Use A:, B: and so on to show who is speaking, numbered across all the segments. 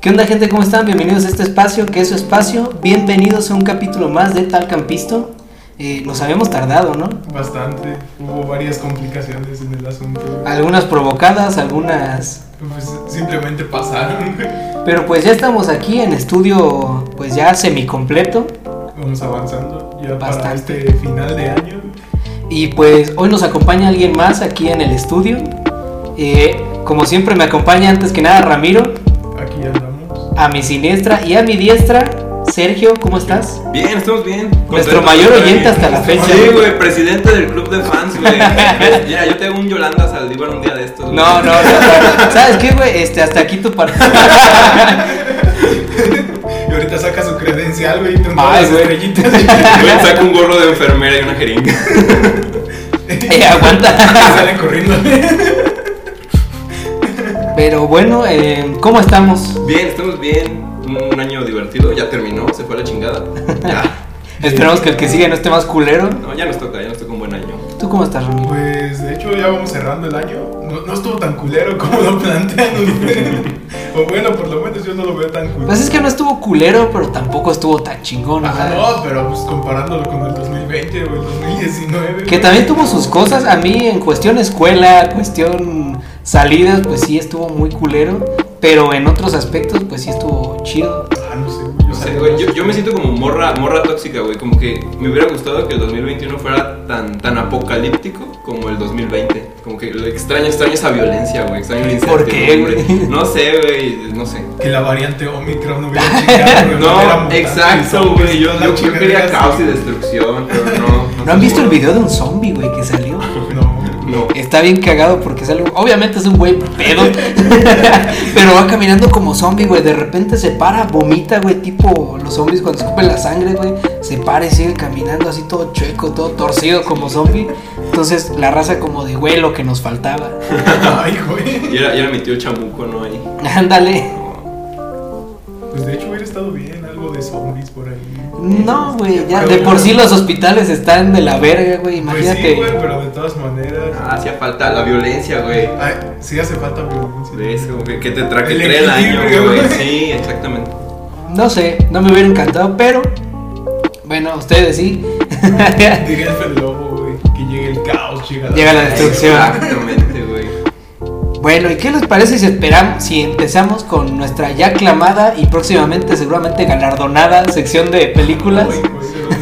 A: ¿Qué onda gente? ¿Cómo están? Bienvenidos a este espacio, que es su espacio. Bienvenidos a un capítulo más de Tal Campisto. Eh, nos habíamos tardado, ¿no?
B: Bastante. Hubo varias complicaciones en el asunto.
A: Algunas provocadas, algunas...
B: Pues simplemente pasaron.
A: Pero pues ya estamos aquí en estudio, pues ya semicompleto.
B: Vamos avanzando ya para
A: Bastante.
B: este final de año.
A: Y pues hoy nos acompaña alguien más aquí en el estudio. Eh, como siempre me acompaña antes que nada Ramiro,
B: Aquí andamos.
A: a mi siniestra y a mi diestra. Sergio, ¿cómo estás?
C: Bien, estamos bien.
A: Nuestro
C: Contento,
A: mayor
C: güey.
A: oyente hasta la fecha.
C: Sí, güey, presidente del club de fans, güey. Mira, yo tengo un Yolanda Saldívar un día de estos. güey.
A: No, no, no, no. ¿Sabes qué, güey? Este, hasta aquí tu participación.
B: Y ahorita saca su credencial, güey, con todas
A: Ay,
B: las
A: güey.
B: estrellitas.
C: Güey, saco un gorro de enfermera y una jeringa.
A: Eh, aguanta.
B: Salen corriendo.
A: Pero bueno, eh, ¿cómo estamos?
C: Bien, estamos bien. Un año divertido, ya terminó, se fue a la chingada. Ya.
A: Esperamos que el que sigue no esté más culero.
C: No, ya nos toca, ya nos toca un buen año.
A: ¿Tú cómo estás, Ramiro?
B: Pues de hecho ya vamos cerrando el año. No, no estuvo tan culero como lo plantean ustedes. O bueno, por lo menos yo no lo veo tan culero.
A: Pues es que no estuvo culero, pero tampoco estuvo tan chingón. o
B: Ah,
A: sea,
B: no, pero pues comparándolo con el 2020 o el 2019.
A: Que
B: güey.
A: también tuvo sus cosas. A mí, en cuestión escuela, cuestión salidas, pues sí estuvo muy culero. Pero en otros aspectos, pues sí estuvo chido.
B: Ah, no sé, güey.
C: No sé, güey, yo, yo me siento como morra, morra tóxica, güey. Como que me hubiera gustado que el 2021 fuera tan, tan apocalíptico como el 2020. Como que lo extraño, extraño esa violencia, güey. Extraño el
A: ¿Por qué,
C: incertidumbre.
A: güey?
C: No sé, güey, no sé.
B: Que la variante Omicron no hubiera llegado. güey, hubiera
C: No,
B: mutado,
C: exacto, güey. Yo,
B: La
C: yo- yo
B: chingadera
C: quería
B: sí.
C: caos y destrucción, pero no.
A: ¿No han
C: sé
A: visto el
C: cómo.
A: video de un zombie, güey, que salió?
B: No.
C: No.
A: Está bien cagado porque sale. un- Obviamente es un güey pedo. pero va caminando como zombie, güey. De repente se para, vomita, güey. Tipo los zombies cuando escupen la sangre, güey. Se para y sigue caminando así todo chueco, todo torcido como zombie. Entonces la raza como de, güey, lo que nos faltaba.
B: Ay, güey.
C: Y era, y era mi tío chamuco, ¿no? Ahí.
A: Ándale.
B: Pues de hecho hubiera estado bien algo de zombies por ahí. Este,
A: No, güey, ya
B: Pero
A: de por
B: bueno.
A: sí los hospitales están de la verga, güey.
B: Pues sí,
A: Imagínate.
B: güey, pero de todas maneras.
C: Ah, hacía falta la violencia, güey.
B: Ay, sí hace falta violencia.
C: De eso, güey. Que te traquetea
B: El
C: el año,
B: equilibrio,
C: güey.
B: güey.
C: Sí, exactamente.
A: no sé, no me hubiera encantado, pero bueno, ustedes sí.
B: Diría el Fer lobo, güey. Que llegue el caos, llega la,
A: Llega la destrucción.
C: Exactamente, güey.
A: bueno, ¿y qué les parece si esperamos, si empezamos con nuestra ya aclamada y próximamente seguramente galardonada sección de películas?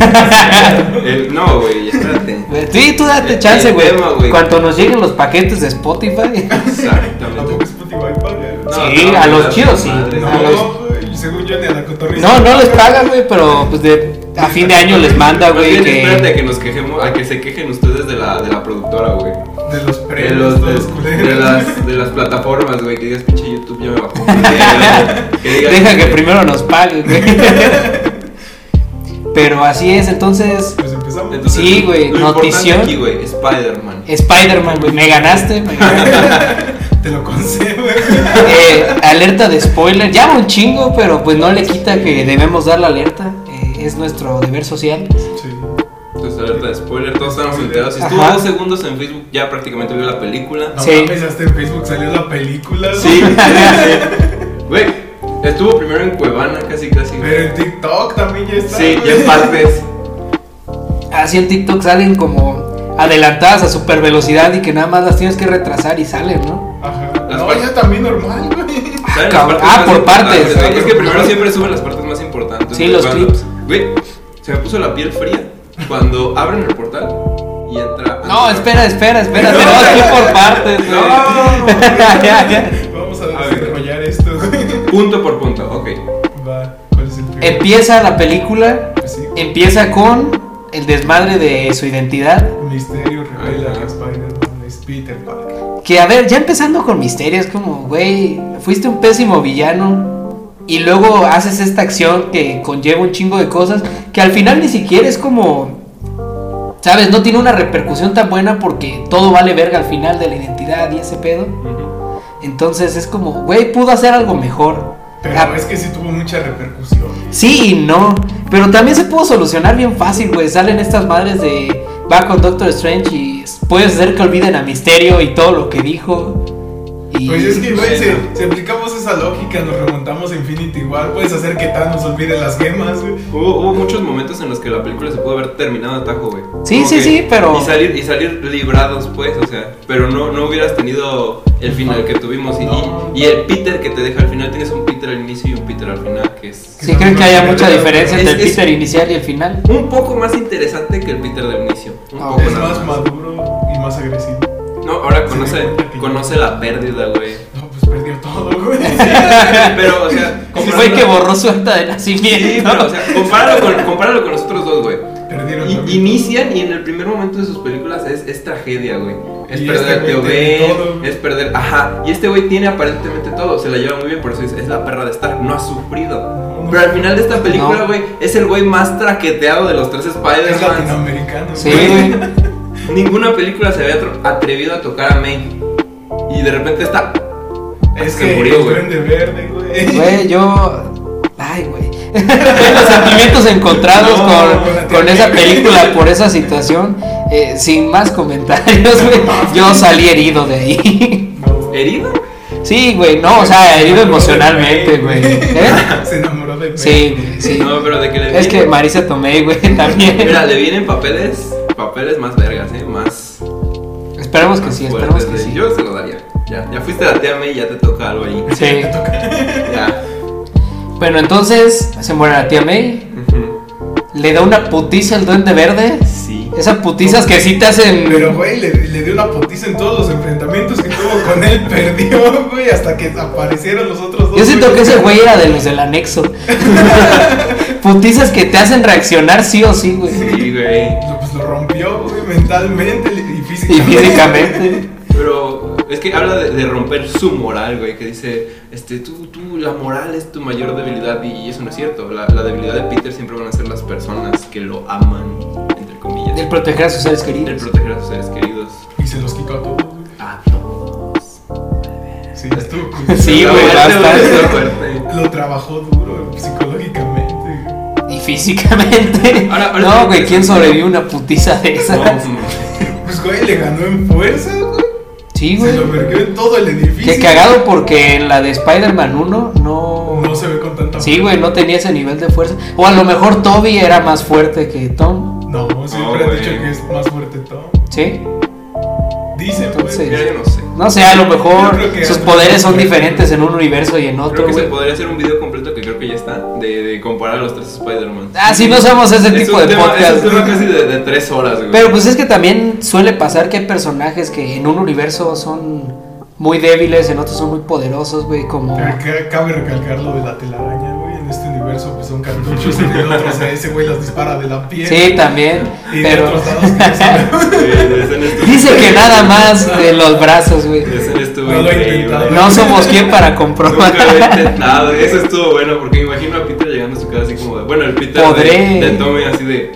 B: Ay, güey.
C: El- no, güey, espérate.
A: Güey, Sí, tú date
C: El-
A: chance,
C: el
A: güey.
C: tema, güey.
A: Cuando nos lleguen los paquetes de Spotify.
C: Exactamente.
B: Tampoco es Spotify paga.
C: No,
A: Sí,
C: no,
A: a
C: no,
A: los
C: la
A: chidos sí.
C: madre. pues
A: A los-
B: No, güey. Según yo ni a la cotorriza.
A: No, no les pagan, güey, pero pues de a fin de año les manda,
C: Más
A: güey,
C: bien,
A: que
C: Espérate a que nos quejemos, a que se quejen ustedes de la, de la productora, güey.
B: De los
C: De,
B: premios,
C: los,
B: de los
C: de,
B: culeros.
C: de las, de las plataformas, güey, que digas pinche YouTube ya me bajó. Que digas,
A: Deja que primero nos pague, güey. Pero así es, entonces.
B: Pues empezamos.
C: Entonces,
A: Sí, güey,
C: lo importante
A: notición. Eh.
C: aquí, güey, Spider-Man.
A: Spider-Man, güey, me ganaste. me ganaste.
B: Te lo concedo, güey.
A: Eh, alerta de spoiler. Ya un chingo, pero pues no le quita que debemos dar la alerta. eh, es nuestro deber social.
B: Sí.
C: Entonces, alerta de spoiler, todos estamos enterados. Si
A: Ajá.
C: estuvo dos segundos en Facebook, ya prácticamente vio la película.
B: No
A: Sí.
B: mames, hasta en Facebook salió la película.
C: Sí, sí,
B: güey.
C: sí. Güey, estuvo primero en Cuevana, casi, casi. güey.
B: Pero en TikTok también ya está.
C: Sí,
B: güey.
C: ya en partes.
A: Así en TikTok salen como adelantadas a super velocidad y que nada más las tienes que retrasar y salen, ¿no?
B: Ajá.
C: Las
B: no,
C: partes.
B: ya también normal, güey.
C: ¿Saben las
A: cabrón.
C: partes
A: Ah,
C: más
A: por
C: importantes,
A: partes.
C: güey? Es que primero siempre suben las partes más importantes.
A: Sí,
C: güey,
A: los
C: cuando-
A: clips.
C: Güey, se me puso la piel fría cuando abren el portal y entra.
A: No, espera, espera, espera.
C: No.
A: Tenemos que ir por partes, güey.
C: No.
A: Ya, ya.
B: Vamos a
C: A ver.
B: desarrollar esto, güey.
C: Punto por punto, ok.
B: Va, ¿cuál es el primer?
A: Empieza la película
B: Pues sí.
A: Empieza con el desmadre de su identidad.
B: Misterio revela
C: Ajá.
B: que Spider-Man es Peter Parker.
A: Que a ver, ya empezando con misterios, como, güey, fuiste un pésimo villano. Y luego haces esta acción que conlleva un chingo de cosas. Que al final ni siquiera es como. ¿Sabes? No tiene una repercusión tan buena porque todo vale verga al final de la identidad y ese pedo.
C: Ujú.
A: Entonces es como, güey, pudo hacer algo mejor.
B: Pero
A: Ah.
B: es que sí tuvo mucha repercusión.
A: Sí y no. Pero también se pudo solucionar bien fácil, güey. Salen estas madres de. Va con Doctor Strange y s- puedes hacer que olviden a Misterio y todo lo que dijo. Y Sí.
B: Pues es que, güey, si,
C: Bueno.
B: si aplicamos esa lógica, nos remontamos a Infinity War. Puedes hacer que Thanos olvide las gemas, güey.
C: Hubo, hubo muchos momentos en los que la película se pudo haber terminado a tajo, güey.
A: Sí,
C: Como
A: sí,
C: que-
A: sí, pero-
C: Y salir, y salir librados, pues, o sea. Pero no, no hubieras tenido el final que tuvimos. Y,
B: No.
C: y, y el Peter que te deja al final, tienes un Peter al inicio y un Peter al final, que es.
A: Sí, creo que haya mucha diferencia entre el
C: Es- es-
A: Peter inicial y el final.
C: Un poco más interesante que el Peter del inicio. Un
A: Ah,
C: poco
B: Es
C: nada
B: más maduro y más agresivo.
C: No, ahora
B: Sí,
C: conoce,
B: me cuenta que-
C: conoce la pérdida, güey.
B: No, pues perdió todo, güey.
C: Pero, o sea,
A: Fue que borró su acta de
C: Sí,
A: nacimiento.
C: pero, o sea, compáralo con, compáralo con los otros dos, güey.
B: Perdieron
C: Y-
B: también.
C: inician y en el primer momento de sus películas es, es tragedia, güey. Es
B: Y
C: perder
B: este
C: al tío
B: güey tiene todo,
C: Ben,
B: güey.
C: es perder. Ajá, y este güey tiene aparentemente todo, se la lleva muy bien, por eso es, es la perra de Stark, no ha sufrido.
B: No, no.
C: Pero al final de esta película,
A: No.
C: güey, es el güey más traqueteado de los tres
B: Es
C: Spider-Man.
B: latinoamericano.
A: Sí,
B: güey.
A: güey.
C: Ninguna película se había atro- atrevido a tocar a May. Y de repente está.
B: Es
C: Se
B: que
C: murió,
B: murió,
C: güey.
B: güey. verde, güey.
A: Güey, yo. Ay, güey. Los sentimientos encontrados
B: No,
A: con,
B: no,
A: con
B: no.
A: esa película por esa situación. Eh, sin más comentarios, güey. Yo salí herido de ahí.
B: No.
C: ¿Herido?
A: Sí, güey, no, o sea, herido emocionalmente, güey. ¿Eh?
B: Se enamoró de mí.
A: Sí, güey, sí.
C: No, pero de que le
A: Es que
C: vienen-
A: Marisa Tomei, güey, también.
C: Mira, le vienen papeles, papeles más vergas, ¿eh? Más.
A: Esperemos que
C: más
A: sí,
C: fuertes
A: esperemos que
C: de-
A: sí.
C: Yo se lo daría. Ya, ya fuiste a la tía May y ya te toca algo ahí.
A: Sí.
C: Ya.
A: Bueno, entonces se muere la tía May.
C: Ujú.
A: Le da una putiza al duende verde.
C: Sí.
A: Esas putizas que sí te hacen.
B: Pero, güey, le, le dio una potiza en todos los enfrentamientos que tuvo con él. Perdió, güey, hasta que aparecieron los otros dos.
A: Yo siento que ese güey era de los del anexo. Putizas que te hacen reaccionar sí o sí, güey.
C: Sí, güey.
B: Lo- Pues lo rompió, güey, mentalmente y
A: Y
B: físicamente.
A: físicamente.
C: Pero es que habla de, de romper su moral, güey. Que dice, este, tú, tú, la moral es tu mayor debilidad. Y, eso no es cierto. La, la debilidad de Peter siempre van a ser las personas que lo aman, entre comillas.
A: El proteger a sus seres
C: El
A: queridos.
C: proteger a sus seres queridos.
B: Y se los quitó a todos. güey.
C: Ah, no.
B: Sí, estuvo cool.
A: Sí, güey,
C: Está fuerte,
A: bastante.
C: güey, está fuerte.
B: Lo trabajó duro psicológicamente. güey.
A: Y físicamente.
C: Ahora- ahora-
A: No, güey, ¿quién sobrevivió a una putiza de esas?
C: No,
B: Pues, güey, le ganó en fuerza, güey.
A: Sí,
B: Se
A: güey.
B: lo perdió en todo el edificio.
A: Qué cagado porque en la de Spider-Man 1 no.
B: No se ve con tanta
A: Sí, güey, no tenía ese nivel de fuerza. O a lo mejor Toby era más fuerte que Tom.
B: No, siempre
C: No,
B: han dicho
C: güey.
B: que es más fuerte pues, Tom.
A: ¿Sí?
B: Dicen,
A: Entonces-
B: güey.
C: Mira, yo no sé.
A: No sé, a lo
B: Yo creo
A: mejor
B: que-
A: sus poderes son diferentes en un universo y en otro,
C: Creo que se
A: güey.
C: podría hacer un video completo que creo que ya está, de, de comparar a los tres Spider-Man.
A: Ah, sí, no somos ese
C: Es
A: tipo
C: un
A: de
C: tema-
A: podcast.
C: Es un tema casi de, de tres horas, güey.
A: Pero pues es que también suele pasar que hay personajes que en un universo son muy débiles, en otros son muy poderosos, güey, como...
B: Pero acá cabe recalcar lo de la telaraña, güey. En este universo, pues son cartuchos. y en el otro, o sea, ese güey las dispara de la piel.
A: Sí, también,
B: Y de
A: pero...
B: otros lados que no sabe.
C: Eh, ese no estuvo-
A: Dice que nada más de los brazos, güey.
C: Ese no estuvo
B: No lo he
C: increíble.
B: intentado.
A: No somos quien para
C: Nunca lo he
A: comprobar.
C: intentado. Eso estuvo bueno porque me imagino a Peter llegando a su casa así como de. Bueno, el Peter
A: Podré.
C: de, de Tommy así de.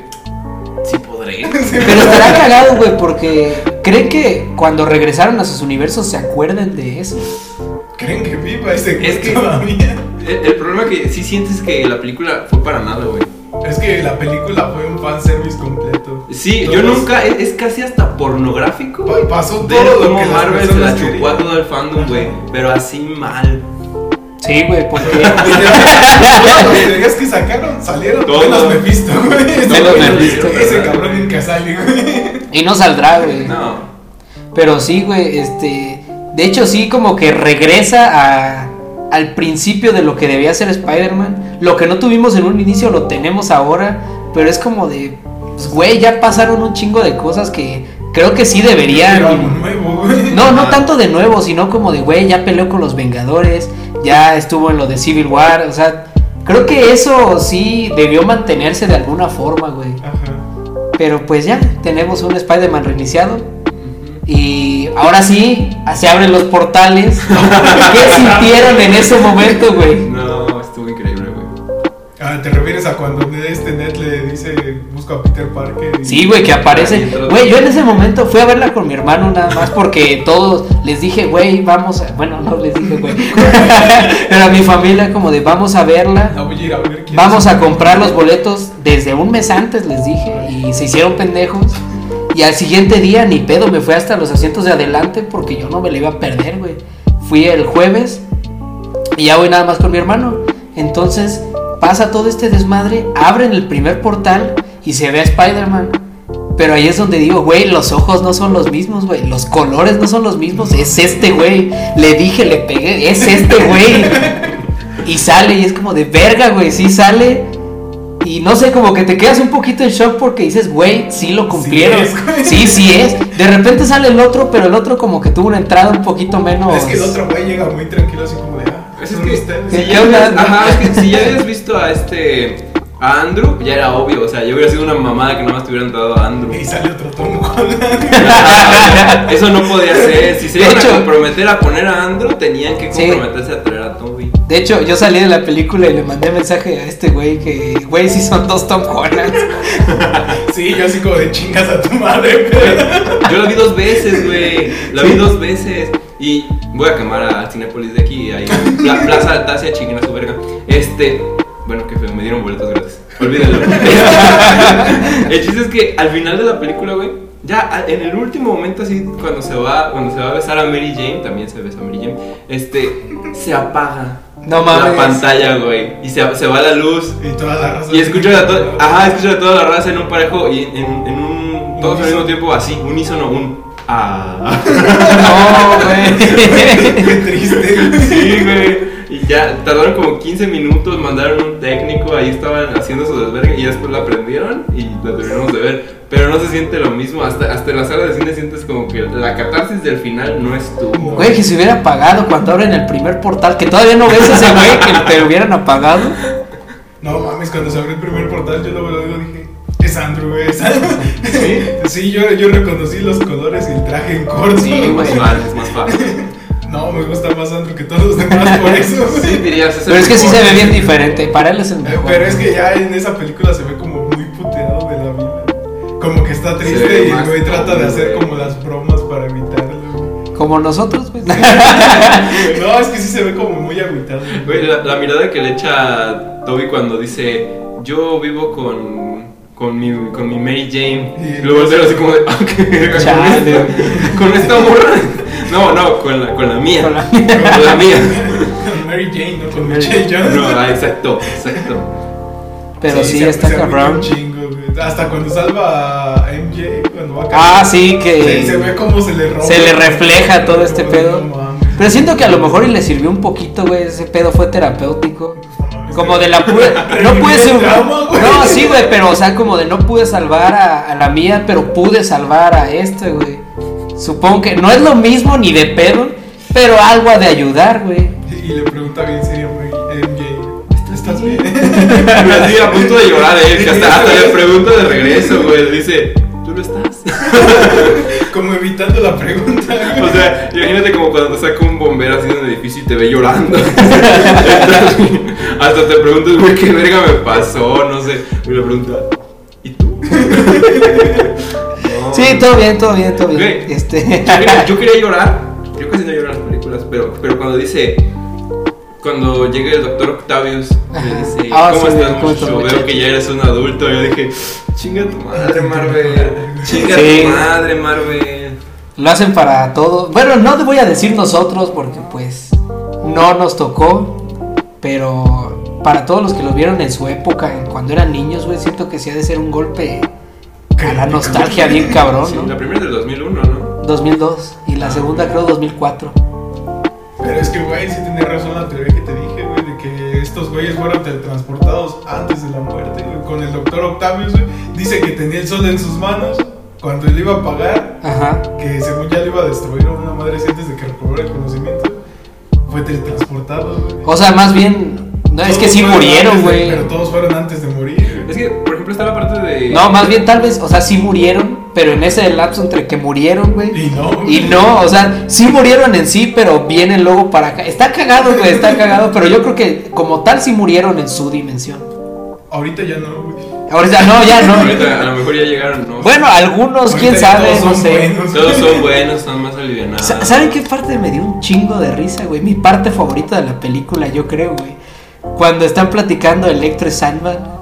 C: Sí, podré.
A: Pero estará cagado, güey, porque creen que cuando regresaron a sus universos se acuerden de eso.
B: ¿Creen que viva ese güey
C: Es que-
B: todavía?
C: El, el problema que sí sientes que la película fue para nada, güey.
B: Es que la película fue un fanservice completo.
C: Sí, yo
B: Todos-
C: nunca. Es, es casi hasta pornográfico. güey.
B: pa- Pasó
C: Ver
B: todo lo
C: cómo
B: que las
C: Marvel se la
B: personas
C: chupó a
B: querían.
C: todo el fandom, güey. Pero así mal.
A: Sí, güey, porque...
B: Todos los teorías que sacaron salieron.
C: Todos.
B: Menos Mephisto, güey.
A: Menos Mephisto.
B: Ese cabrón nunca sale, güey.
A: Y no saldrá, güey.
C: No.
A: Pero sí, güey, este. De hecho, sí, como que regresa a, al principio de lo que debía ser Spider-Man. Lo que no tuvimos en un inicio lo tenemos ahora. Pero es como de. Pues, güey, ya pasaron un chingo de cosas que creo que sí
B: Era algo
A: deberían.
B: nuevo, güey.
A: No, no tanto de nuevo, sino como de, güey, ya peleó con los Vengadores. Ya estuvo en lo de Civil War. O sea, creo que eso sí debió mantenerse de alguna forma, güey.
B: Ajá.
A: Pero pues ya, tenemos un Spider-Man reiniciado. Y ahora sí, se abren los portales. ¿Qué sintieron en ese momento, güey?
C: No, estuvo increíble, güey.
B: Ah, ¿te refieres a cuando este Ned le dice busco a Peter Parker? y-
A: Sí, güey, que aparece. Güey, yo en ese momento fui a verla con mi hermano nada más porque todos les dije, güey, vamos a. Bueno, no les dije, güey. Pero a mi familia, como de, vamos a verla.
B: La "Ah, voy a ir a ver quién
A: Vamos
B: es.
A: a comprar los boletos desde un mes antes, les dije. Y se hicieron pendejos. Y al siguiente día, ni pedo, me fui hasta los asientos de adelante porque yo no me la iba a perder, güey. Fui el jueves y ya voy nada más con mi hermano. Entonces pasa todo este desmadre, abren el primer portal y se ve a Spider-Man. Pero ahí es donde digo, güey, los ojos no son los mismos, güey. Los colores no son los mismos. Es este, güey. Le dije, le pegué. Es este, güey. Y sale y es como de verga, güey. Sí sale. Y no sé, como que te quedas un poquito en shock porque dices, güey, sí lo cumplieron.
B: es, güey.
A: Sí, sí es. De repente sale el otro, pero el otro como que tuvo una entrada un poquito menos.
B: Es que el otro güey llega muy tranquilo, así como de, ah,
C: Es
B: son
C: que-
B: ustedes.
A: ¿Qué-
C: Si
A: qué
C: ya,
A: onda?
C: habías- ajá, es que si ya habías visto a este. A Andrew, ya era obvio. O sea, ya hubiera sido una mamada que nada más te hubieran dado a Andrew.
B: Y sale otro tomo.
C: Ah, Eso no podía ser. Si se
A: De
C: iban
A: hecho-
C: a comprometer a poner a Andrew, tenían que
A: Sí.
C: comprometerse a traer a Toby.
A: De hecho, yo salí de la película y le mandé mensaje a este güey que, güey, sí son dos Tom Hollands.
B: sí, yo así como de chingas a tu madre, pero.
C: Yo la vi dos veces, güey. La vi
A: Sí.
C: dos veces. Y voy a quemar a Cinépolis de aquí. Ahí. La plaza de Tasia, chinguen a su verga. Este. Bueno, que feo, me dieron boletos gratis. Olvídalo. el chiste es que al final de la película, güey. Ya a- en el último momento, así, cuando se va, cuando se va a besar a Mary Jane, también se besa a Mary Jane, este, se apaga
A: No mames.
C: la pantalla, güey, y se, se va la luz,
B: Y toda la raza.
C: y escuchas a, to- ajá, escuchas a toda la raza en un parejo y en, en un. Todos al mismo tiempo, así, unísono, un. Ah.
A: No, güey.
B: Qué triste.
C: Sí, güey. Y ya tardaron como 15 minutos, mandaron un técnico, ahí estaban haciendo su desvergue y ya después la prendieron y la terminamos de ver. Pero no se siente lo mismo, hasta, hasta en la sala de cine sientes como que la catarsis del final no estuvo.
A: Güey, que se hubiera apagado cuando abren el primer portal, que todavía no ves ese güey que te lo hubieran apagado.
B: No mames, cuando se abrió el primer portal, yo lo veo y dije. Es Andrew, güey. es Andrew".
C: ¿Sí?
B: Sí, yo, yo reconocí los colores y el traje en corto.
C: Sí,
A: güey.
C: más fácil, es más fácil.
B: No, me gusta más Andrew que todos los demás por eso. güey.
C: Sí, dirías,
A: Pero es que sí se ve bien
C: diferente.
A: diferente. Para él es el
B: Eh,
A: mejor.
B: Pero es que ya en esa película se ve como muy puteado de la vida. Como que está
C: Se ve
B: triste y el
C: más
B: güey trata de
C: pobre,
B: hacer
C: güey.
B: como las bromas para evitarlo.
A: Como nosotros, güey.
B: güey. No, es que sí se ve como muy aguitado.
C: Güey, la, la mirada que le echa a Toby cuando dice, yo vivo con, con, mi, con mi Mary Jane.
B: Y-
C: Y luego volteo así como de, "Ah, qué verga, con
A: Chale.
C: esta- con esta morra. No, no, con la, con la mía.
A: Con la
C: Con la mía.
B: Con Mary Jane, no con
A: Mary
B: Michelle Jones.
C: No, ah, exacto, exacto.
A: Pero sí,
B: se-
A: está
B: se agüita
A: cabrón.
B: un chingo, güey. Hasta cuando salva a MJ, cuando va a
A: Ah,
B: caer.
A: sí,
B: Se, se
A: que.
B: ve como se le rompe.
A: Se le refleja todo este
B: No,
A: pedo.
B: no mames.
A: Pero siento que a lo mejor y le sirvió un poquito, güey. Ese pedo fue terapéutico. Como de la pura. No pude ser.
B: Trauma, güey.
A: No, sí, güey, pero o sea, como de no pude salvar a, a la mía, pero pude salvar a este, güey. Supongo que no es lo mismo ni de pedo, pero algo ha de ayudar, güey.
B: Y le pregunta bien serio, güey, MJ, ¿estás bien?
C: Me así a punto de llorar, eh, que hasta, hasta le pregunto de regreso, güey. Dice, ¿tú lo estás?
B: Como evitando la pregunta.
C: O sea, imagínate como cuando te saca un bombero así en el edificio y te ve llorando. Entras y Hasta te preguntas, güey, qué verga me pasó, no sé. Y le pregunta, ¿y tú? No.
A: Sí, todo bien, todo bien, todo bien.
C: Güey,
A: Este.
C: Yo quería, yo quería llorar. Yo casi no lloro en las películas, pero, pero cuando dice. Cuando llega el doctor Octavius,
A: Ajá.
C: le dice:
A: Ah,
C: ¿Cómo
A: sí,
C: estás,
A: ¿cómo estás,
C: muchacho?
A: muchacho?"
C: Veo que ya eres un adulto. Yo dije: Chinga tu madre, Marvel. Chinga
A: Sí.
C: tu madre, Marvel.
A: Lo hacen para todo. Bueno, no te voy a decir nosotros porque pues no nos tocó, pero para todos los que lo vieron en su época, en cuando eran niños, güey, siento que sí ha de ser un golpe a la nostalgia bien cabrón,
C: Sí, la
A: ¿no?
C: primera es del 2001, ¿no?
A: 2002 y la segunda creo 2004.
B: Pero es que, güey, sí tenía razón la teoría que te dije, güey, de que estos güeyes fueron teletransportados antes de la muerte, güey. Con el doctor Octavius, güey, dice que tenía el sol en sus manos cuando él iba a pagar,
A: Ajá.
B: que según ya le iba a destruir a una madre así antes de que recobrara el conocimiento. Fue teletransportado, güey.
A: O sea, más bien no es que
B: Todos
A: sí
B: fueron
A: murieron,
B: antes de-
A: güey.
B: Pero todos fueron antes de morir, güey.
C: Es que, por ejemplo, está la parte de.
A: No, más bien tal vez, o sea, sí murieron, pero en ese lapso entre que murieron, güey.
B: Y no.
A: Y
B: güey.
A: no, o sea, sí murieron en sí, pero vienen luego para acá. Está cagado, güey, está cagado, pero yo creo que como tal sí murieron en su dimensión.
B: Ahorita ya no, güey.
A: Ahora ya no, ya no.
C: Ahorita, a lo mejor ya llegaron, ¿no?
A: Bueno, algunos,
B: Ahorita
A: quién
B: ya
A: sabe,
B: todos
A: no
B: son
A: sé.
B: buenos.
C: Todos son buenos, están más alivianados.
A: Sa- ¿Saben qué parte me dio un chingo de risa, güey? Mi parte favorita de la película, yo creo, güey. Cuando están platicando Electro y Sandman.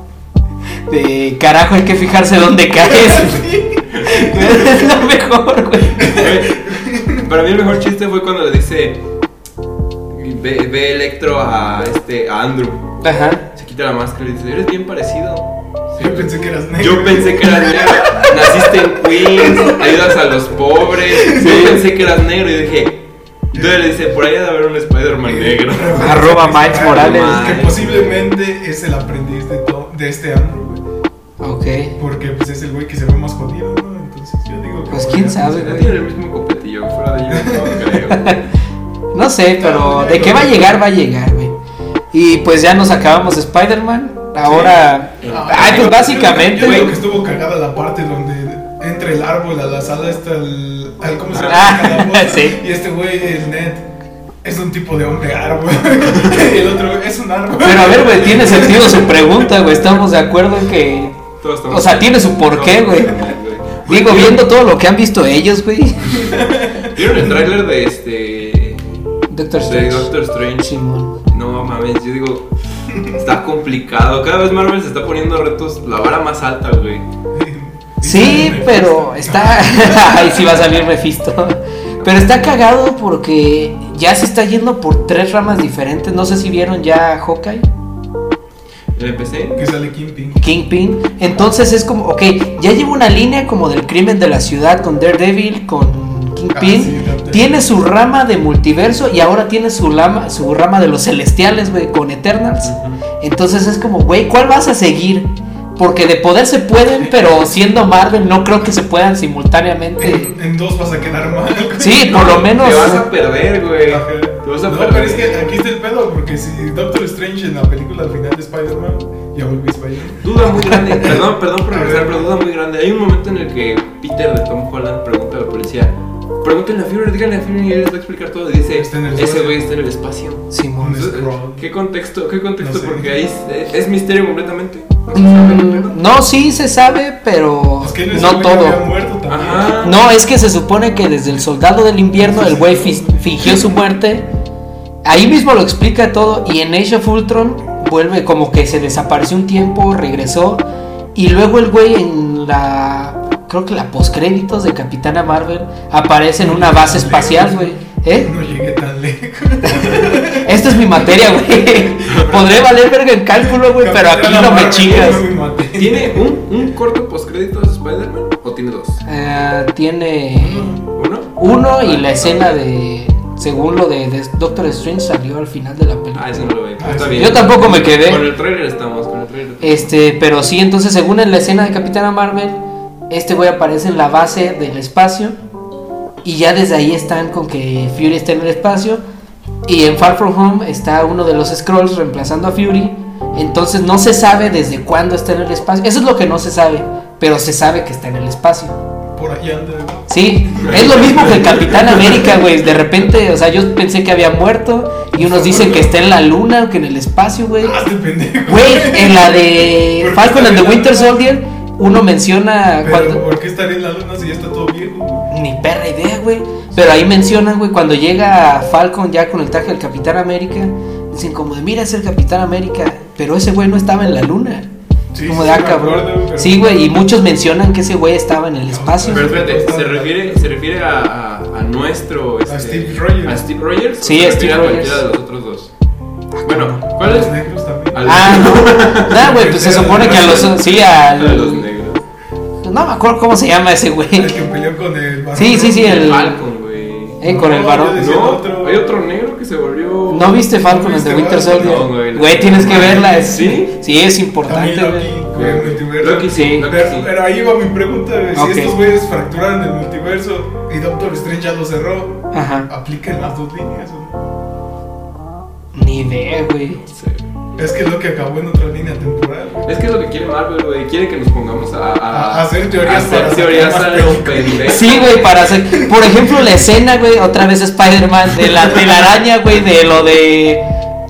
A: De carajo, hay que fijarse dónde caes. es lo mejor, güey.
C: Güey, Para mí el mejor chiste fue cuando le dice. Y ve, ve Electro a este a Andrew.
A: Ajá.
C: Se quita la máscara y dice, eres bien parecido.
B: Yo pensé que eras negro.
C: Yo pensé que eras negro. Naciste en Queens, ayudas a los pobres. Yo pensé que eras negro y dije. Entonces le dice, por ahí ha de haber un Spider-Man negro.
A: Arroba Miles Morales.
B: Que posiblemente es el aprendiz de, to- de este Andrew, güey.
A: Ok.
B: Porque pues, es el güey que se ve más jodido, ¿no? Entonces yo digo que.
A: Pues,
B: podría
A: quién sabe,
B: funcionar.
C: No tiene el mismo copetillo fuera de yo, no creo.
A: No sé, pero de qué va a llegar, va a llegar, güey. Y pues ya nos acabamos de Spider-Man. Ahora.
C: Ah,
A: Ay, pues básicamente,
B: Yo digo que
A: güey.
B: estuvo cagada la parte donde entra el árbol a la sala está el. al- ¿Cómo se llama?
A: Ah,
B: Calabozo.
A: sí.
B: Y este güey, el Ned, es un tipo de hombre árbol. y el otro güey es un árbol.
A: Pero a ver, güey, tiene sentido su pregunta, güey. Estamos de acuerdo en que.
C: Todos estamos-
A: O sea, tiene su porqué,
C: Todos
A: güey.
C: estamos bien, güey.
A: Digo, viendo todo lo que han visto ellos, güey.
C: ¿Vieron el tráiler de este.
A: Doctor
C: de
A: Strange.
C: Doctor Strange?
A: Simón.
C: No mames, yo digo. Está complicado. Cada vez Marvel se está poniendo retos, la vara más alta, güey.
A: Sí, pero está. Ahí sí va a salir Mephisto. Pero está cagado porque ya se está yendo por tres ramas diferentes. No sé si vieron ya Hawkeye.
C: Le empecé.
B: este, Que sale Kingpin.
A: Kingpin. Entonces es como, ok, ya llevo una línea como del crimen de la ciudad con Daredevil, con Kingpin.
B: Ah, sí, Daredevil.
A: tiene su rama de multiverso y ahora tiene su, lama, su rama de los celestiales, güey, con Eternals. Entonces es como, güey, ¿cuál vas a seguir? Porque de poder se pueden, pero siendo Marvel no creo que se puedan simultáneamente.
B: En, en dos vas a quedar mal.
A: Sí, por lo menos.
C: Te vas a perder, güey.
B: Ajá.
C: Te vas a
B: No,
C: perder.
B: pero es que eh, aquí está el pedo, porque si Doctor Strange en la película al final de Spider-Man, ya volví Spider-Man.
C: Duda muy grande, perdón, perdón por regresar, pero duda muy grande. Hay un momento en el que Peter de Tom Holland pregunta a la policía, pregúntenle a Führer, díganle a Führer y él les va a explicar todo. Y dice,
B: Está en el
C: ese
B: espacio".
C: güey está en el espacio.
A: Simón.
B: Un scroll.
C: ¿Qué contexto? ¿Qué contexto?
B: No sé.
C: Porque ahí es, es misterio completamente. No se sabe el pedo.
A: Mm, No, sí se sabe, pero
B: Es que él
A: no todo.
B: Había muerto también.
C: Ajá.
A: No, es que se supone que desde el soldado del invierno el güey fi- fingió su muerte. Ahí mismo lo explica todo y en Age of Ultron vuelve como que se desapareció un tiempo, regresó y luego el güey en la creo que la postcréditos de Capitana Marvel aparece en una base espacial, güey. ¿Eh?
B: No llegué tan lejos.
A: Esta es mi materia, güey. Podré valer verga en cálculo, güey, pero aquí
B: Capitana
A: no me
B: Marvel,
A: chingas.
B: güey, maté.
C: ¿Tiene un, un corto postcrédito de Spider-Man o tiene dos?
A: Eh, tiene
C: ¿Uno?
A: Uno y la escena de. Según lo de, de Doctor Strange salió al final de la película.
C: Ah, eso no lo veo.
B: Ah,
C: Está
B: sí.
C: bien.
A: Yo tampoco me quedé.
C: Con el trailer estamos, con el trailer.
A: Este, pero sí, entonces según en la escena de Capitana Marvel, este güey aparece en la base del espacio. Y ya desde ahí están con que Fury está en el espacio. Y en Far From Home está uno de los Scrolls reemplazando a Fury. Entonces no se sabe desde cuándo está en el espacio. Eso es lo que no se sabe. Pero se sabe que está en el espacio.
B: Por ahí anda. güey.
A: Sí, es lo mismo que el Capitán América, güey. De repente, o sea, yo pensé que había muerto y unos dicen que está en la luna, que en el espacio, güey.
B: Ah, este pendejo.
A: Güey, en la de
B: ¿Por qué
A: Falcon and the
B: estaría en la
A: Winter
B: luna?
A: Soldier, uno menciona
B: Pero
A: cuando...
B: ¿por qué estaría en la luna si ya está todo viejo?
A: Ni perra idea, güey. Pero ahí mencionan, güey, cuando llega Falcon ya con el traje del Capitán América, dicen como de, mira, es el Capitán América, pero ese güey no estaba en la luna.
B: Sí,
A: como
B: sí,
A: de,
B: sí,
A: ah,
B: me acuerdo,
A: cabrón.
B: pero-
A: Sí, güey, y muchos mencionan que ese güey estaba en el espacio.
C: Pero espérate, ¿se refiere, se refiere a, a, a nuestro. este,
B: Steve Rogers.
C: ¿A Steve Rogers?
A: Sí,
C: ¿O
A: Steve
C: se refiere a
A: Rogers.
C: cualquiera de los otros dos. Bueno, ¿cuál
B: Los
C: es?
B: negros también.
C: Al-
A: Ah, no. Nah, güey, pues se supone que a los. Sí,
C: A los
A: al.
C: negros.
A: No me acuerdo cómo se llama ese güey.
B: El que peleó con el varón.
A: Sí, sí, sí,
C: El
A: el.
C: Falcon, güey.
A: Eh, con el varón.
B: Es el
C: No,
B: otro.
C: hay otro negro que se volvió.
A: ¿No viste Falcon
B: ¿No
A: and the
B: viste
A: Winter
B: Falcon?
A: Soldier?
C: No, güey.
A: Güey, tienes que verla. Es,
C: ¿Sí?
A: Sí, es
B: También
A: importante,
B: Loki,
A: güey.
B: güey, el multiverso.
C: Loki sí, Loki
B: Pero,
C: sí.
B: pero ahí va mi pregunta, güey. Si
A: Ok.
B: estos güeyes fracturaron el multiverso y Doctor Strange ya lo cerró,
A: Ajá.
B: apliquen las dos líneas. güey.
A: Ni idea, güey.
C: Sí.
B: Es que Loki acabó en otra línea temporal. güey.
C: Es que es lo que quiere Marvel, güey. Quiere que nos pongamos a.
B: A hacer teorías
C: a hacer
B: para sacar
C: teorías
B: más
C: a lo
B: películas.
C: pendejo.
A: Sí, güey, para hacer. Por ejemplo, la escena, güey, otra vez Spider-Man, de la telaraña, güey, de lo de.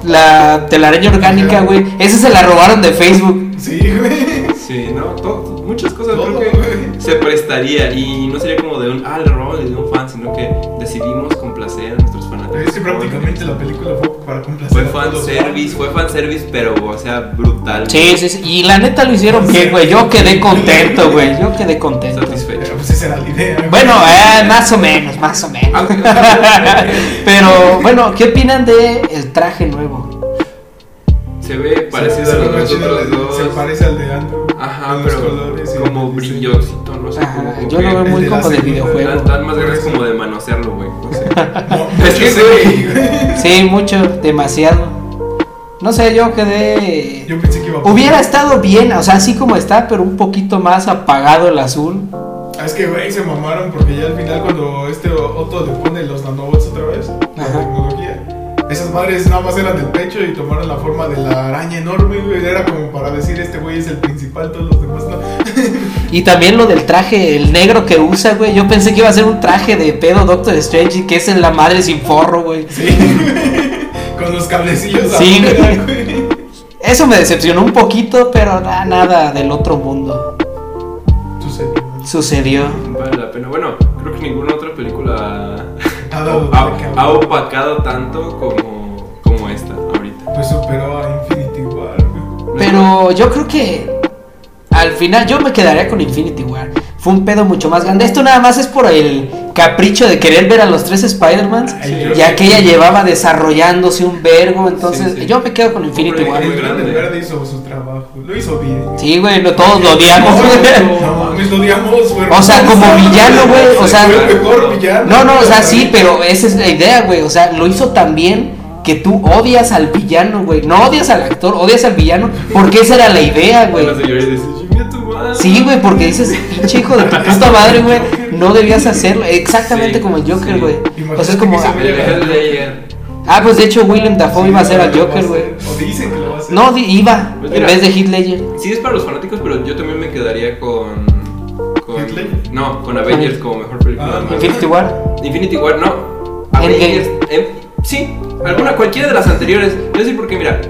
A: La telaraña orgánica, güey. Esa se la robaron de Facebook.
B: Sí, güey.
C: Sí, no, todo- muchas cosas
B: Todo,
C: creo
B: güey.
C: que se prestaría y no sería como de un, ah, le robamos de un fan, sino que decidimos complacer a nuestros fanáticos.
B: Es que prácticamente la película fue para complacer.
C: Fue
B: a todos los
C: fanservice,
B: fans.
C: fue fanservice, pero, o sea, brutal.
A: Sí, sí, sí. Y la neta lo hicieron bien, güey. Yo quedé contento, güey. Yo quedé contento.
C: Satisfecho.
B: Pero pues esa era la idea. güey.
A: Bueno, eh, más o menos, más o menos. Pero bueno, ¿qué opinan de el traje nuevo?
C: Se ve
B: Se-
C: parecido
B: se
C: a
B: ve
C: los
B: chido,
C: otros
B: le-
C: dos.
B: Se parece al de Andrew.
C: Ajá,
B: con los
C: pero
B: colores y
C: como
B: el diseño.
C: brillosito, no sé.
A: Ajá,
C: como
A: Ah, yo lo
C: que-
A: veo
B: el
A: muy
B: de la
A: como de
B: segunda,
A: videojuego.
C: Tan, tan más grande como de manosearlo, güey. No sé.
B: No,
C: Es que,
B: yo sé,
C: güey.
A: Sí, mucho, demasiado. No sé, yo quedé.
B: Yo pensé que iba a
A: Hubiera estado bien, o sea, así como está, pero un poquito más apagado el azul.
B: Ah, Es que, güey, se mamaron porque ya al final cuando este Otto le pone los nanobots otra vez, la
A: Ajá.
B: tecnología, esas madres nada más eran del pecho y tomaron la forma de la araña enorme, güey. Era como para decir, este güey es el principal, todos los demás no.
A: Y también lo del traje, el negro que usa, güey. Yo pensé que iba a ser un traje de pedo Doctor Strange, y que es en la madre sin forro, güey.
B: Sí, con los cablecillos
A: Sí,
B: afuera, güey.
A: Eso me decepcionó un poquito, pero na- nada del otro mundo.
B: Sucedió.
A: Sucedió.
C: Vale la pena. Bueno, creo que ninguna otra película
B: Ha dado
C: ha,
B: de qué
C: ha
B: hablar.
C: opacado tanto como, como esta ahorita.
B: Pues superó a Infinity War, güey.
A: Pero yo creo que al final yo me quedaría con Infinity War. Fue un pedo mucho más grande. Esto nada más es por el capricho de querer ver a los tres Spider-Mans.
B: Ay,
C: Sí,
B: yo-
A: Y aquella llevaba desarrollándose un vergo. Entonces
C: Sí, sí.
A: yo me quedo con Infinity
C: Hombre,
A: War.
B: El
C: muy grande.
B: grande verde hizo su trabajo, lo hizo bien.
A: Sí, güey, no, todos lo odiamos.
B: No mames, lo odiamos, güey.
A: O sea, como villano, güey, o sea-
B: Fue el mejor villano.
A: No, no, o sea,
B: güey.
A: sí, pero esa es la idea, güey. O sea, lo hizo tan bien que tú odias al villano, güey. No odias al actor, odias al villano. Porque esa era la idea, güey.
C: Las de llorar y decir, "Chinga tu madre".
A: Sí, güey, porque dices, pinche hijo de tu puta madre, güey. No debías hacerlo. Exactamente
C: Sí,
A: como el Joker,
C: sí.
A: güey. O sea, es como.
C: El de Hellraiser.
A: Ah, pues de hecho, Willem Dafoe iba a ser al
B: lo va
A: Joker, güey.
B: hacer, O dicen que lo va a hacer.
A: No, di- iba.
C: Pues
A: En
C: mira.
A: vez de Heath Ledger.
C: Sí, es para los fanáticos, pero yo también me quedaría con. con
B: ¿Hitler?
C: no, con Avengers como mejor película.
B: Ah,
C: de Marvel.
A: Infinity War.
C: Infinity War, no.
A: Endgame.
C: Avengers. em- sí, alguna, cualquiera de las anteriores. Yo sí, porque mira,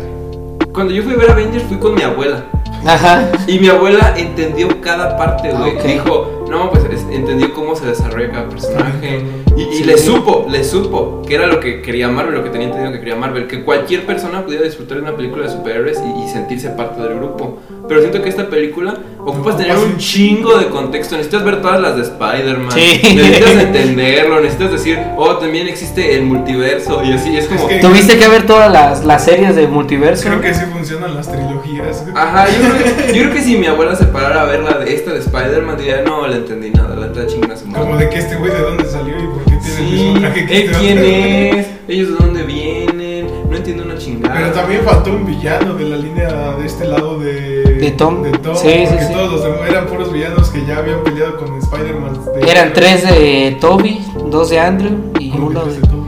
C: cuando yo fui a ver Avengers fui con mi abuela.
A: Ajá.
C: Y mi abuela entendió cada parte,
A: Ah,
C: güey.
A: ok.
C: Dijo, no, pues es- entendió cómo se desarrolla cada personaje. Y, y
A: Sí.
C: le supo, le supo que era lo que quería Marvel, lo que tenía entendido que quería Marvel. Que cualquier persona pudiera disfrutar de una película de superhéroes y, y sentirse parte del grupo. Pero siento que esta película ocupas
B: Ocupas
C: tener un
B: un
C: chingo de contexto. Necesitas ver todas las de Spider-Man.
A: Sí.
C: Necesitas entenderlo. Necesitas decir, oh, también existe el multiverso. Y así es como.
B: que-
A: Tuviste que ver todas las, las series de multiverso.
B: Creo que sí funcionan las trilogías, güey.
C: Ajá, yo creo, que, yo creo que si mi abuela se parara a ver la de esta de Spider-Man, diría, no, la entendí nada, la está chingona su
B: Como
C: madre.
B: de que este güey de dónde salió y por qué tiene el
C: Sí,
B: mismo traje que
C: ¿eh,
B: este
C: ¿quién
B: otro.
C: es? ¿Ellos de dónde vienen? No entiendo una chingada.
B: Pero también faltó un villano de la línea de este lado de.
A: De Tom.
B: De Tom.
A: Sí, sí,
B: porque
A: sí.
B: todos los demás eran puros villanos que ya habían peleado con Spider-Man. de-
A: Eran tres de Toby, dos de Andrew y
B: ¿Cómo que
A: uno
B: tres
A: de.
B: de Tom?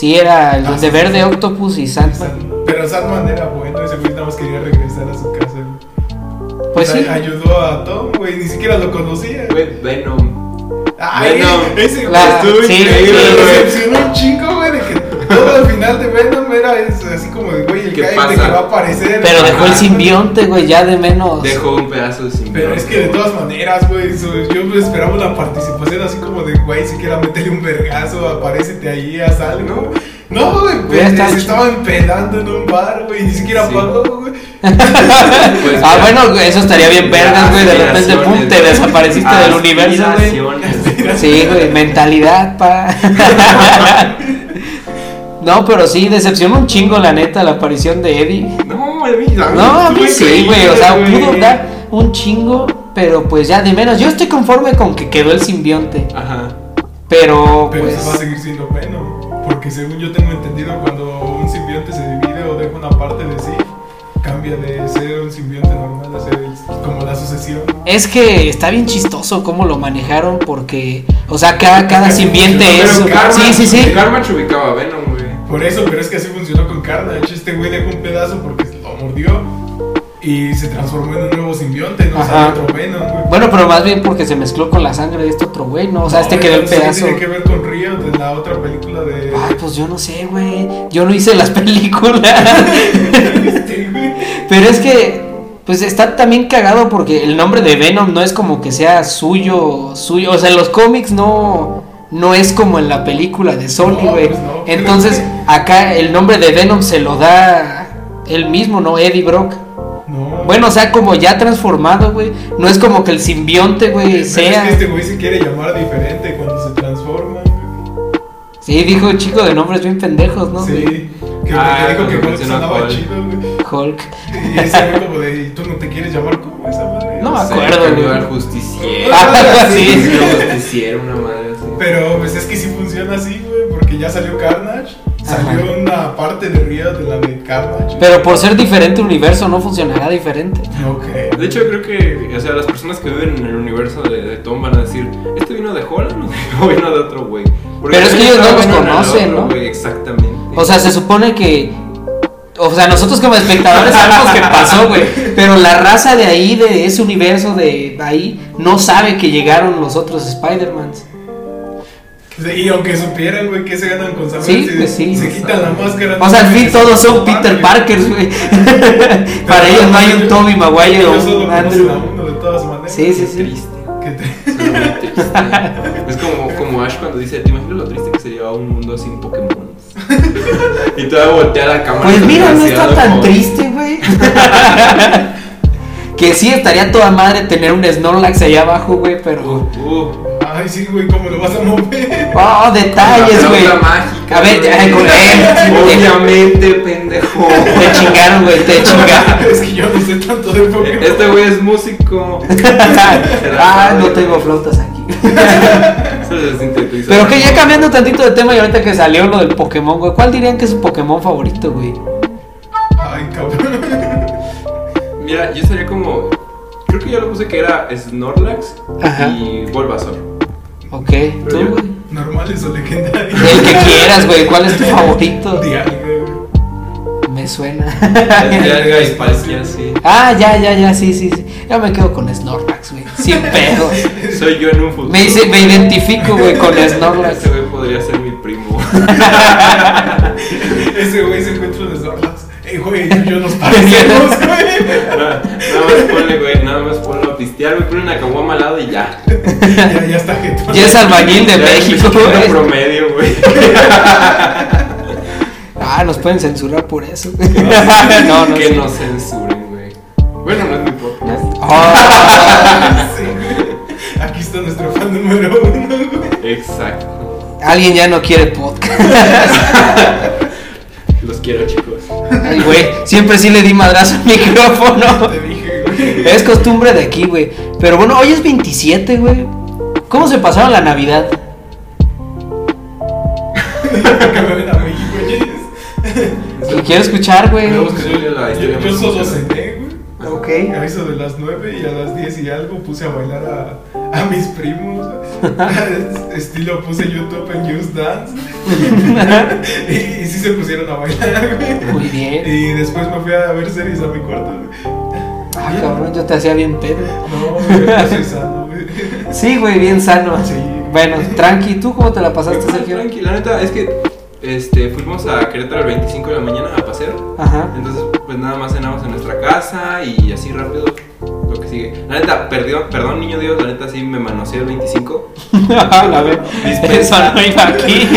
A: Sí, era el
B: Ah,
A: de
B: sí,
A: verde,
B: sí.
A: Octopus y Sandman.
B: Pero Sandman era bueno, ese güey nada más quería regresar a su casa. güey.
A: Pues
B: O
A: sí.
B: sea, Ayudó a Tom, güey, ni siquiera lo conocía.
C: Fue Venom.
B: Ay,
C: Venom.
B: ese güey
A: La-
B: estuvo
A: sí,
B: increíble,
A: sí,
B: me
A: güey.
B: decepcionó un chingo, güey, de que todo al final de Venom era es- así como de, güey, el
C: ¿Qué
B: que,
C: pasa?
B: que va a aparecer.
A: Pero dejó el
B: Ajá.
A: simbionte, güey, ya de menos.
C: Dejó un pedazo de simbionte.
B: Pero es que de todas maneras, güey, su- yo esperaba una participación así como de, güey, si quieres meterle un vergazo, aparécete ahí, haz algo. No, güey,
A: Hubiera
B: se
A: estado chido.
B: estaban pelando en un bar, güey, ni siquiera
C: Sí.
B: pagó, güey.
C: Pues,
A: ah,
C: ya.
A: bueno, güey, eso estaría bien vergas, güey. De repente, pum, te
C: Aspiraciones.
A: desapareciste del universo, güey.
C: Aspiraciones.
A: Sí, güey, mentalidad, pa. No, pero sí, decepcionó un chingo, la neta, la aparición de Eddie.
C: No, a mí, a mí
A: No, a mí
C: estuvo
A: sí, güey.
C: increíble,
A: O sea,
C: güey.
A: pudo dar un chingo, pero pues ya de menos. Yo estoy conforme con que quedó el simbionte.
C: Ajá.
A: Pero,
B: Pero
A: pues.
B: eso va a seguir siendo bueno, porque según yo tengo entendido, cuando un simbionte se divide o deja una parte de sí, cambia de ser un simbionte normal a ser como la sucesión.
A: Es que está bien chistoso cómo lo manejaron porque, o sea, cada, cada simbionte
C: Pero
A: es...
C: Karma-
A: Sí, sí, sí.
C: Karma ubicaba a Venom, güey.
B: Por eso, pero es que así funcionó con Carnage. Este güey dejó un pedazo porque lo mordió y se transformó en un nuevo simbionte, no
A: Ajá.
B: salió otro Venom, güey.
A: Bueno, pero más bien porque se mezcló con la sangre de este otro güey, ¿no? O sea, este
B: No,
A: quedó en
B: entonces, ¿qué
A: pedazo.
B: tiene que ver con Río de la otra película de.
A: Ay, pues yo no sé, güey. Yo no hice las películas.
B: Este, güey.
A: pero es que, pues está también cagado porque el nombre de Venom no es como que sea suyo, suyo. O sea, en los cómics no... No es como en la película de Sony,
B: No,
A: güey.
B: pues no,
A: Entonces, acá el nombre de Venom se lo da él mismo, ¿no? Eddie Brock.
B: No.
A: Bueno, o sea, como ya transformado, güey. No es como que el simbionte, güey,
B: Pero Es
A: sea.
B: que este güey se quiere llamar diferente cuando se transforma. güey.
A: Sí, dijo un chico de nombres bien pendejos, ¿no?
B: Sí.
A: güey?
B: Que porque
C: Ah,
B: dijo que
C: cuando
B: Hulk
C: mencionó a
B: sonaba
C: Hulk.
B: chido, güey.
A: Hulk.
B: Y ese güey como de, ¿tú no te quieres llamar como esa madre?
A: No,
C: Sí,
A: acuerdo,
C: cambió
A: güey.
C: al justiciero.
A: Ah, sí.
C: Sí, sí, al justiciero, una madre así.
B: Pero pues es que sí funciona así, güey, porque ya salió Carnage, salió
A: Ajá.
B: una parte de Río de la de Carnage.
A: Pero por ser diferente universo no funcionará diferente.
B: No creo.
C: De hecho, creo que, o sea, las personas que viven en el universo de, de Tom van a decir, ¿este vino de Holland o vino de otro güey?
A: Pero es que ellos no los conocen, ¿no?
C: Güey, exactamente.
A: O sea, se supone que. O sea, nosotros como espectadores sabemos que pasó, güey. Pero la raza de ahí, de ese universo de ahí, no sabe que llegaron los otros Spider-Mans.
B: Y aunque supieran, güey, que se ganan con saber
A: Sí,
B: si
A: pues sí.
B: se quitan la máscara.
A: O sea, al
B: no
A: fin
B: sé,
A: todos son
B: Parker.
A: Peter Parkers, güey. Para ellos no hay un Tommy Maguire
B: Ellos
A: o
B: solo
A: un
B: conocen
A: Andrew.
B: a uno de todas maneras.
A: Sí, sí,
C: Qué
A: sí.
C: triste.
B: Que te-
C: Eso es muy triste. Es como, como Ash cuando dice, ¿te imaginas lo triste que sería un mundo sin Pokémon? y todavía voltea la cámara.
A: Pues mira, no está
C: demasiado
A: tan
C: como-
A: triste, güey. que sí estaría toda madre tener un Snorlax allá abajo, güey, pero.
C: Uh, uh.
B: Ay, sí, güey, ¿cómo lo vas a mover?
A: Oh, detalles,
C: La
A: güey.
C: flauta mágica,
A: A ver,
C: güey.
A: ay, con él.
C: Obviamente, pendejo.
A: Te chingaron, güey, te chingaron.
B: es que yo no sé tanto de Pokémon.
C: Este güey es músico.
A: ah, no tengo flautas aquí.
C: Eso se sintetiza.
A: Pero que ya cambiando tantito de tema y ahorita que salió lo del Pokémon, güey, ¿cuál dirían que es su Pokémon favorito, güey?
B: Ay, cabrón.
C: Mira, yo sería como. Creo que yo lo puse que era Snorlax
A: Ajá.
C: y Bulbasaur.
A: Ok, tú,
C: yo-
A: güey.
B: Normales o legendarios.
A: El que quieras, güey, ¿cuál es tu favorito?
B: Dialga, güey.
A: Me suena.
C: Dialga y Palkia, sí.
A: ah, ya, ya, ya, sí, sí, sí. Ya me quedo con Snorlax, güey. Sin pedos.
C: Soy yo en un futuro.
A: Me dice, me identifico, güey, con Snorlax.
C: Este güey podría ser mi primo.
B: Ese güey se encuentra en Snorlax. Ey, güey, tú y yo nos parecemos, güey.
C: nada, nada más ponle, güey, nada más ponlo a pistear, güey, ponle una caguama al lado y ya.
B: Ya, ya está jetón.
A: Ya es albañil de
C: Ya,
A: México,
C: mexicano
A: güey.
C: promedio, güey.
A: Ah, nos pueden censurar por eso. No, no.
C: Que
A: sí.
C: nos censuren, güey. Bueno, no es mi podcast.
A: Ah,
B: Sí, güey. Aquí está nuestro fan número uno, güey.
C: Exacto.
A: alguien ya no quiere podcast.
C: Los quiero, chicos.
A: Ay, güey, siempre sí le di madrazo al micrófono.
B: Te dije, güey.
A: Es costumbre de aquí, güey. Pero bueno, hoy es 27, güey. ¿Cómo se pasaron la Navidad?
B: Que me ven a mí, güey.
A: Lo quiero escuchar, güey.
C: Luego que yo la
B: Yo,
C: historia
B: yo
C: más
B: solo
C: escuchada.
B: cené, güey.
A: Ok.
B: A eso de las 9 y a las 10 y algo puse a bailar a, a mis primos. Es- Estilo puse YouTube en Just Dance. y, y sí se pusieron a bailar, güey.
A: Muy bien.
B: Y después me fui a ver series a mi cuarto, güey.
A: Ah, cabrón, yo te hacía bien pedo.
B: No, güey, no soy sano, güey.
A: Sí, güey, bien sano.
B: Sí.
A: Bueno, tranqui, ¿tú cómo te la pasaste,
C: Ah,
A: Sergio?
C: Tranqui, la neta es que este, fuimos a Querétaro el 25 de la mañana a pasear.
A: Ajá.
C: Entonces, pues nada más cenamos en nuestra casa y así rápido lo que sigue. La neta, perdió, perdón, niño Dios, la neta sí me manoseé el 25.
A: A ver,
C: Dispensa.
A: eso no iba aquí.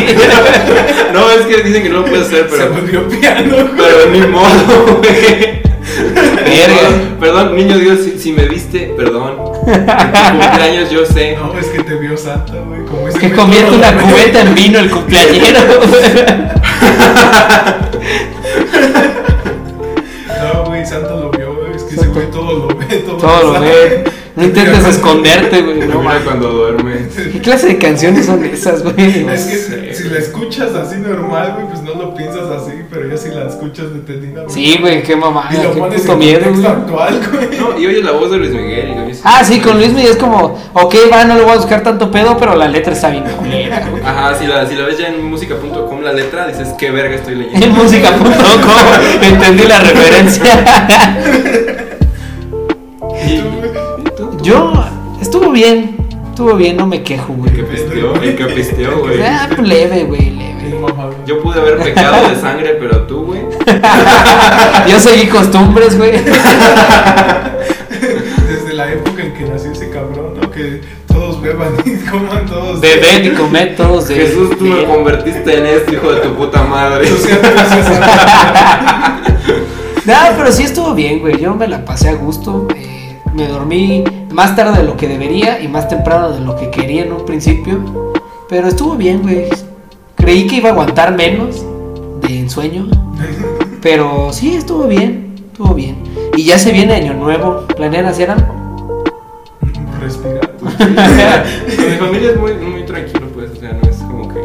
C: no, es que dicen que no lo puedes hacer,
B: Se
C: pero,
B: volvió piano, güey.
C: pero ni modo, güey.
A: Verga.
C: Perdón, perdón, niño Dios, si, si me viste, perdón. En tu cumpleaños yo sé.
B: No, es que te vio santa, güey. Como ese
A: Que
B: güey
A: convierte
B: todo
A: una
B: lo-
A: cubeta en vino el cumpleañero.
B: No, güey, Santa lo vio, güey. Es que ese
A: Santo.
B: güey todo lo ve, todo,
A: Todo lo ve.
B: sabe.
A: No intentes esconderte, güey.
C: No
A: No
C: mira
A: mames.
C: cuando duerme.
A: ¿Qué clase de canciones son esas, güey?
B: Es que
C: sé,
B: si
C: güey.
B: la escuchas así normal, güey, pues no lo piensas así, pero ya si la escuchas detenida, güey.
A: Sí, güey, qué mamada,
B: Y lo
A: qué
B: pones
A: puto
B: en
A: miedo,
B: contexto
A: güey.
B: actual, güey.
C: No, y oye la voz de Luis Miguel. y oyes-
A: Ah, sí, con Luis Miguel es como, ok, va, no le voy a buscar tanto pedo, pero la letra está bien culera, güey.
C: Ajá, si la, si la ves ya en música.com la letra, dices, qué verga estoy
A: En
C: leyendo.
A: música.com entendí la referencia.
C: Y-
B: Tú, güey.
C: ¿Y tú?
A: Yo, estuvo bien, estuvo bien, no me quejo,
C: El que
A: güey.
C: pisteó, el que pisteó, güey.
A: Ah, pues leve, güey,
B: Mi
A: leve.
B: mamá, güey.
C: Yo pude haber pecado de sangre, pero tú, güey.
A: Yo seguí costumbres, güey.
B: Desde la época en que nació ese cabrón, ¿no? Que todos beban y coman todos.
A: Beben y comer todos de
C: Jesús, tú me
A: de-
C: convertiste en esto, hijo de tu puta madre.
B: Eso sí, entonces,
A: Nah, pero sí estuvo bien, güey. Yo me la pasé a gusto. eh, me dormí más tarde de lo que debería y más temprano de lo que quería en un principio. Pero estuvo bien, güey. Creí que iba a aguantar menos de ensueño. Pero sí, estuvo bien. Estuvo bien. Y ya se viene Año Nuevo. ¿Planean hacer algo?
B: Respirar. tú.
C: Con mi familia es muy, muy tranquilo, pues, o sea, no es como que.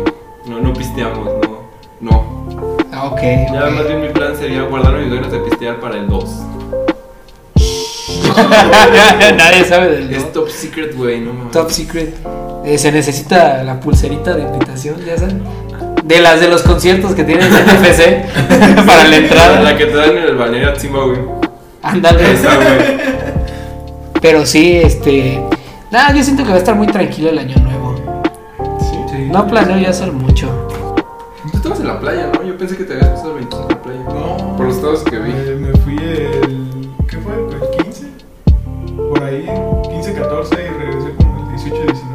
C: No, no pisteamos, no. No.
A: Ah, ok.
C: Ya
A: ok.
C: más bien mi plan sería guardar mis ganas de pistear para el 2.
A: Nadie sabe del
C: Es top secret, güey, no mames.
A: Top Secret. Eh, se necesita la pulserita de invitación, ya saben. De las de los conciertos que tienen en NFC para la
C: La
A: entrada.
C: que te dan en el balneario Atzimba, güey.
A: Ándale.
C: Esa, güey.
A: Pero sí, este. Nada, yo siento que va a estar muy tranquilo el año nuevo.
C: Sí.
A: No planeo ya hacer mucho.
C: Tú estabas en la playa, ¿no? Yo pensé que te habías pasado 25 en la playa.
B: No.
C: Por los estados que vi.
B: Me, Eh, me fui el. ¿Qué fue? ¿El 15? Por ahí, 15, 14 y regresé como el 18, 19.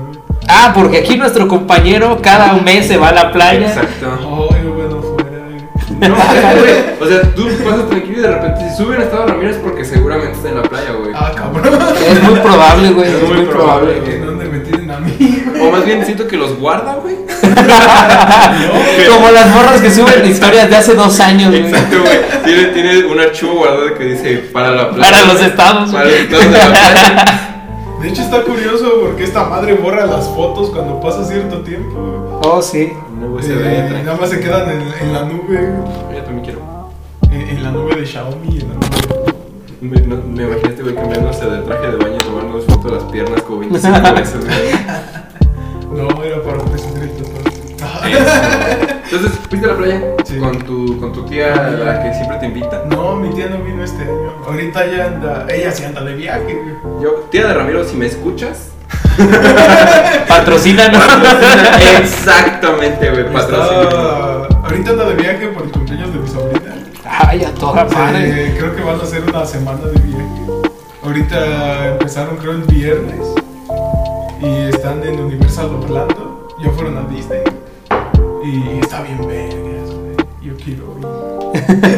A: Ah, porque aquí nuestro compañero cada mes se va a la playa.
C: Exacto.
B: Ay, bueno, fuera. eh.
C: No, güey. O sea, tú pasas tranquilo y de repente si suben a Estado Ramírez porque seguramente está en la playa, güey.
B: Ah, cabrón.
A: Es muy probable, güey.
C: Es muy probable.
B: ¿En dónde me tienen a mí?
C: O más bien siento que los guarda, güey.
A: Como las morras que suben historias de hace dos años, güey.
C: Exacto, güey. Tiene, tiene un archivo guardado que dice para la playa.
A: Para los estados,
C: Para los
A: güey.
C: estados de la playa.
B: De hecho, está curioso porque esta madre borra las fotos cuando pasa cierto tiempo. güey.
A: Oh, sí.
C: No, güey, Pues se
B: Eh,
C: ve tranquilo.
B: nada más se quedan en, en la nube. güey.
C: Yo también quiero.
B: En, en la nube de Xiaomi. En la nube.
C: Me, no, me imagino este güey cambiándose de traje de baño y tomando foto de las piernas como 25 veces, güey.
B: No, era para presentar el tatuaje.
C: Entonces, ¿fuiste a la playa?
B: Sí.
C: Con tu, con tu tía, la que siempre te invita.
B: No, mi tía no vino este año. Ahorita ya anda. Ella sí anda de viaje, güey.
C: Yo, tía de Ramiro, si me escuchas.
A: Patrocínanos.
C: Exactamente, güey. Patrocina.
B: Está- Ah, Ahorita anda de viaje por el cumpleaños de mi sobrina.
A: Ay, a toda madre.
B: Eh, creo que van a ser una semana de viaje. Ahorita empezaron, creo, el viernes. Y están en Universal Orlando. Ya fueron a Disney. Y está bien vergas, güey. Yo quiero ir.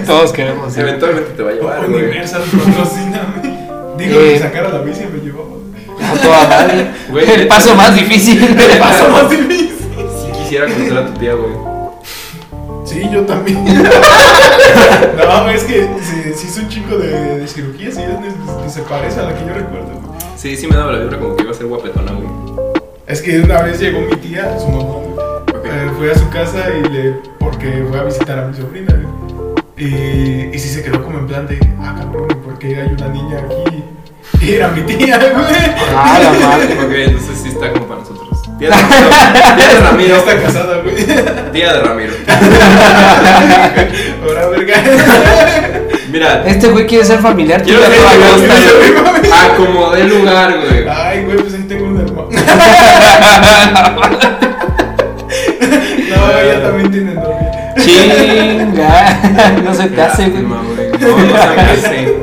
A: Todos queremos. ir.
C: Eventualmente te va a llevar, güey.
B: Universal patrocíname. Dijo
A: Eh.
B: que sacara la bici y me llevaba.
A: A toda madre.
C: Güey,
A: el paso más difícil.
B: Me paso más de bici.
C: Si quisiera conocer a tu tía, güey.
B: Sí, yo también. no, es que si, si es un chico de, de cirugía, si es, ne- se parece a la que yo recuerdo. güey.
C: Sí, sí me daba la vibra como que iba a ser guapetona, güey.
B: Es que una vez llegó mi tía, su mamá, güey. Eh, fue a su casa y le. porque fue a visitar a mi sobrina, güey. Y, y sí se quedó como en plan de, ah, cabrón, ¿y ¿por qué hay una niña aquí? Y era mi tía, güey.
A: Ah, la madre.
C: Ok, entonces sí está como para nosotros. Tía de
B: Mi
C: Ramiro. Tía de Ramiro.
B: tía está casada, güey.
C: Tía de Ramiro.
B: Ahora, verga.
C: Mira,
A: Este güey quiere ser familiar.
C: quiero
A: tuyo a
C: ser
A: toda
B: yo-
A: costa.
B: yo-
C: guapo, güey. Acomodé lugar, güey.
B: Ay, güey, pues ahí tengo un hermano. No, ella también tiene novia.
A: Chinga. No se te hace, güey.
C: Lástima, güey. No, no se me hace.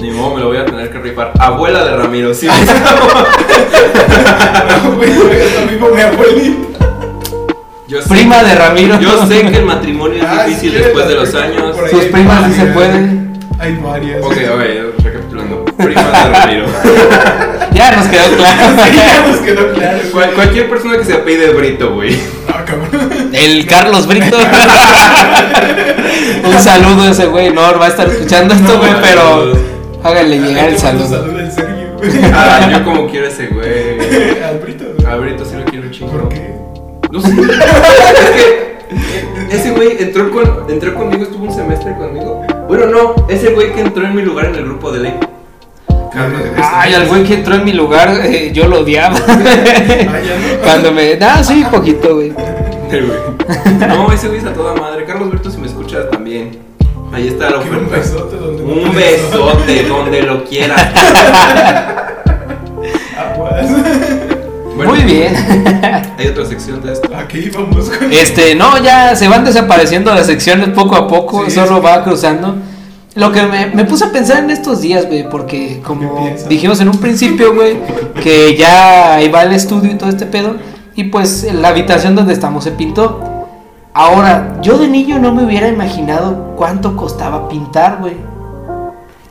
C: Ni modo, me lo voy a tener que rifar. Abuela de Ramiro, sí.
B: No, güey, es lo mismo mi abuelita.
C: Yo sé-
A: Prima de Ramiro.
C: Yo sé que el matrimonio es
B: Ah,
C: difícil
B: sí,
C: después
B: las
C: de los
B: primas
C: años.
B: por ahí
A: Sus
B: hay
A: primas sí
B: varias.
A: se pueden.
B: Hay varias.
C: Ok, a ver, recapitulando. Prima de Ramiro.
A: Ya nos quedó
B: Sí, ya
A: claro.
B: nos quedó claro. güey.
C: Cual- cualquier persona que se apellide Brito, güey.
B: Ah, cabrón.
A: El Carlos Brito. Un saludo a ese güey. No va a estar escuchando esto,
B: No,
A: güey, pero
C: saludos.
A: háganle llegar el
B: Te mando un
A: saludo.
B: saludo al Sergio, güey.
C: Ah, yo como quiero ese güey.
B: Al Brito, güey.
C: A Brito sí lo quiero un chingo.
B: ¿Por qué?
C: No sé. es que eh, ese güey entró, con, entró conmigo, estuvo un semestre conmigo. Bueno, no, ese güey que entró en mi lugar en el grupo de ley. Carlos,
B: Eh,
A: Ay, al güey que entró en mi lugar, eh, yo lo odiaba.
B: Ay, ya no.
A: Cuando me. Ah, sí, poquito, güey.
C: El güey. No, ese güey es a toda madre. Carlos Berto, si me escuchas también. Ahí está la
B: Qué Un
C: oferta.
B: besote donde no
C: Un
B: puedes-
C: besote donde lo quieras.
B: Aguas.
C: Bueno,
A: Muy bien.
C: Hay otra sección de esto.
B: Aquí vamos con
A: Este, no, ya se van desapareciendo las secciones poco a poco,
B: Sí,
A: solo
B: sí.
A: va cruzando. Lo que me, me puse a pensar en estos días, güey, porque
B: ¿Qué
A: como
B: piensas?
A: dijimos en un principio, güey, que ya ahí va el estudio y todo este pedo, y pues la habitación donde estamos se pintó. Ahora, yo de niño no me hubiera imaginado cuánto costaba pintar, güey.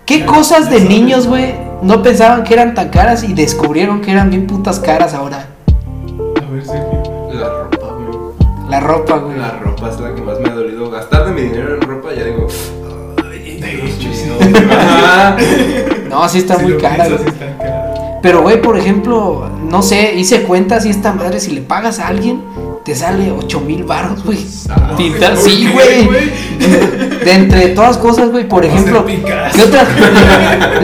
A: ¿Qué
B: Ya-
A: cosas
B: ya
A: de
B: sabes.
A: niños, güey, no pensaban que eran tan caras y descubrieron que eran bien putas caras ahora?
B: A ver, Sergio.
C: La ropa, güey.
A: La ropa, güey.
C: La ropa es la que más me ha dolido. Gastar de mi dinero en ropa, ya digo. Ay, Dios mío. Ajá.
A: No, sí está
B: Si
A: muy
B: lo
A: cara,
B: piensas,
A: güey.
B: está cara.
A: Pero, güey, por ejemplo, no sé, hice cuentas y esta madre, si le pagas a alguien, te sale 8 mil baros, güey.
C: Ah,
A: Pintar,
B: pues, ¿por
A: sí,
B: qué,
A: güey. De entre todas cosas, güey, por
B: Va a ser
A: ejemplo,
B: Picasso.
A: ¿qué otras?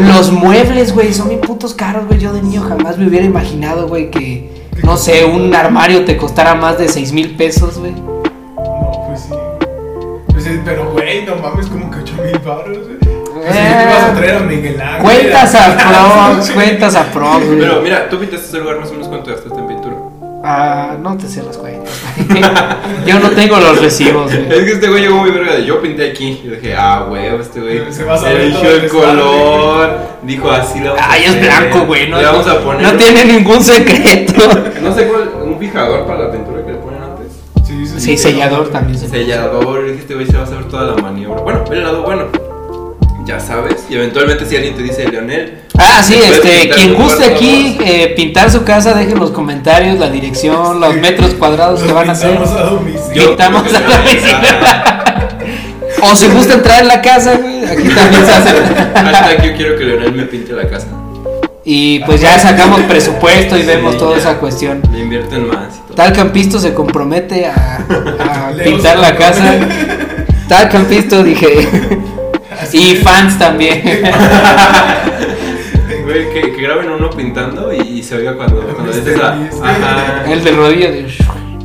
A: Los muebles, güey, son bien putos caros, güey. Yo de niño jamás me hubiera imaginado, güey, que, no sé, un armario te costara más de 6 mil pesos, güey.
B: No, pues sí. Pues sí, pero güey, no mames, como que 8 mil baros, güey. Pues,
A: Eh.
B: ¿qué vas a traer a Miguel Ángel?
A: Cuentas a pros,
B: Sí.
A: cuentas a pros, güey.
C: Ah, Pero mira, tú pintaste ese lugar más o menos cuánto gastaste en pintura.
A: Ah, no te cierras cuentas. güey. Yo no tengo los recibos, güey.
C: Es que este güey llegó muy verga de yo pinté aquí. Yo dije, ah, huevo, este güey.
B: Se va a saber todo
C: eligió
B: el
C: el
B: estado,
C: color. Dijo así la vamos a
A: Ay, es
C: hacer,
A: blanco, güey. No,
C: Le vamos a poner.
A: no tiene ningún secreto.
C: No sé cuál, un fijador para la pintura que le ponen antes.
B: Sí, sí,
A: Sí, sellador también. se-
C: Sellador, dije, este güey se va a saber toda la maniobra. Bueno, ve el lado bueno. Ya sabes. Y eventualmente si alguien te dice, Leonel,
A: Ah, sí,
C: Puedes
A: este,
C: Pues, pintar
A: quien
C: tu
A: guste
C: cuarto,
A: aquí eh, pintar su casa, dejen los comentarios, la dirección, los metros cuadrados que
B: Los
A: van a hacer.
B: pintamos a domicilio.
C: yo
A: Pintamos
C: creo
A: a
C: que
A: la
C: sí.
A: O si gusta entrar en la casa, güey, aquí también se hace.
C: hashtag yo quiero que Leonel me pinte la casa.
A: Y pues ya sacamos presupuesto y
C: Sí,
A: vemos toda
C: ya.
A: esa cuestión.
C: Le invierten más y todo.
A: Tal Campisto se compromete a, a
B: Leo
A: pintar
B: se
A: la
B: compromete.
A: casa. Tal Campisto dije. Y fans también.
C: Güey, que, que graben uno pintando y, y se oiga cuando, cuando
B: Este
C: dices a.
B: Luis.
C: Ajá.
A: El de rodillas.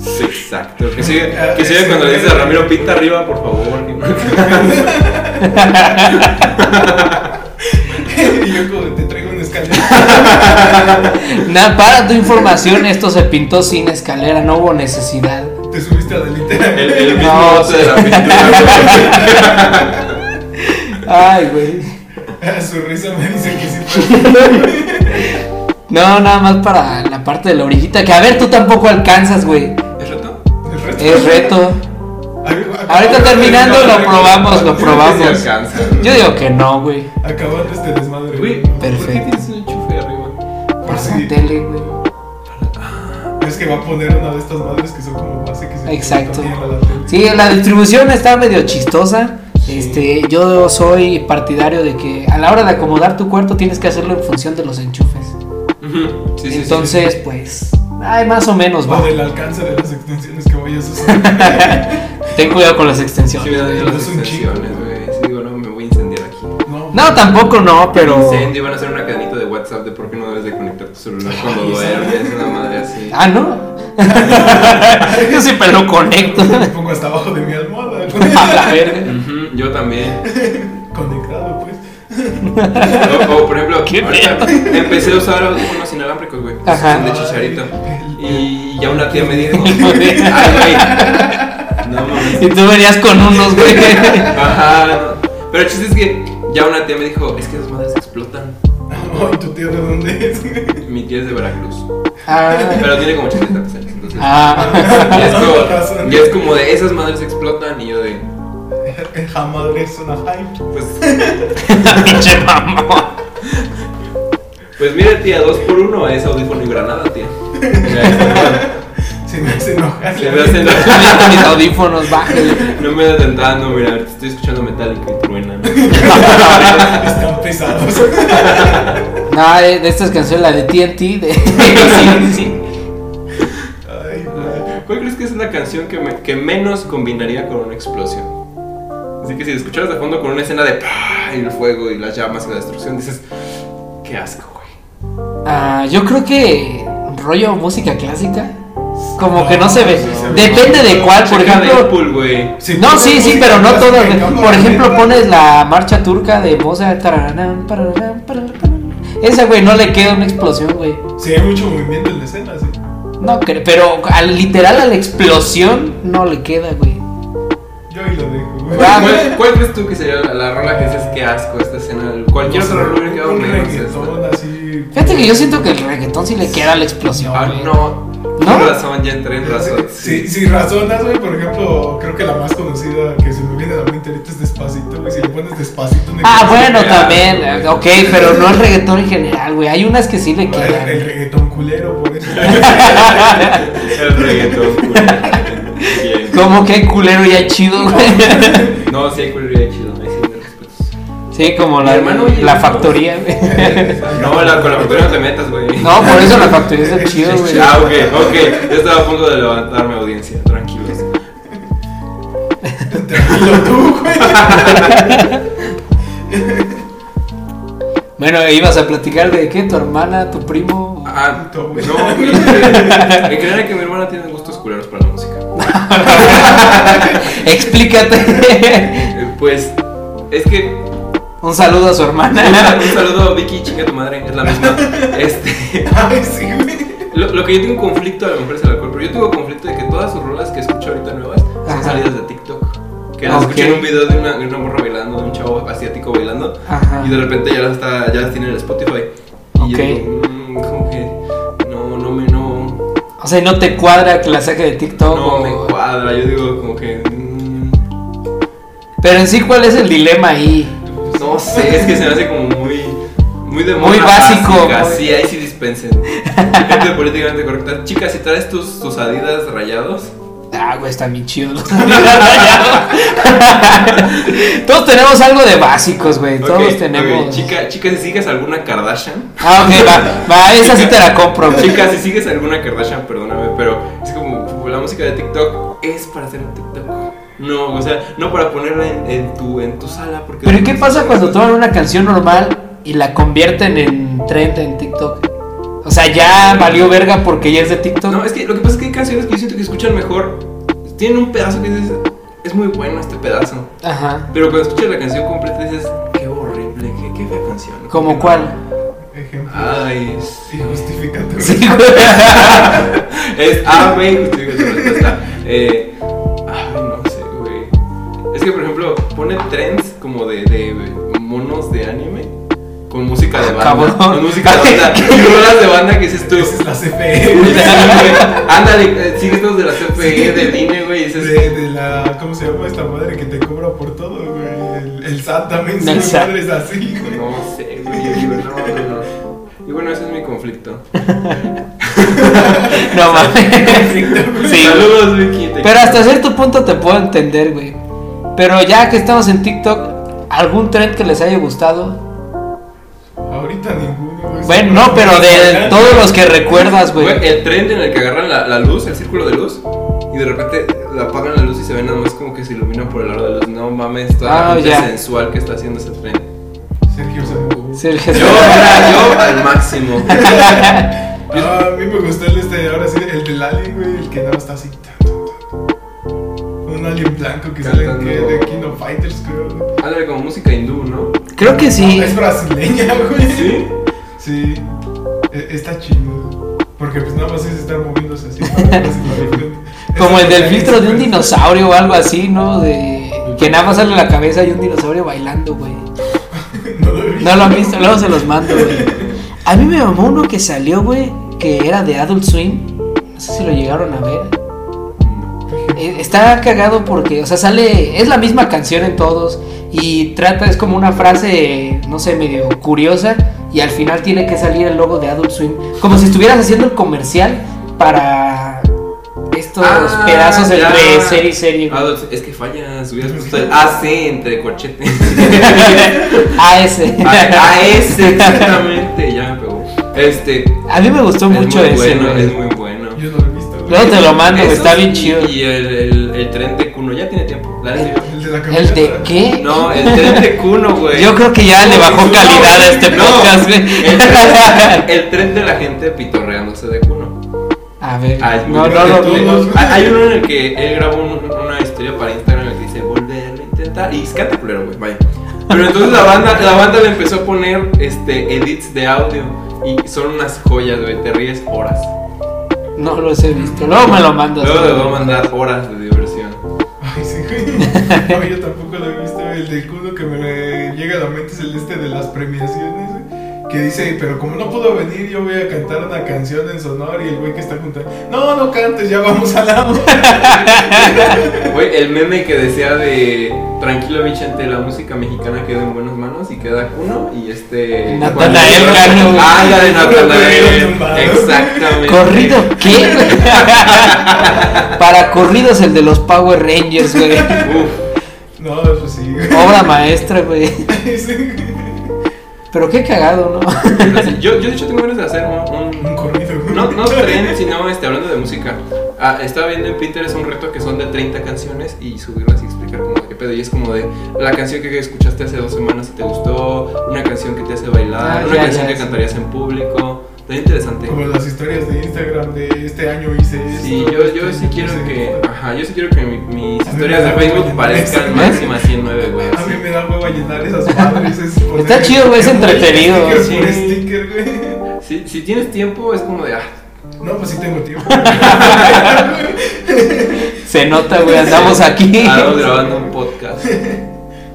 C: Sí, exacto. Que sigue,
A: Ah,
C: que sigue cuando le dices a Ramiro, pinta arriba, por favor.
B: Y yo como te traigo un escalera.
A: Na- para tu información, esto se pintó sin escalera, no hubo necesidad.
B: Te subiste a la litera.
C: El, el mismo
A: No,
C: bote de la
A: sí.
C: pintura. güey.
A: Ay, güey.
B: A su risa me dice que sí fue.
A: No, nada más para la parte de la orejita, que a ver, tú tampoco alcanzas, güey.
C: ¿Es reto?
B: El resto-
A: Es reto.
B: Ac-
A: Ahorita
B: acabando
A: terminando
B: este
A: lo
B: desmadre,
A: probamos, lo
B: güey.
A: probamos.
C: Sí se alcanza.
A: Yo digo que no, güey.
B: Acabando este desmadre. güey.
C: Güey, ¿por qué
A: Perfecto.
C: tienes un enchufe arriba?
A: Para
B: Sí.
A: la tele, güey.
B: Es que va a poner una de estas madres que son como base que se
A: Exacto.
B: también a la tele.
A: Sí, la distribución está medio chistosa. Este, yo soy partidario de que a la hora de acomodar tu cuarto tienes que hacerlo en función de los enchufes.
C: Ujú, Sí, sí, sí.
A: Entonces, pues, ay, más o menos pues va.
B: O del alcance de las extensiones que vayas a usar.
A: Ten cuidado con las
C: Sí, me
A: extensiones.
C: dan miedo las
B: Es un chico.
C: extensiones, güey. Sí, digo, no, me voy a incendiar aquí.
A: No, tampoco no, pero
C: Incendio, van a hacer una cadenita de WhatsApp de por qué no debes de conectar tu celular cuando duermes, una madre así.
A: ah, no. Yo siempre lo conecto.
B: Me pongo hasta abajo de mi almohada.
A: A la verga.
C: Ujú, yo también.
B: Conectado, pues.
C: O, o, por ejemplo,
A: Qué
C: ahorita empecé a usar audífonos inalámbricos, güey.
A: Ajá.
C: Son de chicharito. Y ya una tía me dijo, ay,
A: poder.
C: güey. No
A: Y
C: mames.
A: tú venías con unos, güey.
C: Ajá. Pero el chiste es que ya una tía me dijo, es que las madres explotan.
B: Ay, tu tío de dónde es.
C: Mi tía es de Veracruz.
A: Ah,
C: Pero tiene como 80 años. Entonces,
A: ah.
C: ya, es
B: Tienes razón.
C: como, ya es como de esas madres explotan y yo de,
B: Jamás es una hype.
C: pues,
A: Pinche mamón.
C: pues mira tía, dos por uno es audífono y granada, tía.
B: Se me hace enojar.
C: Se me hace la-
A: Mira, Mis audífonos, bájale.
C: No me da tentando, mira, ahorita estoy escuchando Metallica y truena. ¿no?
B: Están pesados.
A: Nada, eh, de, de estas canciones, la de TNT, de... sí, sí.
B: Ay, güey.
C: ¿Cuál crees que es la canción que, me- que menos combinaría con una explosión? Así que si escucharas de fondo con una escena de ¡pah! y el fuego y las llamas y la destrucción, dices, qué asco, güey.
A: Ah, yo creo que rollo música clásica, como que no se ve. Depende de cuál, por
C: Checa
A: ejemplo...
C: Deadpool, güey.
B: Si
A: No,
B: pones
A: sí, sí,
B: música
A: pero no
B: clásica
A: todas.
B: en cámara
A: Por ejemplo,
B: lenta,
A: pones la marcha turca de Mozart. tararán, pararán, pararán. Esa, güey, no le queda una explosión, güey.
B: Sí, hay mucho movimiento en la escena, sí.
A: No, cre- pero al, literal a la explosión no le queda, güey.
B: Yo ahí lo dejo. Ah, güey.
C: ¿Cuál, cuál crees tú que sería la, la rola que dices que asco esta escena? Cualquier
B: No sé,
C: otra rola que hago
B: un
C: menos esta.
B: reggaetón así.
A: Fíjate que yo siento que el reggaetón sí le queda la explosión.
C: Ah,
A: güey.
C: no.
A: ¿No?
C: Tienes razón, ya entré en razón.
B: Eh, Si, si razonas, güey, por ejemplo, creo que la más conocida que se me viene a la mente ahorita es Despacito, güey. Si le pones Despacito... me
A: Ah,
B: quedas-
A: bueno,
C: Claro,
A: también. eh,
C: güey.
A: Ok, pero no el reggaetón en general, güey. Hay unas que sí le
B: El,
A: quedan.
B: el reggaetón culero, por eso.
C: El reggaetón, güey. Bien.
A: Como que hay culero ya chido, güey.
C: No, sí, hay culería chido. ahí sí, mis respetos.
A: Sí, como la,
C: Mi hermano, oye,
A: la
C: no.
A: factoría, güey.
C: No, la, con la factoría no te metas, güey.
A: No, por eso la factoría está chido, güey.
C: Ah, ok, ok. Yo estaba a punto de levantarme audiencia, tranquilos.
B: Tranquilo tú, güey.
A: Bueno, ibas a platicar de qué, tu hermana, tu primo.
C: Ah, no,
B: güey.
C: me me creerá que mi hermana tiene gustos culeros para la música.
A: Explícate.
C: Eh, Pues, es que
A: Un saludo a su hermana.
C: Un sal- un saludo Vicky, chinga tu madre, es la misma. Este,
B: Ay, sí, güey.
C: lo, lo que yo tengo conflicto a lo mejor es el alcohol, pero yo tengo conflicto de que todas sus rolas que escucho ahorita nuevas
A: Ajá.
C: son salidas de TikTok. Que las
A: Ok.
C: escuché en un video de una, de una morra bailando, de un chavo asiático bailando,
A: Ajá.
C: y de repente ya las, está, ya las tiene en Spotify. Y yo
A: Ok.
C: digo, "Mm, como que no, no me, no,
A: O sea, no te cuadra que la saque de TikTok.
C: no
A: o-
C: me cuadra. Yo digo, como que. mm,
A: Pero en sí, ¿cuál es el dilema ahí?
C: no sé, es que se me hace como muy. Muy de
A: Muy
C: moda
A: básico,
C: básica,
A: muy-
C: Sí, ahí sí dispensen. Gente políticamente correcta. Chicas, si traes tus, tus adidas rayados.
A: Ah, güey, están bien chidos los Todos tenemos algo de básicos, güey.
C: ok,
A: Todos
C: ok,
A: tenemos.
C: Chica, chica, si sigues alguna Kardashian.
A: Ah, ok, va. Va, esa sí te la compro, güey.
C: Chica, si sigues alguna Kardashian, perdóname, pero es como la música de TikTok es para hacer un TikTok. No, o sea, no para ponerla en, en tu, en tu sala. Porque
A: Pero ¿y qué pasa cuando toman una canción normal y la convierten en trend en TikTok? O sea, ya valió verga porque ya es de TikTok.
C: No, es que lo que pasa es que hay canciones que yo siento que escuchan mejor. Tienen un pedazo que dices, es muy bueno este pedazo.
A: Ajá.
C: Pero cuando escuchas la canción completa dices, qué horrible, qué, qué fea canción.
A: ¿Como cuál?
B: Ejemplo.
C: Ay, sí.
B: Sí, justifícate,
A: Sí,
B: güey.
A: güey.
C: Es, ah, güey, justifica tu respuesta. Eh, ay, no sé, güey. Es que, por ejemplo, pone trends como de, de monos de anime con música de banda.
A: Cabrón.
C: Con música de banda. Y rolas de banda que dices tú.
B: Esa es la CFE,
C: "Uy,
B: güey.
C: de anime, güey". Ándale, eh, sigue estos de la CFE, de Dine, güey, y dices.
B: De, de la, ¿cómo se llama esta madre que te cobra por todo, güey? El, el SAT también, su
A: El SAT.
B: madre es así, güey.
C: No sé, güey. yo digo, no, no, no. Y bueno, ese es mi conflicto.
A: No mames. Sí.
C: Saludos, Vicky. te
A: Pero
C: quiero.
A: hasta cierto punto te puedo entender, güey. Pero ya que estamos en TikTok, ¿algún trend que les haya gustado?
B: Ahorita ninguno, güey.
A: Bueno, no, pero de todos los que recuerdas, güey.
C: Güey, el tren en el que agarran la, la luz, el círculo de luz, y de repente la apagan la luz y se ven nada más como que se iluminan por el aro de luz. No mames, toda
A: Ah,
C: la gente
A: ya.
C: sensual que está haciendo ese tren.
B: Sergio Sandoval.
A: Sergio
C: Yo,
A: Serrano.
C: yo al máximo.
B: Ah, a mí me gustó el este, ahora sí, el del alien, güey, el que nada más está así. tan, tan, tan. Un alien blanco que sale en
C: Cantando.
B: que- de Kino Fighters, creo. güey.
C: Ándale como música hindú, ¿no?
A: Creo que sí.
B: Es brasileña, güey.
C: Sí.
B: Sí. E- Está chido. Porque pues nada más es estar moviéndose así. para ver si lo disfruto.
A: Como
B: Esa
A: el del
B: es
A: filtro de un
B: expresa.
A: dinosaurio o algo así, ¿no? De que nada más sale la cabeza y un dinosaurio bailando, güey.
B: No lo he visto.
A: No lo han visto, luego se los mando, güey. A mí me mamó uno que salió, güey, que era de Adult Swim. No sé si lo llegaron a ver. Eh, Está cagado porque, o sea, sale, es la misma canción en todos y trata, es como una frase, no sé, medio curiosa y al final tiene que salir el logo de Adult Swim, como si estuvieras haciendo el comercial para estos
C: Ah,
A: pedazos
C: ya.
A: entre serie y serie. güey.
C: Ah, es que fallas, hubieras puesto el AC entre corchetes.
A: AS.
C: AS, ah, exactamente, ya me pegó. Este,
A: A mí me gustó
C: es
A: mucho
C: muy
A: ese.
C: bueno,
A: güey.
C: es muy bueno.
B: Yo no lo he visto. güey.
A: Luego te lo mando, güey,
C: Eso
A: está bien
C: sí,
A: chido.
C: Y el, el, el tren de Kuno, ya tiene tiempo. la neta.
B: El de la
A: ¿El
B: camioneta.
A: de qué?
C: No, el tren de Kuno, güey.
A: Yo creo que ya le bajó
C: No,
A: calidad a este
C: no.
A: podcast, güey.
C: El tren, el tren de la gente pitorreándose de Kuno.
A: A ver,
C: Ah, es muy
A: no, no
C: bueno.
A: lo
B: de
A: vi.
B: todos.
C: Hay hay uno en el que él grabó un- una historia para Instagram en el que dice volver a intentar. Y es culero, güey, vaya. Pero entonces la banda, la banda le empezó a poner este, edits de audio. Y son unas joyas, güey. Te ríes horas.
A: No los he visto. Luego me lo mandas.
C: Luego
A: güey.
C: le voy a mandar horas de diversión.
B: Ay, sí, güey. güey. No, yo tampoco lo he visto. El del culo que me llega a la mente es el este de las premiaciones, güey. Que dice, pero como no pudo venir, yo voy a cantar una canción en sonor. Y el güey que está junto, no, no cantes, ya vamos al lado.
C: Güey, el meme que decía de tranquilo Vicente, la música mexicana queda en buenas manos y queda uno y este
A: Natanael
C: Juan-
A: Cano, güey.
C: Ah, la de
B: Corrido
C: Natanael.
B: tumbado.
C: Exactamente.
A: ¿Corrido qué? Para corridos el de los Power Rangers, güey.
C: Uf,
B: No, pues sí, güey.
A: Obra maestra, güey.
B: Sí.
A: Pero qué cagado, ¿no?
C: pero sí, yo, yo de hecho tengo ganas de hacer un,
B: Un
C: un-
B: corrido, güey.
C: no, no tren, sino este, hablando de música. Ah, estaba viendo en Pinterest un reto que son de 30 canciones y subirlas y explicar como de qué pedo. Y es como de la canción que escuchaste hace dos semanas y te gustó, una canción que te hace bailar,
A: Ah,
C: una
A: ya,
C: canción
A: ya,
C: que
A: sí.
C: cantarías en público. Está interesante.
B: Como las historias de Instagram de este año hice esto.
C: Sí, yo, yo sí
B: este,
C: quiero
B: hice
C: que.
B: esto.
C: Ajá, yo sí quiero que mi- mis
B: A mí
C: historias
B: me
C: de
B: da
C: Facebook
B: vergüenza.
C: parezcan máxima 109, güey.
B: A
C: así.
B: mí me da huevo llenar esas madres. Es poner
A: Está chido, güey, es entretenido,
B: sticker
C: sí.
B: por sticker, güey.
C: Si, si tienes tiempo, es como de. Ah,
B: No, pues sí tengo tiempo.
A: Se nota, güey, andamos aquí.
C: ando ah, grabando un podcast.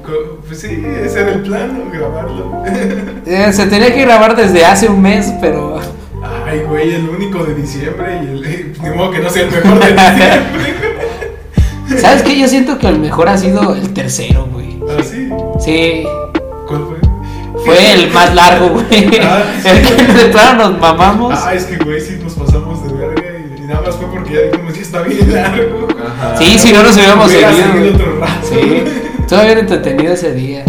B: Co- pues sí, ese era el plan, ¿no? grabarlo.
A: Eh, se tenía que grabar desde hace un mes, pero.
B: Ay, güey, el único de diciembre y el. eh, Ni modo que no sea el mejor de diciembre.
A: ¿Sabes qué? Yo siento que el mejor ha sido el tercero, güey.
B: Ah, sí.
A: Sí,
B: ¿Cuál fue?
A: fue el más largo, güey.
B: Ah, sí.
A: El que de plano nos mamamos.
B: Ah, es que, güey, sí nos pasamos de verga. Y, y nada más fue porque ya dijimos, sí, está bien largo.
C: Ajá.
A: Sí, si no nos hubiéramos
B: Hubiera
A: seguido.
B: seguido
A: güey.
B: otro rato.
A: Sí, estuvo bien entretenido ese día.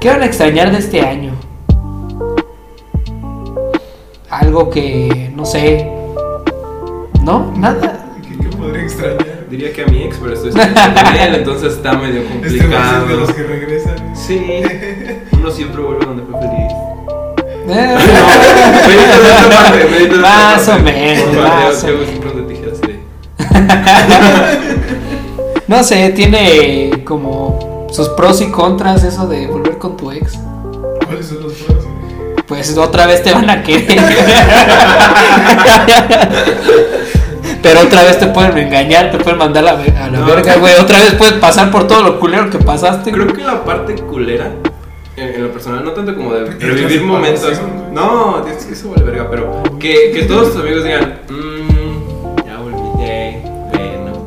A: ¿Qué van a extrañar de este año? Algo que, no sé. ¿No? Nada.
B: ¿Qué, qué podría extrañar?
C: Diría que a mi ex, pero estoy saliendo con él, entonces está medio
B: Este güey es de
C: complicado.
B: los que regresan.
C: Sí, uno siempre vuelve donde fue feliz.
A: Eh,
C: Medita de otra parte, medita de otra
A: Más o
C: parte.
A: menos,
C: Por favor,
A: más o
C: tengo
A: menos.
C: siempre de tijeras, sí.
A: No sé, tiene como sus pros y contras eso de volver con tu ex.
B: ¿Cuáles son los pros?
A: Pues otra vez te van a querer. Pero otra vez te pueden engañar, te pueden mandar a la, ve- a la
C: No.
A: verga, güey. Otra vez puedes pasar por todo lo culero que pasaste.
C: Creo que la parte culera, en, en lo personal, no tanto como de
B: Porque
C: revivir
B: entras en
C: momentos.
B: pasión, güey.
C: No, es que eso vale verga, pero que, que todos tus amigos digan, mmm, ya volví, eh, bueno,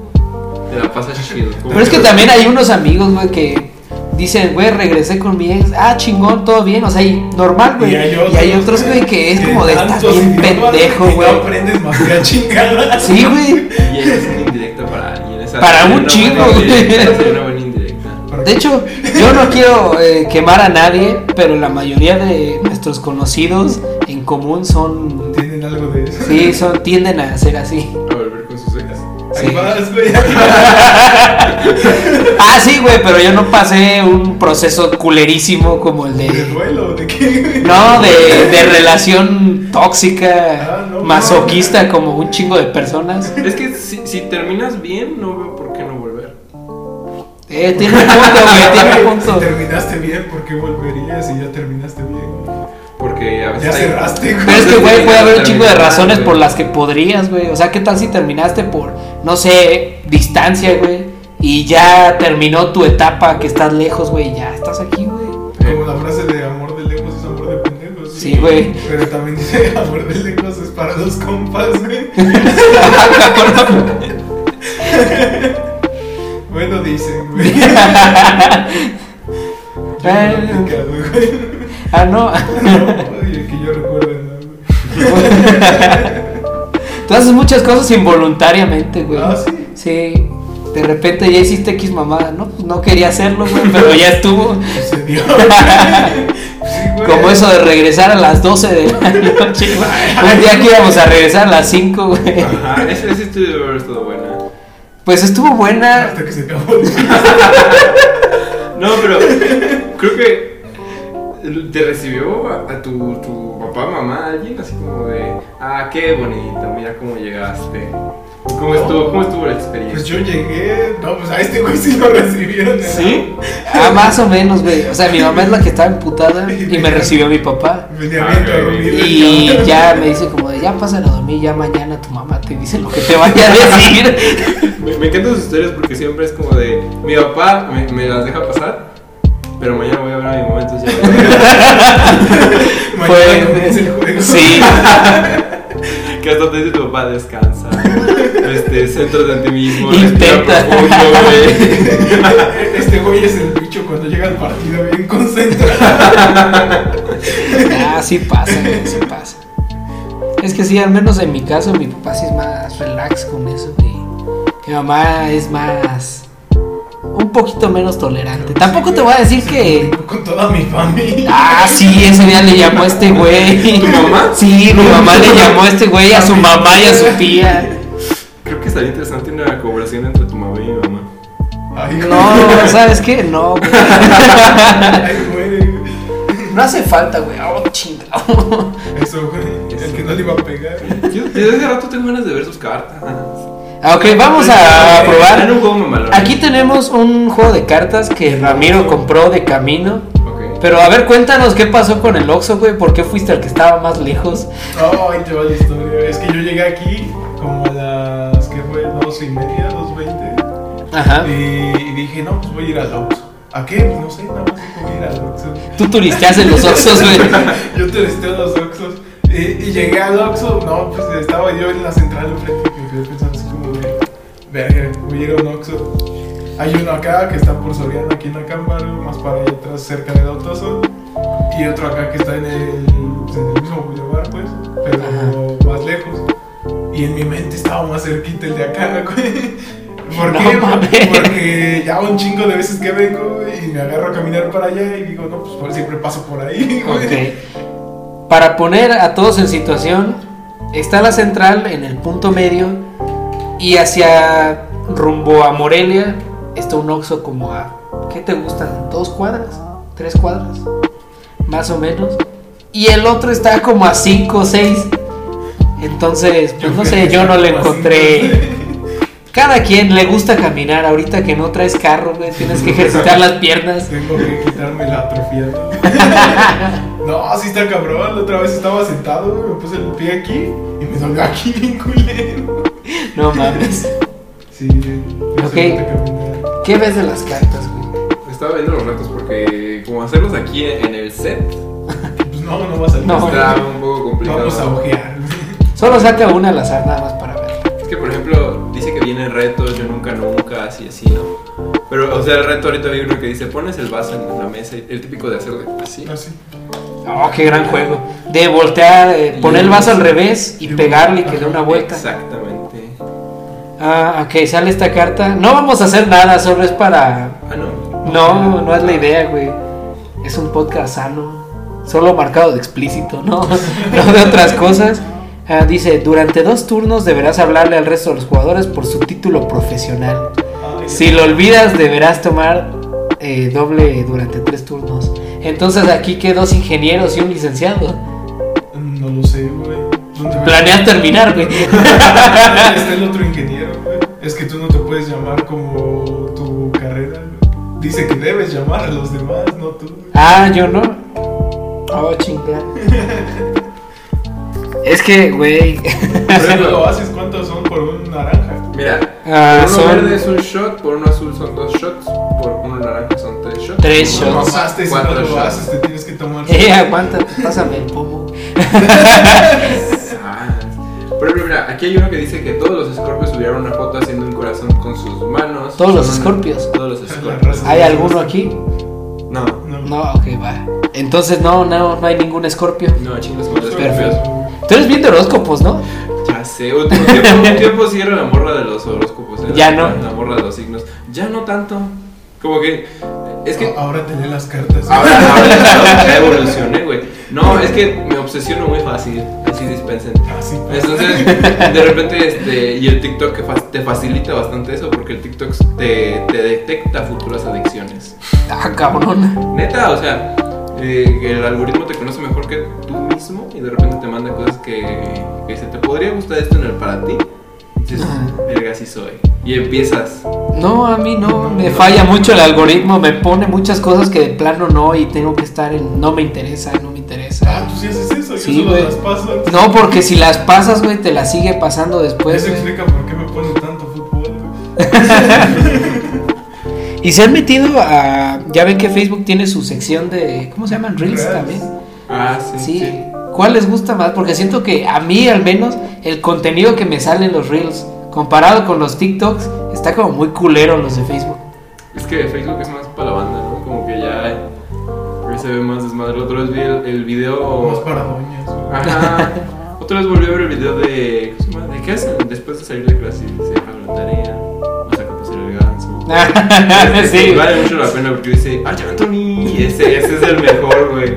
C: te la pasas chido.
A: Pero es que también hay unos amigos, güey, que dicen, güey, regresé con mi ex. Ah, chingón, todo bien. O sea, y normal, Ah, güey.
B: Y hay otros,
A: güey, que es como de estás
B: tantos
A: bien
B: idiomas
A: pendejo,
B: y
A: güey.
B: No aprendes más que a chingadas.
A: Sí, güey.
C: Y esa es una indirecta para alguien. esa
A: Para
C: sería
A: un
C: una
A: chingo,
C: buena
A: güey.
C: indirecta, esa sería una buena indirecta.
A: De hecho, yo no quiero eh, quemar a nadie, pero la mayoría de nuestros conocidos en común son.
B: tienen algo de eso.
A: Sí, son, tienden a ser así.
C: A volver con sus ex.
B: Ahí
A: sí.
B: vas, güey. ahí vas.
A: Ah, sí, güey, pero yo no pasé un proceso culerísimo como el
B: ¿De
A: de.
B: duelo? ¿De qué?
A: No, de, de relación tóxica,
B: Ah, no,
A: masoquista,
B: no.
A: como un chingo de personas.
C: Es que si, si terminas bien, no veo por qué no volver.
A: Eh, tiene un punto, güey, tiene
B: Ay,
A: un punto.
B: Ah, Si terminaste bien, ¿por qué volverías si ya terminaste bien?
C: Porque a veces.
B: Ya
C: hay-
B: cerraste, güey.
A: Pero es que, güey, puede haber un chingo de razones por las que podrías, güey. O sea, ¿qué tal si terminaste por, no sé, distancia, güey? Y ya terminó tu etapa que estás lejos, güey, y ya estás aquí, güey.
B: Como la frase de amor de lejos es amor de pendejos.
A: Sí, güey.
B: Pero también dice amor de lejos es para los compas, güey. Bueno, dicen, güey. Yo no lo he aplicado, güey.
A: ah, no.
B: No, oye, que yo recuerdo, ¿no?
A: Tú haces muchas cosas involuntariamente, güey.
B: Ah, ¿sí?
A: Sí. De repente ya hiciste X mamada, ¿no? Pues no quería hacerlo, güey, pero ya estuvo.
B: Se dio. Sí, güey.
A: Como eso de regresar a las 12 de la noche, güey. Un día que íbamos a regresar a las 5, güey.
C: Ajá, ese, ese estudio debe haber estado bueno.
A: Pues estuvo buena.
B: Hasta que se acabó.
C: No, pero creo que te recibió a, a tu, tu papá, mamá, alguien así como de, ah, qué bonito, mira cómo llegaste. ¿Cómo estuvo, cómo estuvo la experiencia?
B: Pues yo llegué. No, pues a este güey sí lo recibieron. ¿eh?
A: ¿Sí? Ah, más o menos, güey. O sea, mi mamá es la que estaba emputada y me recibió mi papá.
B: Venía bien
C: Ah,
B: dormido. el
A: Y
B: cabrón.
A: ya me dice como de, ya pasan a dormir, ya mañana tu mamá te dice lo que te vaya a decir.
C: Me, me encantan sus historias porque siempre es como de mi papá me, me las deja pasar, pero mañana voy a ver a mi mamá, entonces ya voy a ver".
B: Mañana
A: Fue-
B: comienza el juego.
A: Sí.
C: Que hasta te dice tu papá descansa. Este, centro de antimismo,
A: Intenta.
B: Este güey es el bicho cuando llega al partido bien concentrado.
A: Ah, sí pasa, güey, sí pasa. Es que sí, al menos en mi caso, mi papá sí es más relax con eso. Y mi mamá es más. un poquito menos tolerante. Tampoco te voy a decir que.
B: Con toda mi familia.
A: Ah, sí, ese día le llamó a este güey.
C: ¿Tu mamá?
A: Sí, mi mamá le llamó a este güey, a su mamá y a su tía.
C: Creo que estaría interesante una colaboración entre tu mamá y mi mamá.
B: Ay,
A: No, ¿sabes qué? No, güey.
B: Ay, güey.
A: No hace falta, güey. Oh, chingado.
B: Eso, güey. El que no le iba a pegar.
C: Yo desde hace rato tengo ganas de ver sus cartas.
A: Ah, Ok, vamos a
C: En
A: probar.
C: un juego mamalón.
A: Aquí tenemos un juego de cartas que Ramiro compró de camino.
C: Ok.
A: Pero a ver, cuéntanos qué pasó con el Oxxo, güey. ¿Por qué fuiste al que estaba más lejos?
B: No, ahí te va la historia. Es que yo llegué aquí como a las, ¿qué fue? Dos y media, dos veinte.
A: Ajá.
B: Y, y dije, no, pues voy a ir al Oxxo. ¿A qué? Pues no sé, nada más voy a ir al Oxxo.
A: Tú turisteas en los Oxxos, güey.
B: Yo turisté en los Oxxos. Y, y llegué al Oxxo, no, pues estaba yo en la central enfrente y me quedé pensando así como de, verga, voy a ir a un Oxxo. Hay uno acá que está por Soriano, aquí en Acámbaro, más para allá atrás, cerca de Dotoso. Y otro acá que está en el, pues, en el mismo boulevard, pues, pero
A: Ajá.
B: más lejos. Y en mi mente estaba más cerquita el de acá, güey. ¿Por
A: No
B: qué?
A: mames.
B: Porque ya un chingo de veces que vengo güey, y me agarro a caminar para allá y digo, no, pues por- siempre paso por ahí, güey.
A: Ok. Para poner a todos en situación, está la central en el punto medio y hacia rumbo a Morelia está un Oxxo como a, ¿qué te gustan? ¿Dos cuadras? ¿Tres cuadras? Más o menos. Y el otro está como a cinco o seis. Entonces, pues no sé, yo no le encontré. Cada quien le gusta caminar. Ahorita que no traes carro, güey, tienes que ejercitar las piernas.
B: Tengo que quitarme la atrofia. ¿no? No, así está cabrón. La otra vez estaba sentado, güey, me puse el pie aquí y me salió aquí bien culero.
A: No mames.
B: Sí, no
A: Ok.
B: sé dónde caminar.
A: ¿Qué ves de las cartas, güey?
C: Estaba viendo los retos porque como hacerlos aquí en el set
B: Pues no, no va a salir.
A: No.
C: está un poco complicado.
B: Vamos a ojear.
A: Solo saca una al azar nada más para ver.
C: Es que, por ejemplo, dice que vienen retos, yo nunca, nunca, así, así, ¿no? Pero, o sea, el reto ahorita hay uno que dice, pones el vaso en la mesa, el típico de hacer de- así.
B: Así.
A: Oh, qué gran juego. De voltear, eh, poner el vaso al revés y pegarle y que dé una vuelta.
C: Exactamente.
A: Ah, ok, sale esta carta. No vamos a hacer nada, solo es para...
C: Ah, no.
A: No, no es la idea, güey. Es un podcast sano. Solo marcado de explícito, ¿no? No de otras cosas. Ah, dice, durante dos turnos deberás hablarle al resto de los jugadores por su título profesional.
B: Ay,
A: Si lo olvidas, deberás tomar eh, doble durante tres turnos. Entonces aquí que dos ingenieros y un licenciado.
B: No lo sé, güey. ¿Dónde me-
A: Planeas terminar, güey.
B: Está el otro ingeniero, güey. Es que tú no te puedes llamar como tu carrera, güey. Dice que debes llamar a los demás, no tú. güey.
A: Ah, yo no. Oh, chinga. Es que, güey.
B: Pero lo haces, ¿cuántos son por un naranja?
C: Mira,
A: Ah,
C: por uno
A: son-
C: verde es un shot, por uno azul son dos shots, por uno naranja son tres shots.
A: Tres
C: por uno
A: shots.
C: rojo,
B: Pasaste, si no
C: cuatro
B: lo
C: shots.
B: haces, te tienes que tomar.
A: Eh, aguanta, pásame el pomo.
C: Ah. Por ejemplo, mira, aquí hay uno que dice que todos los escorpios subieron una foto haciendo un corazón con sus manos.
A: ¿Todos los
C: Son-
A: escorpios?
C: Todos los
B: La
C: escorpios.
B: raza.
A: ¿Hay alguno aquí?
C: No,
B: No,
A: No, ok, va. Entonces, no, no, no hay ningún escorpio.
C: no, chingos, los escorpios.
A: Perfecto. Tú eres bien de horóscopos, ¿no?
C: Ya sé, un un tiempo, un tiempo sí era la morra de los horóscopos. era
A: Ya no.
C: La morra de los signos. Ya no tanto. Como que. Es que.
B: Ahora te lee las cartas.
C: Ahora, ahora ya evolucioné, güey. No, es que me obsesiono muy fácil. Así dispensen.
B: Ah, sí, pues.
C: Entonces, de repente, este, y el TikTok que fa- te facilita bastante eso porque el TikTok te, te detecta futuras adicciones.
A: Ah, cabrón.
C: Neta, o sea, eh, el algoritmo te conoce mejor que tú mismo y de repente te manda cosas que, que dice, ¿te podría gustar esto en el para ti? Entonces dices, verga, sí soy. Y empiezas.
A: No, a mí no,
B: No,
A: me
B: no.
A: falla mucho el algoritmo, me pone muchas cosas que de plano no y tengo que estar en no me interesa, no me
B: Ah,
A: interesa.
B: tú sí haces eso,
A: Sí,
B: yo solo
A: güey.
B: las paso.
A: No, porque si las pasas, güey, te las sigue pasando después.
B: Eso
A: güey.
B: explica por qué me pone tanto fútbol, güey.
A: Y se han metido a. Ya ven que Facebook tiene su sección de. ¿Cómo se llaman? Reels
B: Reels.
A: también.
C: Ah, sí.
A: Sí. ¿Cuál les gusta más? Porque siento que a mí, al menos, el contenido que me sale en los Reels, comparado con los TikToks, está como muy culero los de Facebook.
C: Es que Facebook es más para la banda, ¿no? Como que ya, ya se ve más desmadre. La Otra vez vi el, el
A: Oh.
B: Más
C: video.
B: para doñas, güey.
C: Ajá. Otra vez volví a ver el video de. ¿Cómo se llama? ¿De qué hacen? Después de salir de clase, se dejan la tarea. Vas a componer el ganso.
A: sí.
C: Vale mucho la pena porque dice, ¡Ay, Anthony! Ese, ese es el mejor, güey.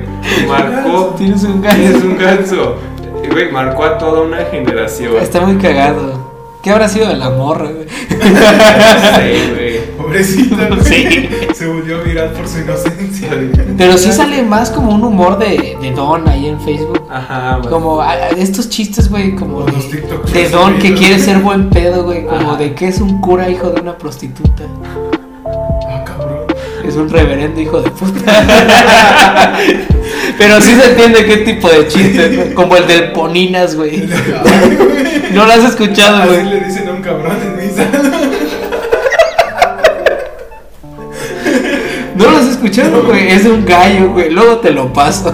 C: Marcó.
A: Tienes un
C: Es
A: gallo.
C: un ganso. Este Eh, Güey, marcó a toda una generación.
A: Está muy cagado. ¿Qué habrá sido de la morra, güey?
C: Sí, güey.
B: Pobrecita, güey.
A: Sí.
B: Se volvió viral por su inocencia.
A: Pero sí sale más como un humor de, de Don ahí en Facebook.
C: Ajá, güey.
A: Como a- a- estos chistes, güey, como
B: Como los
A: de,
B: TikToks.
A: de Don que quiere ser buen pedo, güey. Como
C: Ajá.
A: de que es un cura hijo de una prostituta.
B: Ah, cabrón.
A: Es un reverendo hijo de puta. Pero sí se entiende qué tipo de chistes, güey. Como el del Poninas, güey. No lo has escuchado,
B: Así
A: güey.
B: le dicen a un cabrón en misa.
A: No lo has escuchado, güey. Es de un gallo, güey. Luego te lo paso.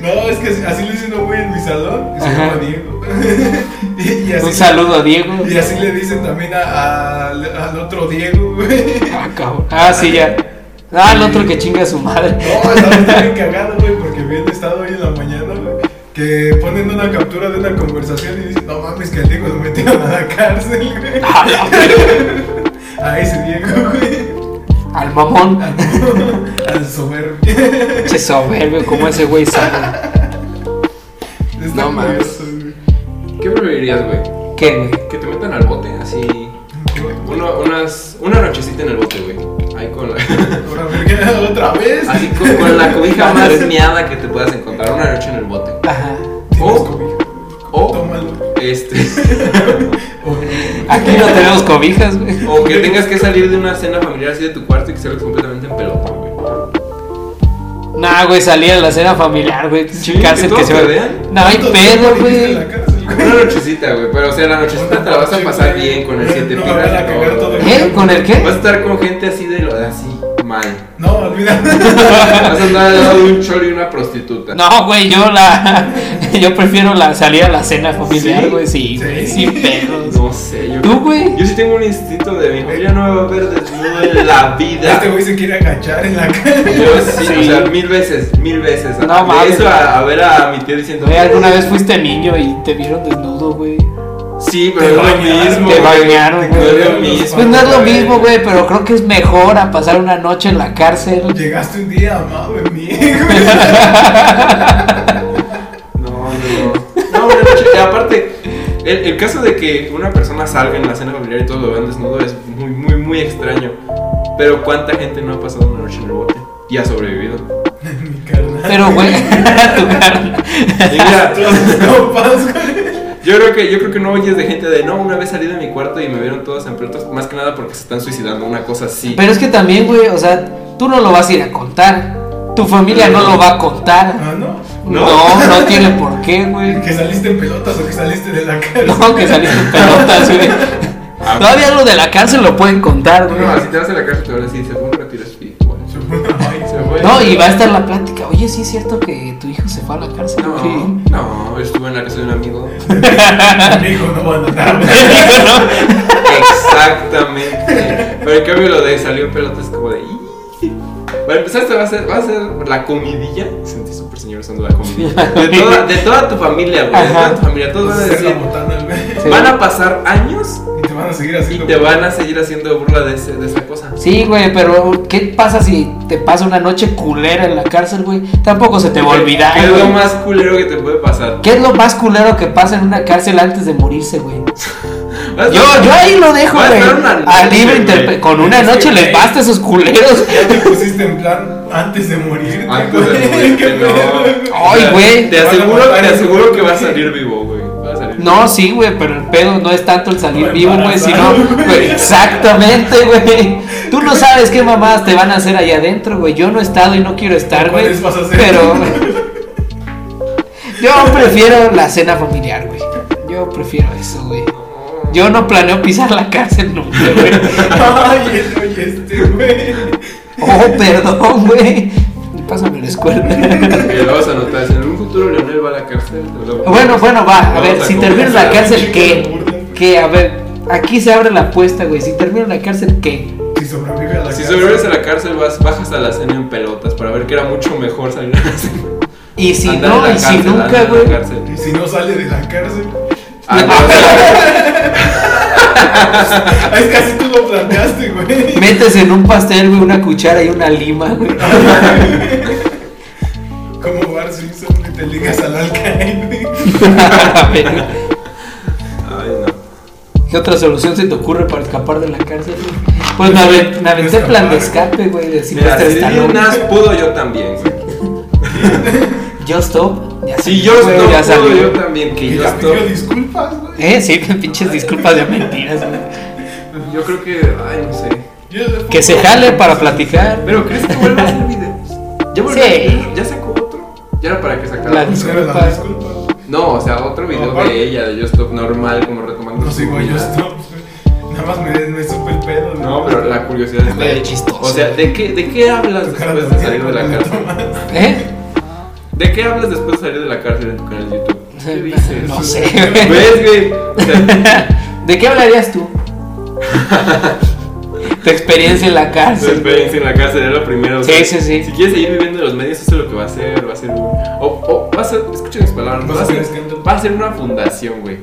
B: No, es que así le dicen a un güey en mi salón. que se
A: Ajá.
B: llama Diego. Y- y así-
A: Un saludo a Diego.
B: Y así le dicen también a- a- al al otro Diego, güey.
A: Ah, cabrón. Ah, sí, ya. Ah, el otro que chinga a su madre.
B: No, estaba bien cagado, güey, porque habían estado hoy en la mañana, güey. Que ponen una captura de una conversación y dicen, no mames, que al Diego lo metieron a la cárcel, güey. A ese Diego, güey.
A: Al mamón.
B: Al soberbio.
A: Che soberbio, como ese güey sabe.
B: Está
A: No mames.
B: curioso,
C: ¿Qué preferirías, güey?
A: ¿Qué, güey?
C: Que te metan al bote, así.
B: güey.
C: Uno- unas, una nochecita en el bote, güey. Ahí con la,
B: Ahora, ¿por qué otra vez?
C: así con, con la cobija más miada que te puedas encontrar. Una noche en el bote.
A: Ajá.
B: Tienes
C: O-
A: Oh.
B: cobija.
C: O,
B: Tómalo.
C: este.
B: O-
A: Aquí no tenemos cobijas, güey.
C: O que tengas que salir de una cena familiar así de tu cuarto y que salgas completamente en pelota, güey.
A: Nah, güey, salir a la cena familiar, güey.
C: Sí,
A: Cárcel
C: que
A: que
C: todos
A: se
C: te
A: va.
C: vean.
A: No hay
B: ¿Cuánto tiempo
A: pedo,
B: viviste
A: güey.
B: en la cárcel, güey?
C: Una nochecita, güey. Pero, o sea, la nochecita te la vas a pasar bien con el siete
B: No,
C: pilas.
B: van a cagar
C: no,
B: todo
C: güey.
B: el
A: ¿Qué? ¿Eh? ¿Con el
C: Vas a
A: qué?
C: estar con gente así de lo de así, mal.
B: No, olvida.
C: Vas a andar al lado de un cholo y una prostituta.
A: No, güey, yo la. Yo prefiero la salir a la cena familiar,
C: ¿Sí?
A: güey. Sí,
B: Sí.
A: güey. Sin pedos.
C: No sé, yo.
A: ¿Tú, güey?
C: Yo sí tengo un instinto de mi familia no me va a ver desnudo en la vida.
B: Este güey se quiere agachar en la calle.
C: Yo sí,
A: Sí.
C: o sea, mil veces, mil veces.
A: No
C: De
A: mames.
C: Eso a, a ver a mi tío diciendo.
A: Güey, alguna vez fuiste niño y te vieron desnudo, güey.
C: Sí,
B: Te
C: pero no es lo
B: bañaron,
C: mismo.
A: Te
C: güey.
A: bañaron,
C: No es lo
B: güey.
C: mismo.
A: Pues no es lo mismo, güey, pero creo que es mejor a pasar una noche en la cárcel.
B: Llegaste un día, amado en mí, güey.
C: No, no. No, una noche. y aparte, el, el caso de que una persona salga en la cena familiar y todos lo vean desnudo es muy, muy, muy extraño. Pero ¿cuánta gente no ha pasado una noche en el bote y ha sobrevivido?
B: Mi carnal.
A: Pero, güey, tu cara.
C: Y mira,
B: Todas sus copas, güey.
C: Yo creo que yo creo que no oyes de gente de no, una vez salí de mi cuarto y me vieron todos en pelotas", más que nada porque se están suicidando, una cosa así.
A: Pero es que también, güey, o sea, tú no lo vas a ir a contar. Tu familia no lo va a contar.
B: Ah, ¿no?
C: No.
A: No, no tiene por qué, güey.
B: Que saliste en pelotas o que saliste de la calle.
A: No, que saliste en pelotas, güey. Todavía lo de la cárcel lo pueden contar, güey.
C: No, si te vas a la cárcel te van a decir, se fue un retiro espiritual.
B: Ay,
C: Se fue.
A: No, y va a estar la plática. Oye, sí es cierto que tu hijo se fue a la cárcel.
C: No,
A: Sí.
C: no, estuve en la casa de un amigo.
B: Mi hijo no va a andar.
C: Exactamente. Pero en cambio lo de salió en pelotas es como de. "Ih". Para empezar, esta va a ser, va a ser la comidilla. Sentí súper señor usando la comidilla. De toda, de toda tu familia, güey. De toda tu familia. Todos van a
B: Hacer la
C: decir.
B: botana, güey.
A: Sí.
C: Van a pasar años
B: Y te van a seguir
C: y
B: haciendo.
C: te van a seguir haciendo burla de, ese- de esa cosa.
A: Sí, güey, pero ¿qué pasa si te pasa una noche culera en la cárcel, güey? Tampoco se te va a olvidar.
C: ¿Qué es
A: güey.
C: lo más culero que te puede pasar?
A: ¿Qué es lo más culero que pasa en una cárcel antes de morirse, güey?
C: Vas a-
A: Yo, yo ahí lo dejo,
C: Va a
A: güey.
C: estar una
A: Al
C: noche,
A: libre interpre-
C: güey.
A: Con una
B: Es que,
A: noche les
B: güey.
A: basta a esos culeros.
B: Ya te pusiste en plan antes de morir.
C: Antes pues, de morirte, no.
A: Ay, güey.
C: Te
B: Te van a
C: aseguro,
B: matar
C: te
B: en tu
C: aseguro que
B: boca.
C: vas a salir vivo, güey. Vas a salir güey.
A: No, sí, güey, pero el pedo no es tanto el salir
B: O
A: vivo, güey, sino.
B: embarazado,
A: güey,
B: güey.
A: exactamente, güey. Tú no sabes qué mamás te van a hacer allá adentro, güey. Yo no he estado y no quiero estar, güey.
B: ¿Cuáles vas a hacer?
A: Pero. Yo prefiero la cena familiar, güey. Yo prefiero eso, güey. Yo no planeo pisar la cárcel nunca, güey.
B: Ay, oye, este, güey.
A: Oh, perdón, güey. Pásame la escuela.
C: Que lo vas a notar. Si en algún futuro Leonel va a la cárcel. lo-
A: Bueno, bueno, va, a
C: lo
A: ver,
C: vamos
A: si
C: convencer.
A: termino en la cárcel,
B: Chico de
A: ¿qué?
B: burla.
A: ¿Qué? A ver, aquí se abre la apuesta, güey. Si termino en la cárcel, ¿qué?
B: Si sobrevive a la
C: Si
B: cárcel.
C: sobrevives a la cárcel, vas, bajas a la cena en pelotas para ver que era mucho mejor salir a la cena.
A: Y si
C: Andar en
A: no,
C: la
A: y si
C: cárcel, andar
A: nunca,
C: en la
A: güey.
C: cárcel.
B: Y si no sale de la cárcel.
C: Ah, no, o sea,
B: Ah, Es que así tú lo planteaste, güey.
A: Metes en un pastel, güey, una cuchara y una lima, güey.
B: Como Bart Simpson que te ligas al alcaide.
C: Ay, no.
A: ¿Qué otra solución se te ocurre para escapar de la cárcel? güey? Pues me aven- me aventé el plan de escape, güey, de
C: Mira,
A: Silvestre
C: si
A: Stallone.
C: Nas pudo, yo también. güey.
A: Yo stop. Ya
C: Si
A: salió,
C: yo
A: güey,
C: estoy,
A: ya
C: pudo, yo
A: salió.
C: también. Que
B: Y
C: yo
B: ya
C: estoy.
B: pidió disculpas, güey.
A: Eh, sí, pinches disculpas de mentiras, güey.
C: Yo creo que. Ay, no sé.
B: Yo-
A: Que se jale para platicar.
C: Pero ¿crees que vuelva a hacer videos? Ya volvió.
A: Sí.
C: Ya sacó otro. Ya era para que sacara
A: La
C: otro.
A: disco.
B: Pero la disculpa.
C: No, o sea, otro video
B: Aparte-
C: de ella, de Just Stop normal, como retomando.
B: No
C: su
B: sigo yo
C: vida.
B: stop, güey. Nada más me, me supe el pedo, güey.
C: No, pero la curiosidad está
A: Medio
C: ahí.
A: chistoso.
C: O sea, ¿de qué, ¿de qué hablas
B: Tu cara
C: después de
B: también,
C: salir de la
B: cuando
C: cárcel?
B: tomas.
A: ¿Eh?
C: ¿De qué hablas después de salir de la cárcel en tu canal de YouTube? ¿Qué dices?
A: No sé, güey.
C: ¿Ves, güey? O sea,
A: ¿De qué hablarías tú? tu experiencia en la
C: tu
A: cárcel.
C: experiencia en la cárcel era lo primero. o
A: Sí,
C: sea,
A: sí, sí.
C: Si quieres seguir viviendo en los medios, eso es lo que va a hacer. Va a ser un. O, o va a ser. Escuchen mis palabras.
B: Vas
C: Va
B: a
C: a ser,
B: hacer escándalo.
C: va a ser una fundación, güey.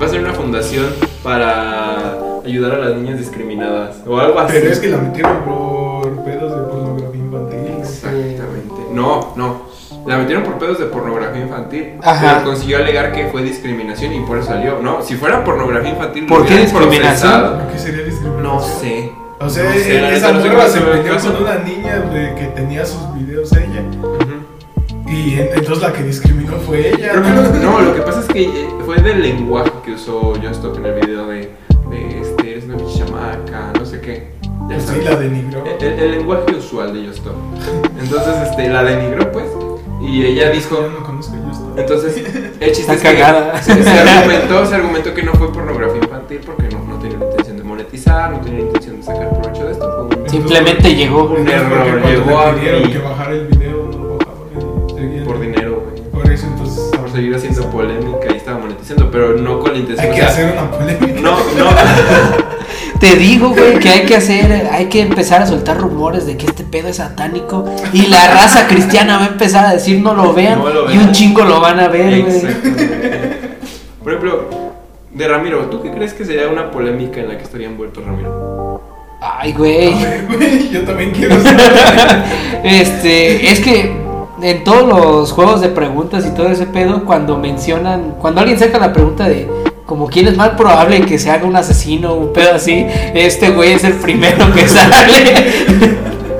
C: Va a ser una fundación para ayudar a las niñas discriminadas. O algo así.
B: Pero es que la metieron por pedos de pornografía infantil.
C: Exactamente. No, no. La metieron por pedos de pornografía infantil.
A: Ajá.
C: Pero consiguió alegar que fue discriminación y por eso salió. No, si fuera pornografía infantil.
A: ¿Por
C: lo
A: qué
C: hubieran
A: discriminación?
C: procesado.
B: ¿Por qué sería discriminación?
C: No sé.
B: O sea, e-
C: No sé, la
B: esa
C: neta no sé
B: morra
C: cuál
B: se
C: fue el
B: metió
C: caso.
B: con una niña güey, que tenía sus videos ella.
C: Ujú.
B: Y en- entonces la que discriminó fue ella.
C: Creo que no, no, lo que pasa es que eh, fue del lenguaje que usó John Stock en el video de, de este, eres una pinche chamaca, no sé qué. Ya
B: Pues sí,
C: sabes.
B: la denigró.
C: El, el- el lenguaje usual de John Stock. Entonces, este, la denigró, pues, y ella dijo,
B: Yo no conozco yo esto.
C: entonces, el chiste
A: Está
C: es que
A: cagada.
C: Se, se argumentó, se argumentó que no fue pornografía infantil porque no, no tenía la intención de monetizar, no tenía la intención de sacar provecho de esto. Fue un-
A: Simplemente llegó.
C: Un
B: Entonces, porque
C: error,
B: cuando
C: llegó
B: le
C: a
B: pidieron
C: mí.
B: que bajara el video, no lo bajaban. y seguían-
C: por dinero, güey.
B: Por eso entonces pues,
C: Por seguir haciendo polémica y estaba monetizando, pero no con la intención
B: Hay
C: o
B: que
C: sea,
B: hacer una polémica.
C: No, no.
A: Te digo, güey, que hay que hacer, hay que empezar a soltar rumores de que este pedo es satánico y la raza cristiana va a empezar a decir no lo vean,
C: No lo
A: y un
C: vean.
A: chingo lo van a ver, güey.
C: Exactamente. Por ejemplo, de Ramiro, ¿tú qué crees que sería una polémica en la que estaría envuelto Ramiro?
A: Ay,
B: A
A: güey.
B: ver, güey, yo también quiero saber.
A: Este, es que en todos los juegos de preguntas y todo ese pedo, cuando mencionan, cuando alguien saca la pregunta de como quién es más probable que se haga un asesino, un pedo así, este güey es el primero que sale.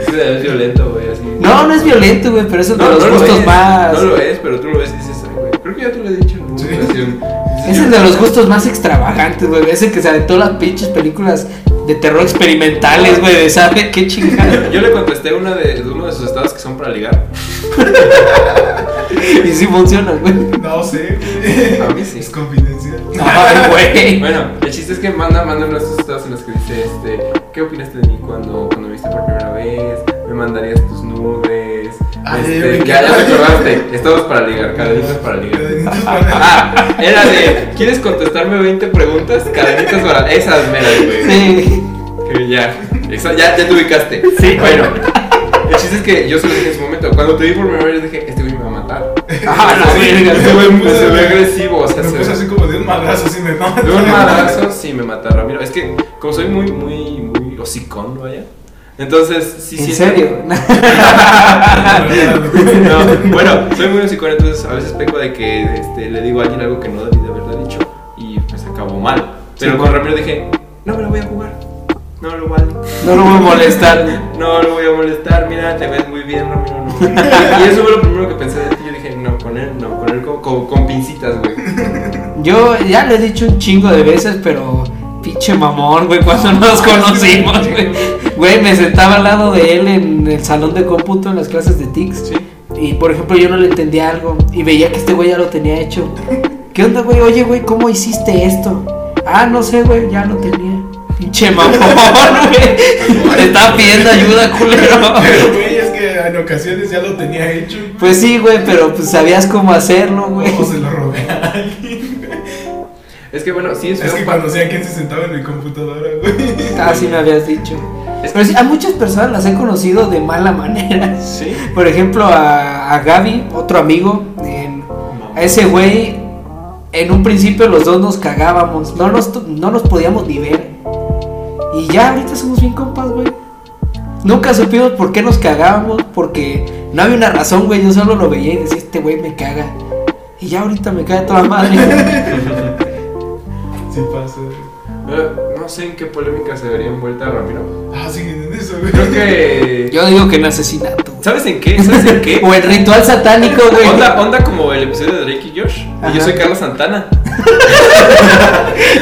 C: Es violento, güey, así.
A: No, no es violento, güey, pero eso es de los
C: lo
A: gustos
C: es,
A: más.
C: No lo es, pero tú lo ves y dices, ay, güey. Creo que ya te lo he dicho en alguna
B: Sí.
C: ocasión.
A: es el de los gustos más extravagantes, güey. Es el que se aventó las pinches películas de terror experimentales, güey, de sabe qué chingada.
C: Yo le contesté una de, de uno de sus estados que son para ligar.
A: Y sí funciona, güey.
B: No sé.
C: A mí sí.
B: Es confidencial.
A: Ay, güey.
C: Bueno, el chiste es que manda, manda uno de estos estados en los que dice, este, ¿qué opinaste de mí cuando, cuando me viste por primera vez? ¿Me mandarías tus nudes?
B: Ay, me
C: Este, ya, ya
B: encanta.
C: te acordaste, estados para ligar, cadenitas para ligar.
B: Cadenitas
C: Ah, era de, ¿quieres contestarme 20 preguntas? Cadenitas para... Esas meras, güey.
A: Sí.
C: Que ya, esa- ya, ya te ubicaste. Sí. Bueno, el chiste es que yo se lo dije en su momento. Cuando te vi por primera vez dije, este güey me va a matar.
A: Ah, la verga.
C: Este güey me- se ve agresivo, o sea,
B: me
C: se
B: puse
C: ve-
B: así como de un madrazo así me mata.
C: de un madrazo sí me mata Ramiro. Es que como soy muy, muy, muy hocicón, vaya. Entonces, sí
A: ¿En
C: siento-
A: serio?
C: No, bueno, soy muy hocicón, entonces a veces peco de que este, le digo a alguien algo que no debí de haberle dicho y pues acabó mal. Pero
A: Sí.
C: con Ramiro dije, no me lo voy a jugar. No lo vale.
A: No lo voy a molestar.
C: No lo voy a molestar. Mira, te ves muy bien, Ramiro. no. y eso fue lo primero que pensé de ti. Yo dije, no, con con él, no, con él con, con, con pincitas, güey.
A: Yo ya lo he dicho un chingo de veces, pero pinche mamón, güey, cuando nos conocimos, güey. Güey, me sentaba al lado de él en el salón de cómputo en las clases de TICS.
C: Sí.
A: Y por ejemplo, yo no le entendía algo y veía que este güey ya lo tenía hecho. ¿Qué onda, güey? Oye, güey, ¿cómo hiciste esto? Ah, no sé, güey, ya lo tenía. Pinche mamón, güey. Te estaba pidiendo ayuda, culero.
B: Pero, güey, es que en ocasiones ya lo tenía hecho. güey.
A: Pues sí, güey, pero pues sabías cómo hacerlo, güey.
B: O se lo robé a alguien. güey.
C: Es que bueno, sí es
B: Es
C: feo
B: que
C: pa-
B: conocía a quien se sentaba en mi computadora, güey.
A: Ah, sí me habías dicho.
C: Es-
A: Pero sí, a muchas personas las he conocido de mala manera.
C: Sí.
A: Por ejemplo, a, a Gaby, otro amigo, en- a ese güey, en un principio los dos nos cagábamos, no nos, to- no nos podíamos ni ver. Y ya ahorita somos bien compas, güey. Nunca supimos por qué nos cagábamos, porque no había una razón, güey. Yo solo lo veía y decía, este güey me caga. Y ya ahorita me cae toda madre.
B: Sí pasa. güey.
C: Eh, no sé en qué polémica se vería envuelta Ramiro.
B: Ah, siguen en eso, güey.
C: Creo que.
A: Yo digo que en asesinato. güey.
C: ¿Sabes en qué? ¿Sabes en qué?
A: O el ritual satánico, pues, güey.
C: Onda, onda como el episodio de Drake y Josh. Y
A: Ajá.
C: yo soy Carlos Santana.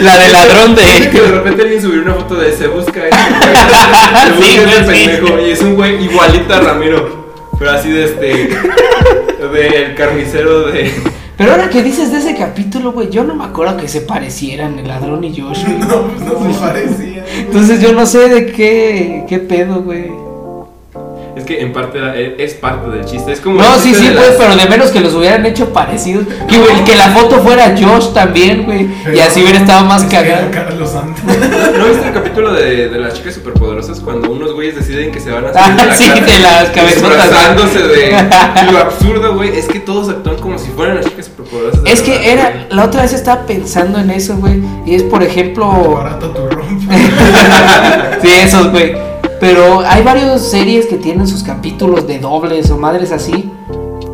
A: La de ladrón
C: Dicen Que
A: de.
C: de repente alguien subió una foto de se busca este Se busca
A: Sí,
C: este
A: güey, sí.
C: pendejo. Y es un güey igualito a Ramiro. Pero así de este. Del carnicero de.
A: Pero ahora que dices de ese capítulo, güey, yo no me acuerdo que se parecieran el ladrón y Josh. güey.
B: No, pues no se parecía. güey.
A: Entonces yo no sé de qué, qué pedo, güey.
C: Es que en parte era- es parte del chiste. Es como.
A: No,
C: el
A: sí,
C: chiste
A: sí,
C: de
A: güey,
C: las-
A: pero de menos que los hubieran hecho parecidos. Que, güey, que la foto fuera Josh también, güey. Y así hubiera estado más
B: Es que
A: cagado.
B: era Carlos Santos.
C: ¿No viste el capítulo de, de las chicas superpoderosas cuando unos güeyes deciden que se van a
A: Ah,
C: salir
A: sí, de las cabezotas.
C: Disfrazándose de lo absurdo, güey, es que todos actúan como si fueran las chicas superpoderosas. de
A: Es
C: verdad,
A: que era, la otra vez estaba pensando en eso, güey. Y es, por ejemplo,
B: Barato tu rompe.
A: sí, esos, güey. Pero hay varias series que tienen sus capítulos de dobles o madres así,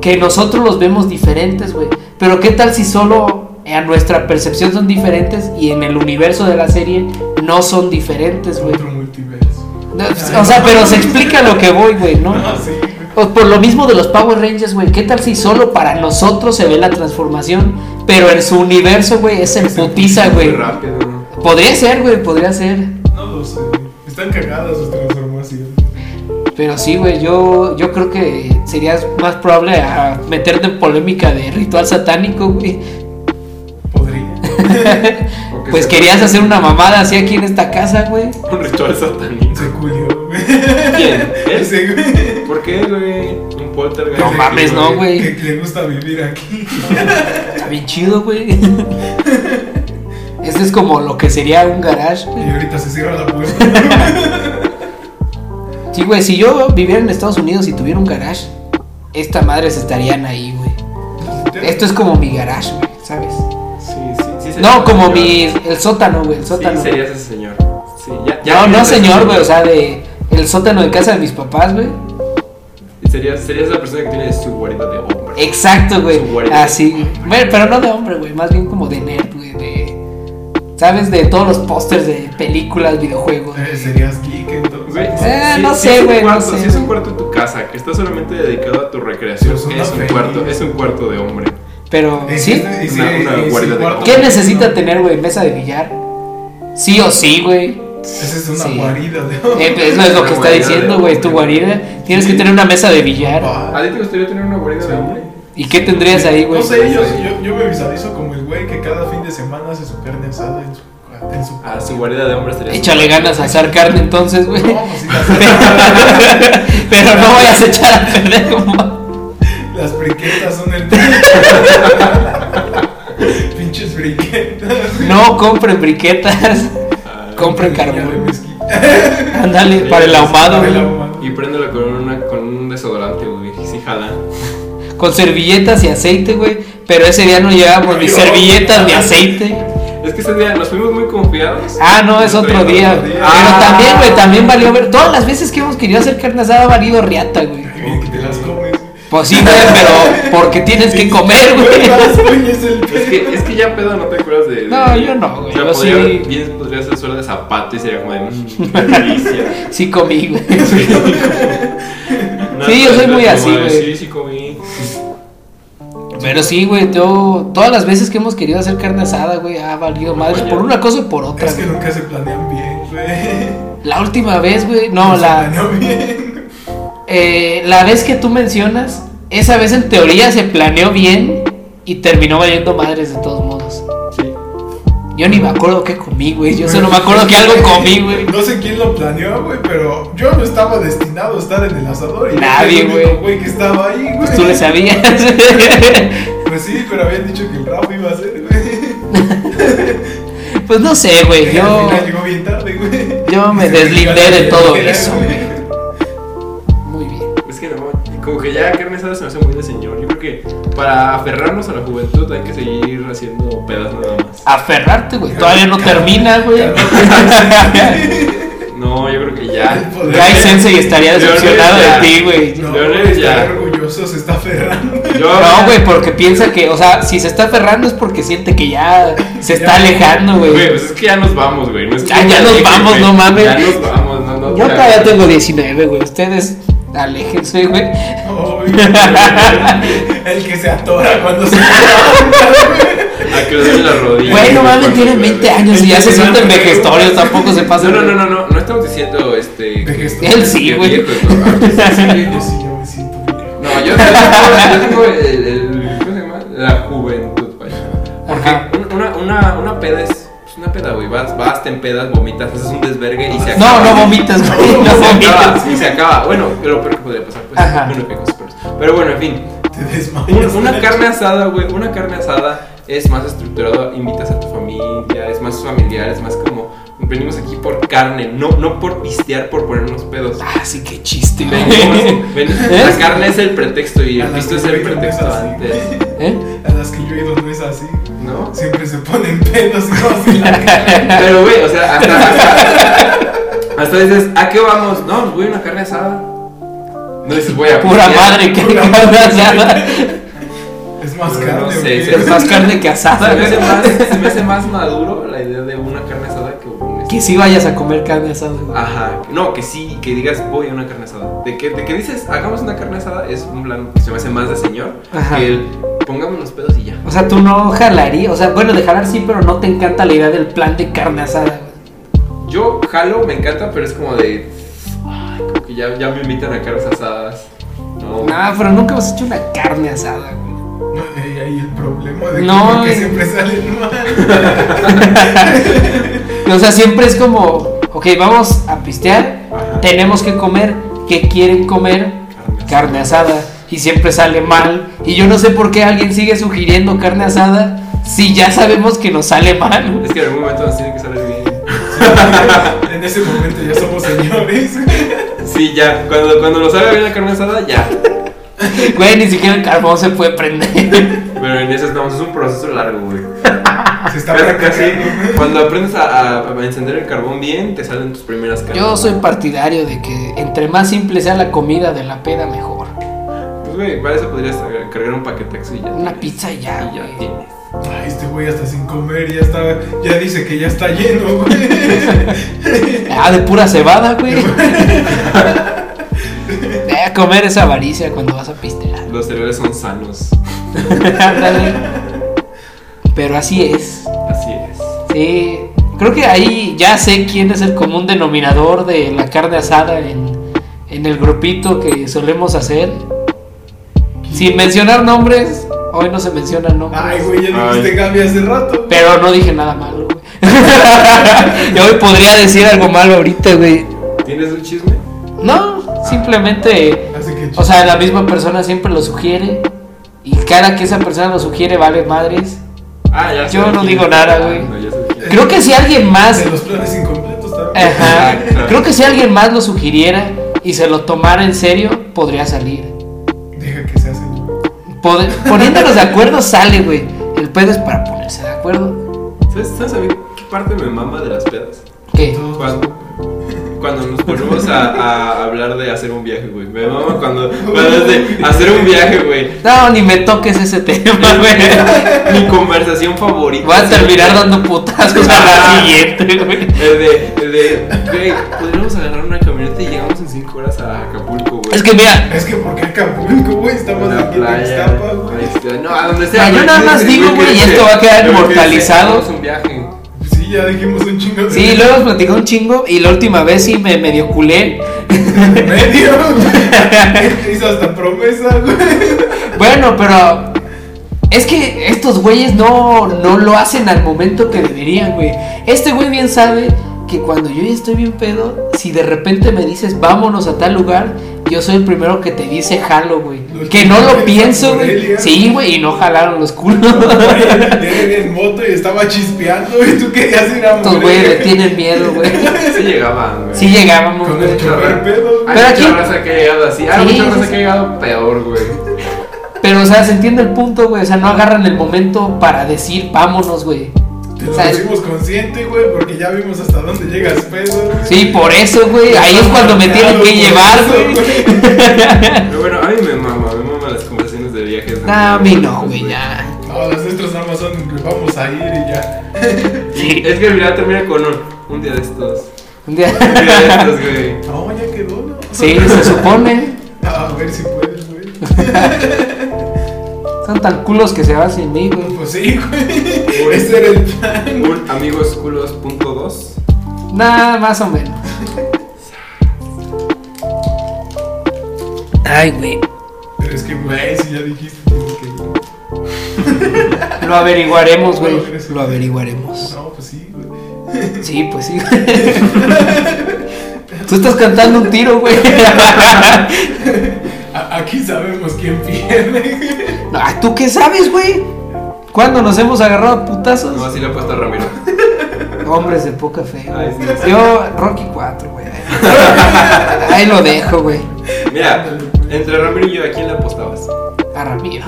A: que nosotros los vemos diferentes, güey. Pero qué tal si solo eh, a nuestra percepción son diferentes y en el universo de la serie no son diferentes, güey.
B: Otro multiverso.
A: No, O sea, pero se explica lo que voy, güey, ¿no?
B: No, sí, güey.
A: O por lo mismo de los Power Rangers, güey. ¿Qué tal si solo para nosotros se ve la transformación? Pero en su universo, güey, es en putiza,
C: güey.
A: güey.
C: Muy rápido. ¿no?
A: Podría ser, güey, podría ser.
B: No lo sé. güey. Están cagadas sus transformaciones.
A: Pero sí, güey, yo, yo creo que serías más probable a meterte en polémica de ritual satánico, güey.
B: Podría.
C: O que
A: Pues
C: se-
A: querías hacer una mamada así aquí en esta casa, güey.
C: Un ritual satánico.
B: Se culió, güey.
A: ¿Eh?
C: ¿Quién? ¿Él?
B: Ese güey.
C: ¿Por qué, güey? Un poltergeist.
A: No
C: aquí,
A: mames, no, güey.
B: Que le gusta vivir aquí.
A: Está bien chido, güey. Este es como lo que sería un garage,
B: Y
A: güey.
B: ahorita se cierra la puerta.
A: Sí, güey, si yo viviera en Estados Unidos y tuviera un garage, esta madre se estarían ahí, güey. Esto es como mi garage, güey, ¿sabes?
C: Sí, sí, sí. sería
A: No, como
C: ese
A: mi.
C: señor.
A: el sótano, güey, el
C: Sí,
A: sótano.
C: serías ese señor. Sí, ya, ya
A: No, no,
C: eres ese
A: señor, güey, o sea, de. El sótano de casa de mis papás, güey.
C: Serías, serías la persona que tiene su guarida de hombre.
A: Exacto, güey.
C: Su guarida.
A: Así. Bueno, pero no de hombre, güey. Más bien como de nerd, güey. De. ¿Sabes? De todos los pósters de películas, videojuegos.
B: Eh,
A: güey.
B: Serías geek
C: Pues, Güey,
B: entonces.
A: Eh,
C: si-
A: no
C: si
A: sé,
C: es un
A: güey, no
C: cuarto-
A: sé,
C: Si es un
A: güey.
C: cuarto en tu casa que está solamente dedicado a tu recreación,
B: Pero es una
C: es un
B: feria.
C: cuarto, es un cuarto de hombre.
A: Pero.
B: Y
A: ¿Sí?
B: si- y si-
C: Una- una
B: y si
C: guarida de
B: cuarto-
A: ¿Qué necesita tener, güey? Mesa de billar. Sí o sí, güey.
B: Esa es una
A: Sí.
B: guarida de
A: Eh, Eso es lo
C: Una
A: que está
C: guarida
A: diciendo,
C: de
A: güey. Tu
C: hombre.
A: guarida. Tienes que
B: Sí.
A: tener una mesa de billar.
B: Ah,
C: ¿A ti te gustaría tener una guarida de hombre?
A: ¿Y qué tendrías ahí, güey?
B: No sé, yo, yo, yo me visualizo como el güey que cada fin de semana hace su carne asada en su. En su
C: Ah, su guarida de hombre estaría.
A: Échale ganas a asar carne entonces, güey.
B: No, pues sí,
A: Pero no vayas a echar a perder como.
B: las, las briquetas son el. Pinches briquetas.
A: No compren briquetas.
C: Ah,
A: Compren
B: Niña de
A: carbón.
B: mezquita.
A: Ándale,
C: Sí,
A: para el
C: sí,
A: ahumado,
B: Para el
A: güey.
B: ahumado.
C: Y préndelo con, una, con un desodorante, güey. Sí, jala.
A: Con servilletas y aceite, güey. Pero ese día no llevábamos ni
B: Yo.
A: servilletas ni aceite.
C: Es que ese día nos fuimos muy confiados.
A: Ah, no, es
C: Nos
A: otro
C: traímos
A: día.
C: otro
A: Pero
C: Ah.
A: también, güey, también valió ver. Todas las veces que hemos querido hacer carne asada ha valido riata, güey.
B: Bien que te las comes.
A: Pues sí, güey, pero porque tienes que comer, güey.
B: Güey, es el
C: Es que, es que ya pedo no te acuerdas de. de-
A: No, yo no, güey,
C: O sea,
A: yo
C: podría,
A: sí.
C: bien podría ser suela de zapato y sería como de. Mmm, qué delicia.
A: Sí comí, güey.
C: No,
A: Sí, yo soy
C: no,
A: muy
C: como
A: así,
C: de,
A: güey.
C: Sí, sí comí.
A: Pero sí, güey, yo- todas las veces que hemos querido hacer carne asada, güey, ha valido madres por una cosa y por otra.
B: Es que
A: güey.
B: nunca se planean bien, güey.
A: La última vez, güey, no,
B: se
A: la,
B: planeó bien.
A: eh, la vez que tú mencionas, esa vez en teoría se planeó bien y terminó valiendo madres de todos modos. Yo ni me acuerdo qué comí, güey, yo solo me acuerdo que algo comí, güey.
B: No sé quién lo planeó, güey, pero yo no estaba destinado a estar en el asador. Y yo
A: Nadie,
B: era el único
A: güey.
B: güey que estaba ahí, güey.
A: Pues tú le sabías.
B: Pues sí, pero habían dicho que el Rafa iba a ser, güey.
A: pues no sé, güey,
B: Y Al
A: yo...
B: final llegó bien tarde, güey.
A: yo me
B: Se
A: deslindé
B: quedó
A: de
B: ahí,
A: todo
B: güey.
A: eso, Muy bien.
C: Es que no, como que ya carne asada se me hace muy de señor. Yo creo que para aferrarnos a la juventud hay que seguir haciendo pedas nada más.
A: Aferrarte, güey, todavía no termina, güey.
C: No, yo creo que ya.
A: Guy Sensei estaría decepcionado de ti, güey.
B: No,
C: Leonel
B: güey, está
C: ya.
B: orgulloso, se está aferrando.
C: Yo-
A: No, güey, pues, porque piensa que, o sea, si se está aferrando es porque siente que ya se está alejando,
C: Güey,
A: güey.
C: pues es que ya nos vamos, güey. No es que
A: Ah, ya nos
C: dejen,
A: vamos,
C: güey.
A: no mames.
C: Ya nos vamos, no, no.
A: Yo
C: ya.
A: todavía tengo 19, güey. Ustedes, aléjense, güey.
B: Obvio, güey. el que se atora cuando se
C: A que le duele la rodilla.
A: Güey, no mames,
C: Cuando-
A: tienen 20 años y ya se sienten vejestorios, tampoco se
C: No,
A: pasan.
C: no, no, no, no, no estamos diciendo este. que-
B: Vegesto-
A: Él sí,
C: que
A: güey.
C: viejos, no, ah, pues, sí, sí,
B: Yo
C: viejos.
B: sí, yo me siento bien.
C: No, yo, yo tengo, yo tengo el, el- ¿Cómo se llama? La juventud, vaya.
A: Ajá.
C: Porque un- una, una, una peda es. pues, Una peda, güey. Vas, vas, te empedas, vomitas, haces un desvergue y se acaba.
A: No, no vomitas, güey.
C: Y
A: No
C: se acaba,
A: vomitas.
C: Y se acaba. Bueno, lo peor que podría pasar, pues.
A: Ajá.
C: Bueno, qué cosas peores. Pero bueno, en fin.
B: Te desmayas.
C: Un- una carne asada, güey, una carne asada es más estructurada, invitas a tu familia, es más familiar, es más como venimos aquí por carne, no, no por pistear, por ponernos pedos.
A: Ah, sí, qué chiste, güey.
C: Venimos- ven- la
A: ¿Eh?
C: carne es el pretexto y
B: A
C: el
B: las
C: pisto
B: que
C: es
B: yo he
C: el
B: ido no
C: pretexto
B: así.
C: antes,
A: ¿Eh?
B: A las que yo he ido no es así.
C: ¿no?
B: Siempre se ponen pedos y no hacen la carne.
C: Pero, güey, o sea, hasta, hasta, hasta dices, ¿a qué vamos? No, pues, güey, una carne asada. No dices, voy a
A: Pura
C: pistear.
A: madre, qué carne asada.
B: Es más
C: No,
B: carne,
C: no sé,
B: güey.
C: sí,
A: Es más carne que asada,
C: Se me, hace
A: güey.
C: más, se me hace más maduro la idea de una carne asada que un este,
A: Que sí vayas a comer carne asada, güey.
C: Ajá, no, que sí, que digas voy a una carne asada. De que, de que dices hagamos una carne asada es un plan que se me hace más de señor
A: Ajá.
C: que el pongamos los pedos y ya.
A: O sea, tú no jalarías. O sea, bueno, de jalar sí, pero no te encanta la idea del plan de carne asada, güey.
C: Yo jalo, me encanta, pero es como de. Ay, como que ya, ya me invitan a carnes asadas. No.
A: No, pero nunca hemos hecho una carne asada, güey.
B: No, y ahí el problema de
A: No,
B: que, que
A: güey.
B: siempre salen mal.
A: O sea, siempre es como, ok, vamos a pistear,
C: Ajá.
A: tenemos que comer, ¿qué quieren comer? Carne asada. Y siempre sale mal. Y yo no sé por qué alguien sigue sugiriendo carne asada si ya sabemos que nos sale mal. güey.
C: Es que en algún momento nos tiene que salir bien.
B: en ese momento ya somos señores.
C: Sí, ya. Cuando, cuando nos salga bien la carne asada, ya.
A: Güey, ni siquiera el carbón se puede prender.
C: Pero en eso estamos, es un proceso largo, güey.
B: Se está
C: Casi, casi.
B: practicando.
C: Cuando aprendes a, a- a encender el carbón bien, te salen tus primeras carnes.
A: Yo soy partidario de que entre más simple sea la comida de la peda, mejor.
C: Pues, güey, para eso podrías eh, cargar un paquetaxo y ya.
A: Una
C: tienes.
A: pizza y ya,
C: Y ya
A: güey.
C: tienes.
B: Ay, este güey hasta sin comer ya está. Ya dice que ya está lleno, güey.
A: Ah, de pura cebada, güey. Eh, comer esa avaricia cuando vas a pistear.
C: Los cereales son sanos.
A: Ándale. Pero así es.
C: Así es.
A: Sí. Creo que ahí ya sé quién es el común denominador de la carne asada en, en el grupito que solemos hacer. Sin mencionar nombres, hoy no se mencionan nombres.
B: Ay, güey, ya
C: Ay.
B: dijiste cambia hace rato.
A: Pero no dije nada malo, güey. Yo hoy podría decir algo malo ahorita, güey.
C: ¿Tienes un chisme?
A: No, simplemente
B: Así que.
A: O sea, la misma persona siempre lo sugiere. Y cada que esa persona lo sugiere, vale madres.
C: Ah, ya.
A: Yo
C: sé
A: no
C: quién
A: digo
C: está
A: nada,
C: hablando,
A: güey.
C: ya sé quién.
A: Creo que si alguien más.
B: de los planes incompletos también.
A: Ajá,
C: Exacto.
A: creo que si alguien más lo sugiriera y se lo tomara en serio, podría salir.
B: Deja que se hace.
A: Pod- poniéndonos de acuerdo, sale, güey. El pedo es para ponerse de acuerdo.
C: ¿Sabes, ¿Sabes a mí qué parte me mama de las pedas?
A: ¿Qué?
C: Cuando, cuando nos ponemos a, a hablar de hacer un viaje, güey. Me mama cuando, cuando es de hacer un viaje, güey.
A: No, ni me toques ese tema, güey.
C: Mi conversación favorita.
A: Voy a terminar dando putazos a la
C: Ah.
A: siguiente, güey.
C: El de, el de, güey, podríamos agarrar una camioneta y llegamos en 5 horas a Acapulco, güey.
A: Es que mira,
B: Es que porque Acapulco, güey, estamos
C: Una
B: aquí en
C: playa,
B: Ixtapa, güey.
C: este, No, a donde donde sea.
A: Yo
C: güey,
A: nada
C: tienes
A: más
C: que-
A: digo,
C: yo
A: güey,
C: creo
A: y
C: que-
A: esto va a quedar
C: yo creo que
A: inmortalizado.
C: hagamos un viaje.
B: Sí, ya dijimos un chingo de.
A: Sí, lo hemos platicado un chingo y la última vez sí me medio culé.
B: medio. güey. Hizo hasta promesa, güey.
A: Bueno, pero es que estos güeyes no, no lo hacen al momento que deberían, güey. Este güey bien sabe que cuando yo ya estoy bien pedo, si de repente me dices vámonos a tal lugar, yo soy el primero que te dice jalo, güey.
B: Los
A: Que no
B: culos
A: lo
B: de
A: pienso, güey.
B: Morelia.
A: Sí, güey, y no jalaron los culos.
B: Él en moto y estaba chispeando y tú querías ir a
A: Estos
B: morir.
A: güeyes le tienen miedo, güey.
C: Sí llegaban, güey.
A: Sí llegábamos,
B: Con
A: güey.
B: el chofer pedo. güey.
C: Hay
A: Pero
C: mucha
A: aquí-
C: raza que ha llegado así. Hay
A: Sí,
C: mucha
A: sí,
C: raza
A: sí.
C: que ha llegado peor, güey.
A: Pero, o sea, se entiende el punto, güey. O sea, no agarran el momento para decir vámonos, güey.
B: Te lo
A: O sea,
B: pusimos consciente, güey, porque ya vimos hasta dónde llegas pedo. güey.
A: Sí, por eso, güey. Ahí es cuando me tienen que llevar, güey.
C: Pero bueno, a mí me mama, me mama las conversaciones de viajes.
A: No, a mí no, güey, ya.
B: No, las nuestras nada más son que vamos a ir y ya.
A: Sí.
C: Es que el video termina con un, un día de estos.
A: Un día-
C: Un día de estos, güey.
B: No, ya quedó, ¿no?
A: Sí, se supone.
B: A ver si puedes, güey.
A: Son tan culos que se van sin mí, güey.
B: Pues sí, güey. Ese era el plan.
C: Un amigosculos.2.
A: Nada, más o menos. Ay, güey.
B: Pero es que, güey, si ya dijiste, tienes que ir.
A: Lo averiguaremos, Pues, güey.
B: Bueno, gracias.
A: Lo averiguaremos.
B: No, pues sí, güey.
A: Sí, pues sí. Tú estás cantando un tiro, güey.
B: A- aquí sabemos quién pierde.
A: Ah, ¿Tú qué sabes, güey? ¿Cuándo nos hemos agarrado a putazos?
C: No, así le ha puesto a Ramiro.
A: Hombres de poca fe. güey.
C: Ay, sí, sí.
A: Yo, Rocky 4, güey. Ahí lo dejo, güey.
C: Mira, entre Ramiro y yo, ¿a quién le apostabas?
A: A Ramiro.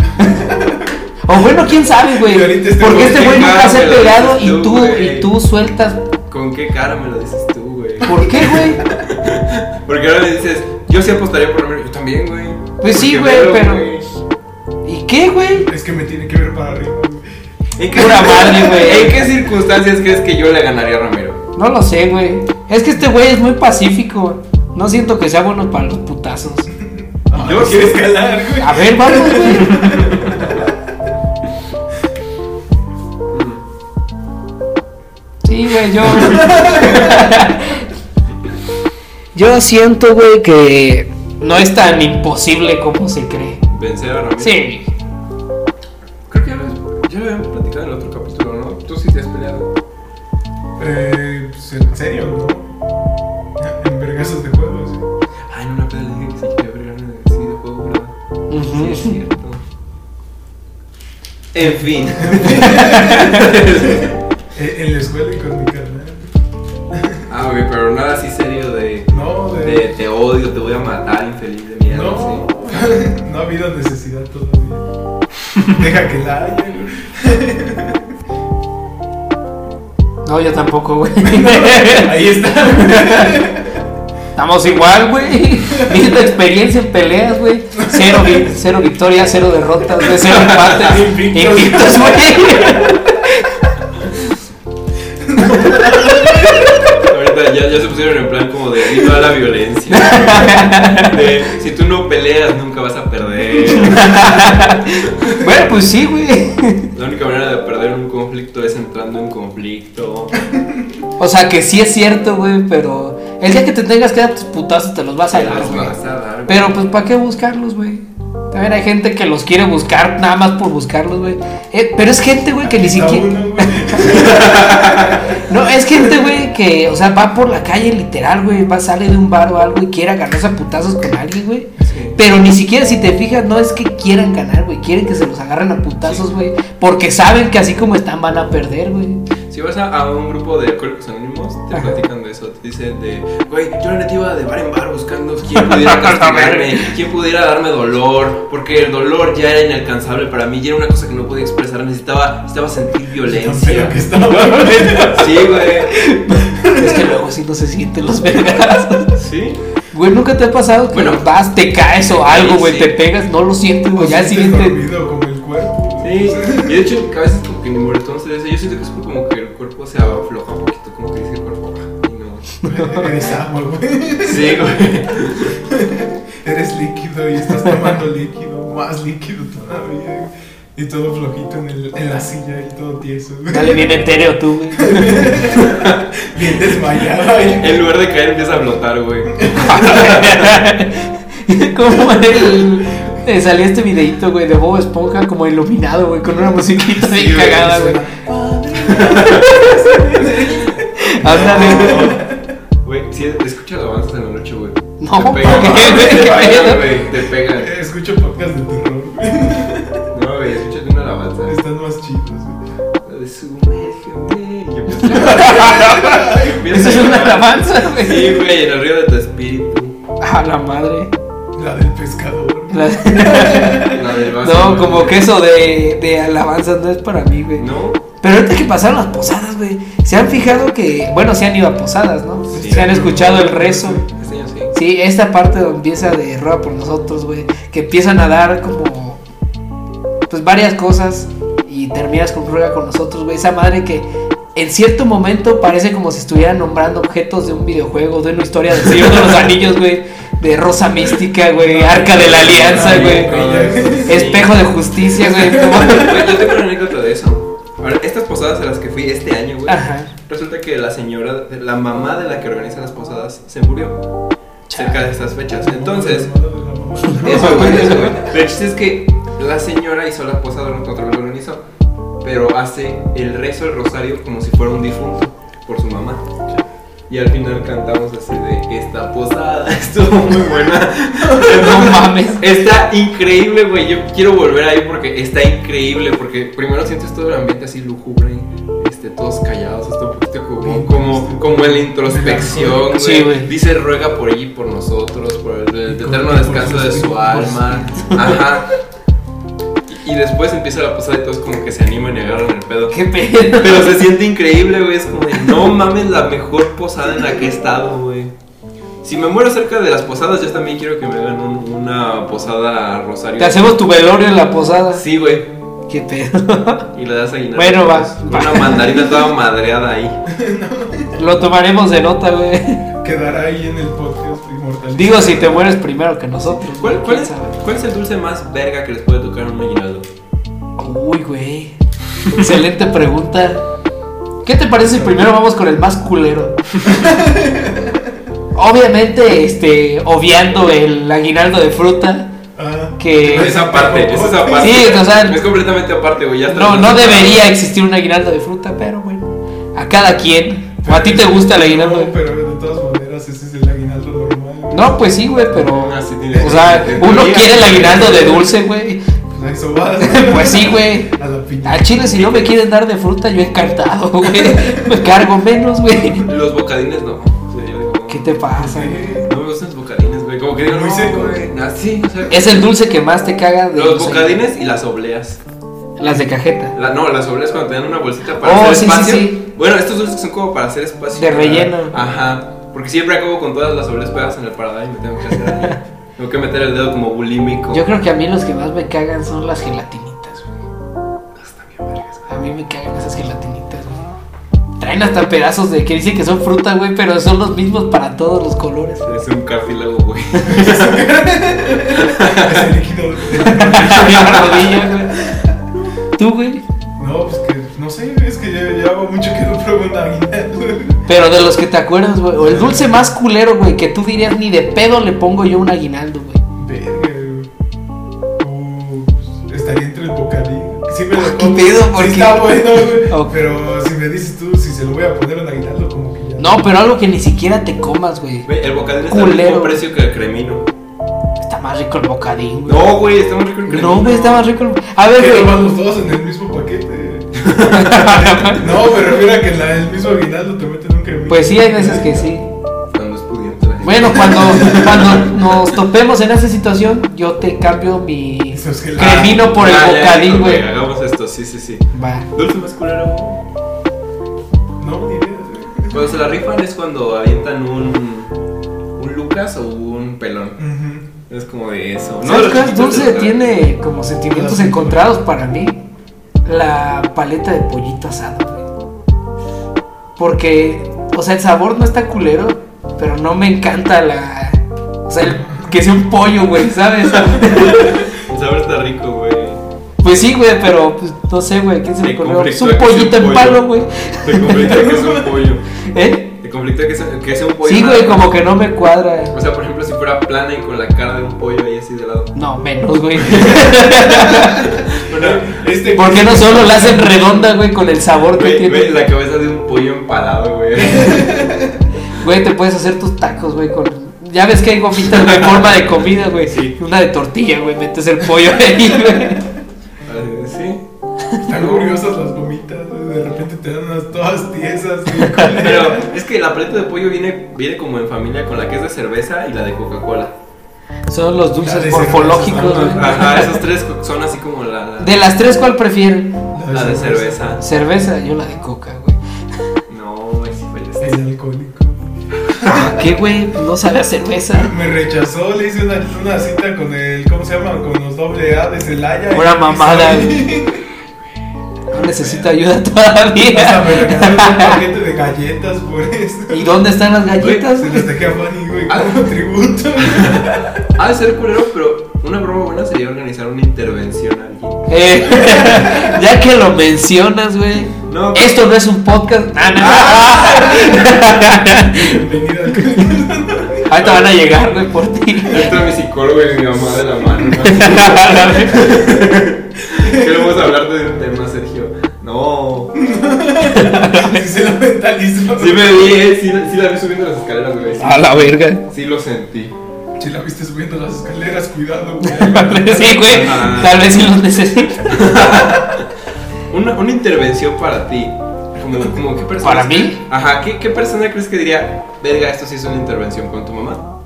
A: O bueno, quién sabe, güey.
B: Y ahorita este
A: Porque
B: güey
A: este
B: que
A: güey nunca
C: gana,
A: se ha
C: me lo
A: pegado y
C: dices tú,
A: tú,
C: güey.
A: y tú sueltas.
C: ¿Con qué cara me lo dices tú, güey?
A: ¿Por qué, güey?
C: Porque ahora le dices, yo sí apostaría por Ramiro. Yo también, güey.
A: Pues sí,
C: Porque
A: güey,
C: veo,
A: pero-
C: güey.
A: ¿Y qué, güey?
B: Es que me tiene que ver para arriba, güey.
C: ¿En qué,
A: Pura madre, güey.
C: ¿En qué circunstancias crees que yo le ganaría a Ramiro?
A: No lo sé, güey. Es que este güey es muy pacífico. No siento que sea bueno para los putazos.
B: Ah,
C: Yo
B: no quiero escalar, güey.
A: A ver, vamos, güey. Sí, güey, yo. yo siento, güey, que no es tan imposible como se cree.
C: Vencer a Ramiro.
A: Sí.
C: Creo que ya lo, ya lo habíamos platicado en el otro capítulo, ¿no? Tú sí te has peleado.
B: Eh, pues en serio, ¿no? En vergazos de juegos, güey.
C: Ay, en una peda le dije que sí quería abrir un sí, de juego, ¿verdad? Sí,
A: Ujú.
C: es cierto. En fin.
B: Eh, En en la escuela y con mi carnal.
C: ah, güey, pero nada así serio de,
B: No, de.
C: de te odio, te voy a matar, infeliz de mierda,
B: no,
C: sí.
B: no ha habido necesidad todavía. Deja que la haya, güey.
A: No, yo tampoco, güey.
B: Ahí está.
A: Estamos igual, güey. Misma experiencia en peleas, güey. Cero, vi- cero victorias, cero derrotas, güey. Cero empates.
B: Invictos.
A: Invictos, güey.
C: Ahorita ya, ya se pusieron en plan como de viva la violencia. De si tú no peleas, nunca vas a perder.
A: Bueno, pues sí, güey.
C: La única manera de perder un conflicto es entrando en conflicto.
A: O sea que sí es cierto, güey, pero el día que te tengas que dar tus putazos te los vas a
C: Te
A: dar,
C: las
A: güey.
C: vas a dar, güey.
A: Pero pues ¿para qué buscarlos, güey? También hay gente que los quiere buscar nada más por buscarlos, güey. Eh, pero es gente, güey, que ni
B: Está
A: siquiera...
B: uno, güey.
A: No, es gente, güey, que, o sea, va por la calle literal, güey, va, sale de un bar o algo y quiere agarrarse a putazos con alguien, güey.
C: Sí.
A: Pero ni siquiera, si te fijas, no es que quieran ganar, güey, quieren que se los agarren a putazos, güey. Porque saben que así como están van a perder, güey.
C: Si vas a, a un grupo de alcohólicos anónimos, te
A: Ajá.
C: platican de eso. Te dicen de, güey, yo la neta iba de bar en bar buscando quién pudiera castigarme, quién pudiera darme dolor, porque el dolor ya era inalcanzable para mí, ya era una cosa que no podía expresar, necesitaba, necesitaba sentir
B: Tan feo
C: violencia.
B: que estaba, güey.
C: Sí, güey.
A: Es que luego sí no se sienten los vergazos.
C: Sí.
A: Güey, ¿nunca te ha pasado que
C: Bueno.
A: vas, te caes o algo, güey,
C: Sí.
A: te pegas, no lo sientes, güey, ya el
B: Sí, te
A: siguiente...
B: dormido como el cuerpo.
C: Sí. Y de hecho, a veces como que mi moretón se desea. Yo siento que es como que el cuerpo se afloja un poquito, como que dice el cuerpo, "Ah, no.
B: Eres agua, güey.
C: Sí, güey.
B: Eres líquido y estás tomando líquido, más líquido todavía. Y todo flojito en, el- en la silla y todo tieso. güey.
A: Dale bien etéreo tú, güey.
B: Bien desmayado ahí.
C: En lugar de caer empieza a flotar, güey.
A: como el. eh, salió este videito, güey, de Bob Esponja como iluminado, güey, con una musiquita
C: Sí,
A: bien
C: güey,
A: cagada,
C: sí.
A: güey. Ándale.
C: Güey, si escuchas avances en la noche, güey.
A: No,
C: te pegan,
A: ¿por qué, güey?
C: te
A: ¿Qué pedo?
C: pegan, güey, te pegan.
B: Escucho podcast de terror. güey.
C: No, güey, escúchate una alabanza.
B: Están más chidos. güey.
C: La de sumérgete. Y
A: Eso
C: empiezo
A: es una alabanza, güey.
C: Sí, güey, en el río de tu espíritu.
A: A la madre.
B: La del pescador.
A: La-
C: La del vaso,
A: No,
C: güey.
A: como que eso de, de alabanza no es para mí, güey.
C: No,
A: Pero ahorita que pasaron las posadas, güey, se han fijado que, bueno, se han ido a posadas, ¿no?
C: Sí.
A: se han escuchado el rezo.
C: este año sí.
A: Sí, esta parte donde empieza de Rueda por nosotros, güey, que empiezan a dar como, pues varias cosas y terminas con Ruega con nosotros, güey. Esa madre que en cierto momento parece como si estuvieran nombrando objetos de un videojuego, de una historia del Señor de los Anillos, güey, de Rosa Mística, güey, Arca de la Alianza,
C: Ay,
A: güey.
C: no, sí.
A: Espejo de justicia, güey.
C: Güey, yo tengo una anécdota de eso. Ahora, estas posadas a las que fui este año, güey.
A: Ajá.
C: Resulta que la señora, la mamá de la que organiza las posadas, se murió cerca de estas fechas. Entonces, eso, güey, eso, güey. Pero el chiste es que la señora hizo la posada, no otra vez lo organizó, pero hace el rezo, el rosario, como si fuera un difunto por su mamá. Y al final cantamos así de esta posada, estuvo muy buena.
A: No mames.
C: Está increíble, güey. Yo quiero volver ahí porque está increíble. Porque primero sientes todo el ambiente así lúgubre, este, todos callados, hasta un poquito como, como, como en la introspección, güey.
A: Sí, güey.
C: Dice ruega por allí, por nosotros, por el, el eterno descanso de su alma. Ajá. Y, y después empieza la posada y todos como que se animan y agarran el pedo.
A: Qué pedo.
C: Pero se siente increíble, güey. Es como, de, no mames, la mejor posada en la que he estado, güey. Si me muero cerca de las posadas, yo también quiero que me hagan un- una posada a rosario.
A: Te hacemos tu velorio en la posada.
C: Sí, güey.
A: Qué pedo.
C: Y le das aguinaldo.
A: Bueno, va,
C: Una
A: va.
C: mandarina toda madreada ahí.
A: Lo tomaremos de nota, güey.
B: Quedará ahí en el podcast inmortal.
A: Digo, si te mueres primero que nosotros.
C: ¿Cuál,
A: güey,
C: cuál
A: quién
C: es,
A: sabe.
C: ¿Cuál es el dulce más verga que les puede tocar un aguinaldo?
A: Uy, güey. Excelente pregunta. ¿Qué te parece si primero vamos con el más culero? Obviamente, este, obviando el aguinaldo de fruta,
B: Ah,
A: que
C: Es aparte, es esa parte.
A: Sí, o sea-
C: es completamente aparte, güey. ya está.
A: no, no debería existir un aguinaldo de fruta, pero bueno, a cada quien. ¿A ti te gusta el aguinaldo?
B: No,
A: de-
B: pero de todas maneras, ese es el aguinaldo normal. güey.
A: No, pues sí, güey, pero.
C: Ah, sí, tiene-
A: O sea,
C: en
A: uno
C: teoría.
A: quiere el aguinaldo de dulce, güey.
B: Pues a eso vas.
A: Pues sí, güey.
B: A la piña.
A: A Chile, si no me quieren dar de fruta, yo encantado, güey. Me cargo menos, güey.
C: Los bocadines no. O sea, yo digo, no.
A: ¿Qué te pasa, güey?
B: Sí.
C: No me gustan los bocadines, güey. Como que digo,
B: Muy
C: no,
B: seco.
C: güey. Ah, sí, o sea,
A: Es el dulce que más te caga de
C: Los
A: los-
C: bocadines y las obleas.
A: Las de cajeta.
C: La- no, las obleas cuando te dan una bolsita para
A: Oh,
C: hacer
A: sí, sí,
C: espacio.
A: sí.
C: Bueno, estos dulces son como para hacer espacio.
A: De
C: para-
A: relleno.
C: Ajá. Porque siempre acabo con todas las obleas pegadas en el parador y me tengo que hacer ahí. Tengo que meter el dedo como bulímico.
A: Yo creo que a mí los que más me cagan son las gelatinitas, güey.
C: Ah, Está bien, vergas.
A: A mí me cagan esas gelatinitas, güey. Traen hasta pedazos de que dicen que son fruta, güey, pero son los mismos para todos los colores.
C: Es un cartílago, güey.
B: Es el líquido.
A: Mi rodilla, güey. Tú, güey.
B: No, pues que no sé, es que ya ya hago mucho que no pruebo un aguinaldo.
A: Pero de los que te acuerdas, güey. O el dulce más culero, güey, que tú dirías ni de pedo le pongo yo un aguinaldo, güey.
B: Verga, güey. Uh, pues, Estaría entre el bocadín. Sí me lo
A: ¿qué
B: como.
A: pedo?
B: Sí
A: ¿Por qué?
B: está bueno, güey.
A: Ok.
B: Pero si me dices tú si se lo voy a poner un aguinaldo, como que ya.
A: No, pero algo que ni siquiera te comas, güey.
C: Güey, El bocadín está al
A: Culero.
C: mismo precio que el cremino.
A: Está más rico el bocadín, güey.
C: No, güey, está muy rico el cremino.
A: No, güey, está más rico el A ver,
B: Pero
A: güey.
B: vamos todos en el mismo paquete. No, me refiero a que en la- el mismo aguinaldo te meten un cremito.
A: Pues sí, hay veces que sí.
C: Cuando es pudiente. la gente.
A: Bueno, cuando, cuando nos topemos en esa situación, yo te cambio mi
B: Eso es que la-
A: cremino por el
C: Ah, ya,
A: bocadín,
C: ok,
A: güey.
C: Hagamos esto, sí, sí, sí.
A: Va.
C: Dulce más culero.
B: No, ni idea. güey.
C: Cuando se la rifan es cuando avientan un, un Lucas o un pelón.
B: Ujú.
C: Es como de eso. No,
A: ¿Sabes
C: los
A: cuál
C: chiquitos
A: dulce
C: de Ah, la-
A: tiene como sentimientos encontrados para mí? La paleta de pollito asado, güey. Porque, o sea, el sabor no está culero, pero no me encanta la. O sea, el- que sea un pollo, güey, ¿sabes?
C: El sabor está rico, güey.
A: Pues sí, güey, pero pues, no sé, güey, ¿quién se
C: Te
A: le ocurrió? Es
C: conflictó
A: un
C: que sea un
A: pollito en
C: pollo.
A: palo, güey.
C: Te conflicta que es un pollo.
A: ¿Eh?
C: Te conflicta que es, que es un pollo.
A: Sí, güey,
C: madre.
A: como que no me cuadra. eh.
C: O sea, por ejemplo, si fuera plana y con la cara de un pollo ahí así de lado.
A: No, menos, güey.
B: Este
A: ¿Por qué no solo la hacen redonda, güey, con el sabor que
C: Ve, ve
A: tiene?
C: la cabeza de un pollo empalado, güey.
A: Güey, te puedes hacer tus tacos, güey, con... Ya ves que hay gomitas de forma de comida, güey.
C: Sí.
A: Una de tortilla, güey, metes el pollo ahí, güey.
C: Eh, sí.
B: Están curiosas las gomitas, güey, de repente te dan unas todas tiesas. güey, con-
C: Pero es que la paleta de pollo viene, viene como en familia con la que es de cerveza y la de Coca-Cola.
A: Son los dulces
B: de
A: morfológicos,
B: cerveza,
A: güey.
C: Ajá, esos tres co- son así como la, la,
A: De las tres, ¿cuál prefieren?
C: la de cerveza.
A: Cerveza, yo la de coca, güey.
C: No, es
B: Es
C: diferente.
B: alcohólico.
A: ¿Qué, güey? No sabe a cerveza.
B: Me rechazó, le hice una, una cita con el, ¿cómo se llama? Con los doble A de Celaya.
A: Pura
B: Y-
A: mamada,
B: y-
A: No necesito ayuda
B: Hasta
A: todavía.
B: me regalaron un paquete de galletas por eso.
A: ¿Y dónde están las galletas?
B: Se las dejé a Fanny, güey,
C: Ah.
B: como tributo.
C: Ha de ser culero, pero una broma buena sería organizar una intervención a alguien.
A: Eh, ya que lo mencionas, güey.
C: No, pues-
A: Esto no es un podcast. Ah, no.
B: Bienvenido al
A: Ahorita van a llegar, güey, por ti.
C: Entra mi psicólogo y mi mamá de la mano. Queremos hablar de un tema, Sergio. No.
B: Y se lo mentalizó.
C: Sí me vi, eh, sí, sí la vi subiendo las escaleras, güey. Sí,
A: la verga.
C: sí lo sentí.
B: Si la viste subiendo las escaleras, cuidado, güey.
A: Sí, güey.
C: Ah.
A: Tal vez sí los necesito.
C: Una, una intervención para ti. Como, como qué persona.
A: ¿Para mí?
C: Ajá, ¿qué, ¿qué persona crees que diría, verga, esto sí es una intervención con tu mamá?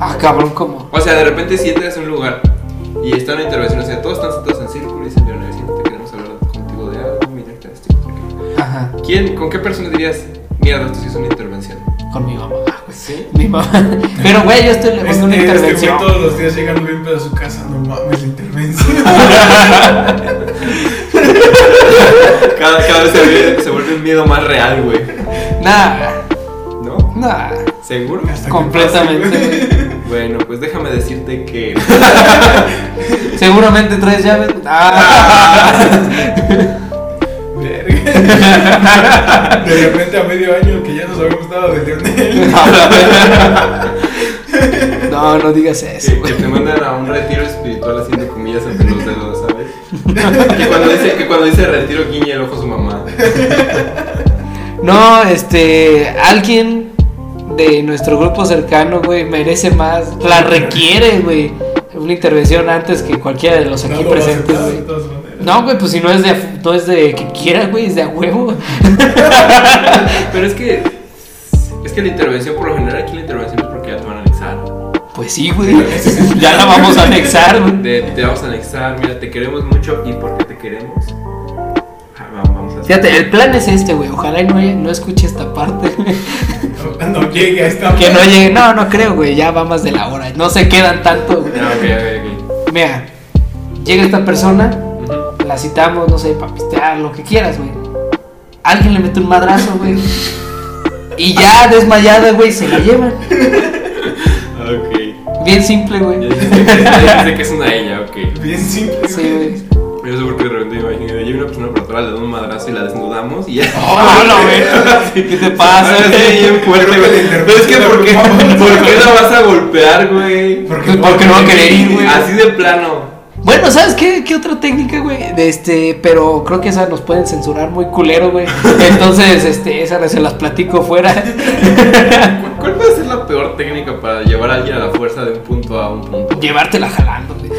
A: Ah, cabrón, ¿cómo?
C: O sea, de repente si entras a un lugar y está una intervención, o sea, todos están sentados en círculo y dicen, Leonel, siéntate, queremos hablar contigo de algo, mira, te esto y esto".
A: Ajá,
C: ¿Quién, con qué persona dirías, mierda, esto sí es una intervención?
A: con mi mamá.
C: Sí.
A: Mi mamá. Pero, güey, yo estoy le
B: Este,
A: pongo una
B: este güey
A: intervención.
B: todos los días llegando bien pedo a su casa, no mames, la intervención.
C: Cada, cada vez se vuelve, se vuelve un miedo más real, güey.
A: Nah,
C: ¿No?
A: nah.
C: ¿Seguro?
B: Hasta que
A: Completamente,
B: pase, güey.
C: Bueno, pues déjame decirte que...
A: Seguramente traes llaves. Ah.
B: Verga. De repente a medio año que ya nos habíamos dado de Leonel.
A: No, no digas eso,
C: Ah. Que, que
A: güey.
C: te mandan a un retiro espiritual haciendo comillas entre los dedos, ¿sabes? Que cuando dice, que cuando dice retiro guiña el ojo a su mamá.
A: No, este. Alguien de nuestro grupo cercano, güey, merece más. La requiere, güey. Una intervención antes que cualquiera de los
B: No
A: aquí
B: lo va a
A: presentes,
B: aceptar, de
A: güey.
B: todas maneras.
A: No, güey, pues si no es de, a- no es de que quiera, güey, es de a huevo.
C: Pero es que. Es que la intervención, por lo general, aquí la intervención es porque ya te van a anexar.
A: Pues sí, güey. Ya la vamos a anexar, güey.
C: De- te vamos a anexar, mira, te queremos mucho y porque te queremos. ah, va- Vamos a hacer-
A: Fíjate, el plan es este, güey. Ojalá y no, haya- no escuche esta parte.
B: No, no llegue a esta
A: Que no llegue. No, no creo, güey. Ya va más de la hora. No se quedan tanto, güey.
C: Ah, ok, ok,
A: Mira, llega esta persona,
C: ok. Ujú.
A: la citamos, no sé, para pistear, lo que quieras, güey. Alguien le mete un madrazo, güey. Y ya desmayada, güey, se la llevan.
C: Ok.
A: Bien simple,
C: Ya
A: güey.
C: dijiste que- ya dijiste que es una ella, ok.
B: Bien simple.
A: Sí, güey.
C: Yo sé por qué de repente me imagino. Llega una persona por atrás, le da un madrazo y la desnudamos y ya.
A: ¡Oh, no, güey! ¿Qué te pasa,
C: Ah, sí, bien
A: güey?
C: fuerte, güey.
B: Pero
C: Pero es que
B: la
C: ¿por qué,
B: rompamos.
C: ¿por qué la vas a golpear, güey?
A: Pues porque no va a querer ir, güey.
B: Ah,
C: Así de plano.
A: Bueno, ¿sabes qué, qué otra técnica, güey? De este, pero creo que esas nos pueden censurar muy culero, güey. Entonces, este, esas se las platico fuera.
C: ¿Cu- ¿Cuál puede ser la peor técnica para llevar a alguien a la fuerza de un punto a un punto?
A: Llevártela jalando, güey.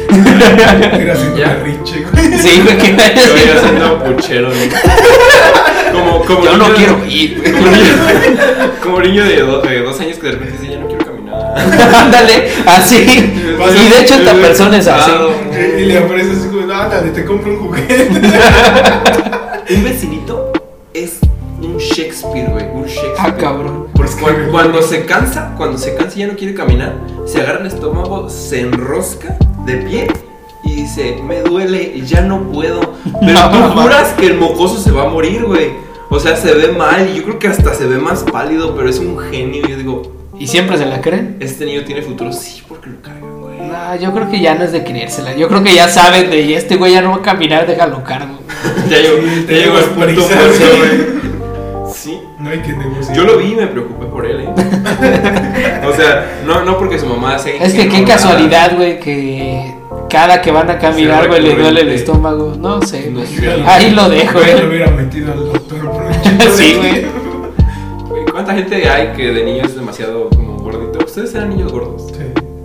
B: Era haciendo
C: Ya.
B: berrinche, güey.
A: Sí, güey, que
C: Yo voy haciendo puchero, güey. Como, como
A: Yo no
C: niño-
A: quiero ir, güey.
C: Como niño, como niño de, do- de dos años que de repente dice, ya no quiero caminar.
A: Ándale, así. Y de hecho esta persona es así.
C: Claro.
B: Y le aparece así como, "No, ándale, te compro un juguete.
C: Un vecinito es un Shakespeare, güey. Un Shakespeare.
A: Ah, cabrón.
C: Porque cuan- cuando, se cansa, cuando se cansa y ya no quiere caminar, se agarra el estómago, se enrosca de pie y dice, me duele, ya no puedo. Pero
A: No,
C: tú
A: no,
C: juras que el mocoso se va a morir, güey. O sea, se ve mal y yo creo que hasta se ve más pálido, pero es un genio. Y yo digo,
A: ¿Y siempre se la creen?
C: este niño tiene futuro, sí, porque lo cargan, güey.
A: No, yo creo que ya no es de creérsela. Yo creo que ya saben de, "Y este güey ya no va a caminar, déjalo cargo.
C: Ya llegó,
B: Sí,
C: ya
B: te
C: llegó al
B: llevas
C: punto
B: prisa,
C: muerto,
B: sí.
C: güey. Sí.
B: No hay que negociar.
C: Yo lo vi y me preocupé por él, ¿eh? O sea, no, no porque su mamá sea
A: Es que qué
C: ingenua,
A: casualidad, güey, que cada que van a caminar,
C: Se
A: güey, le duele el
C: recurrente.
A: estómago. No sé,
C: No
A: güey.
C: sé.
A: Ahí lo dejo,
B: Yo lo
A: güey.
B: hubiera metido al doctor por un chingo de-
A: Sí, güey.
C: Güey, ¿Cuánta gente hay que de niño es demasiado como gordito? Ustedes eran niños gordos,
B: Sí.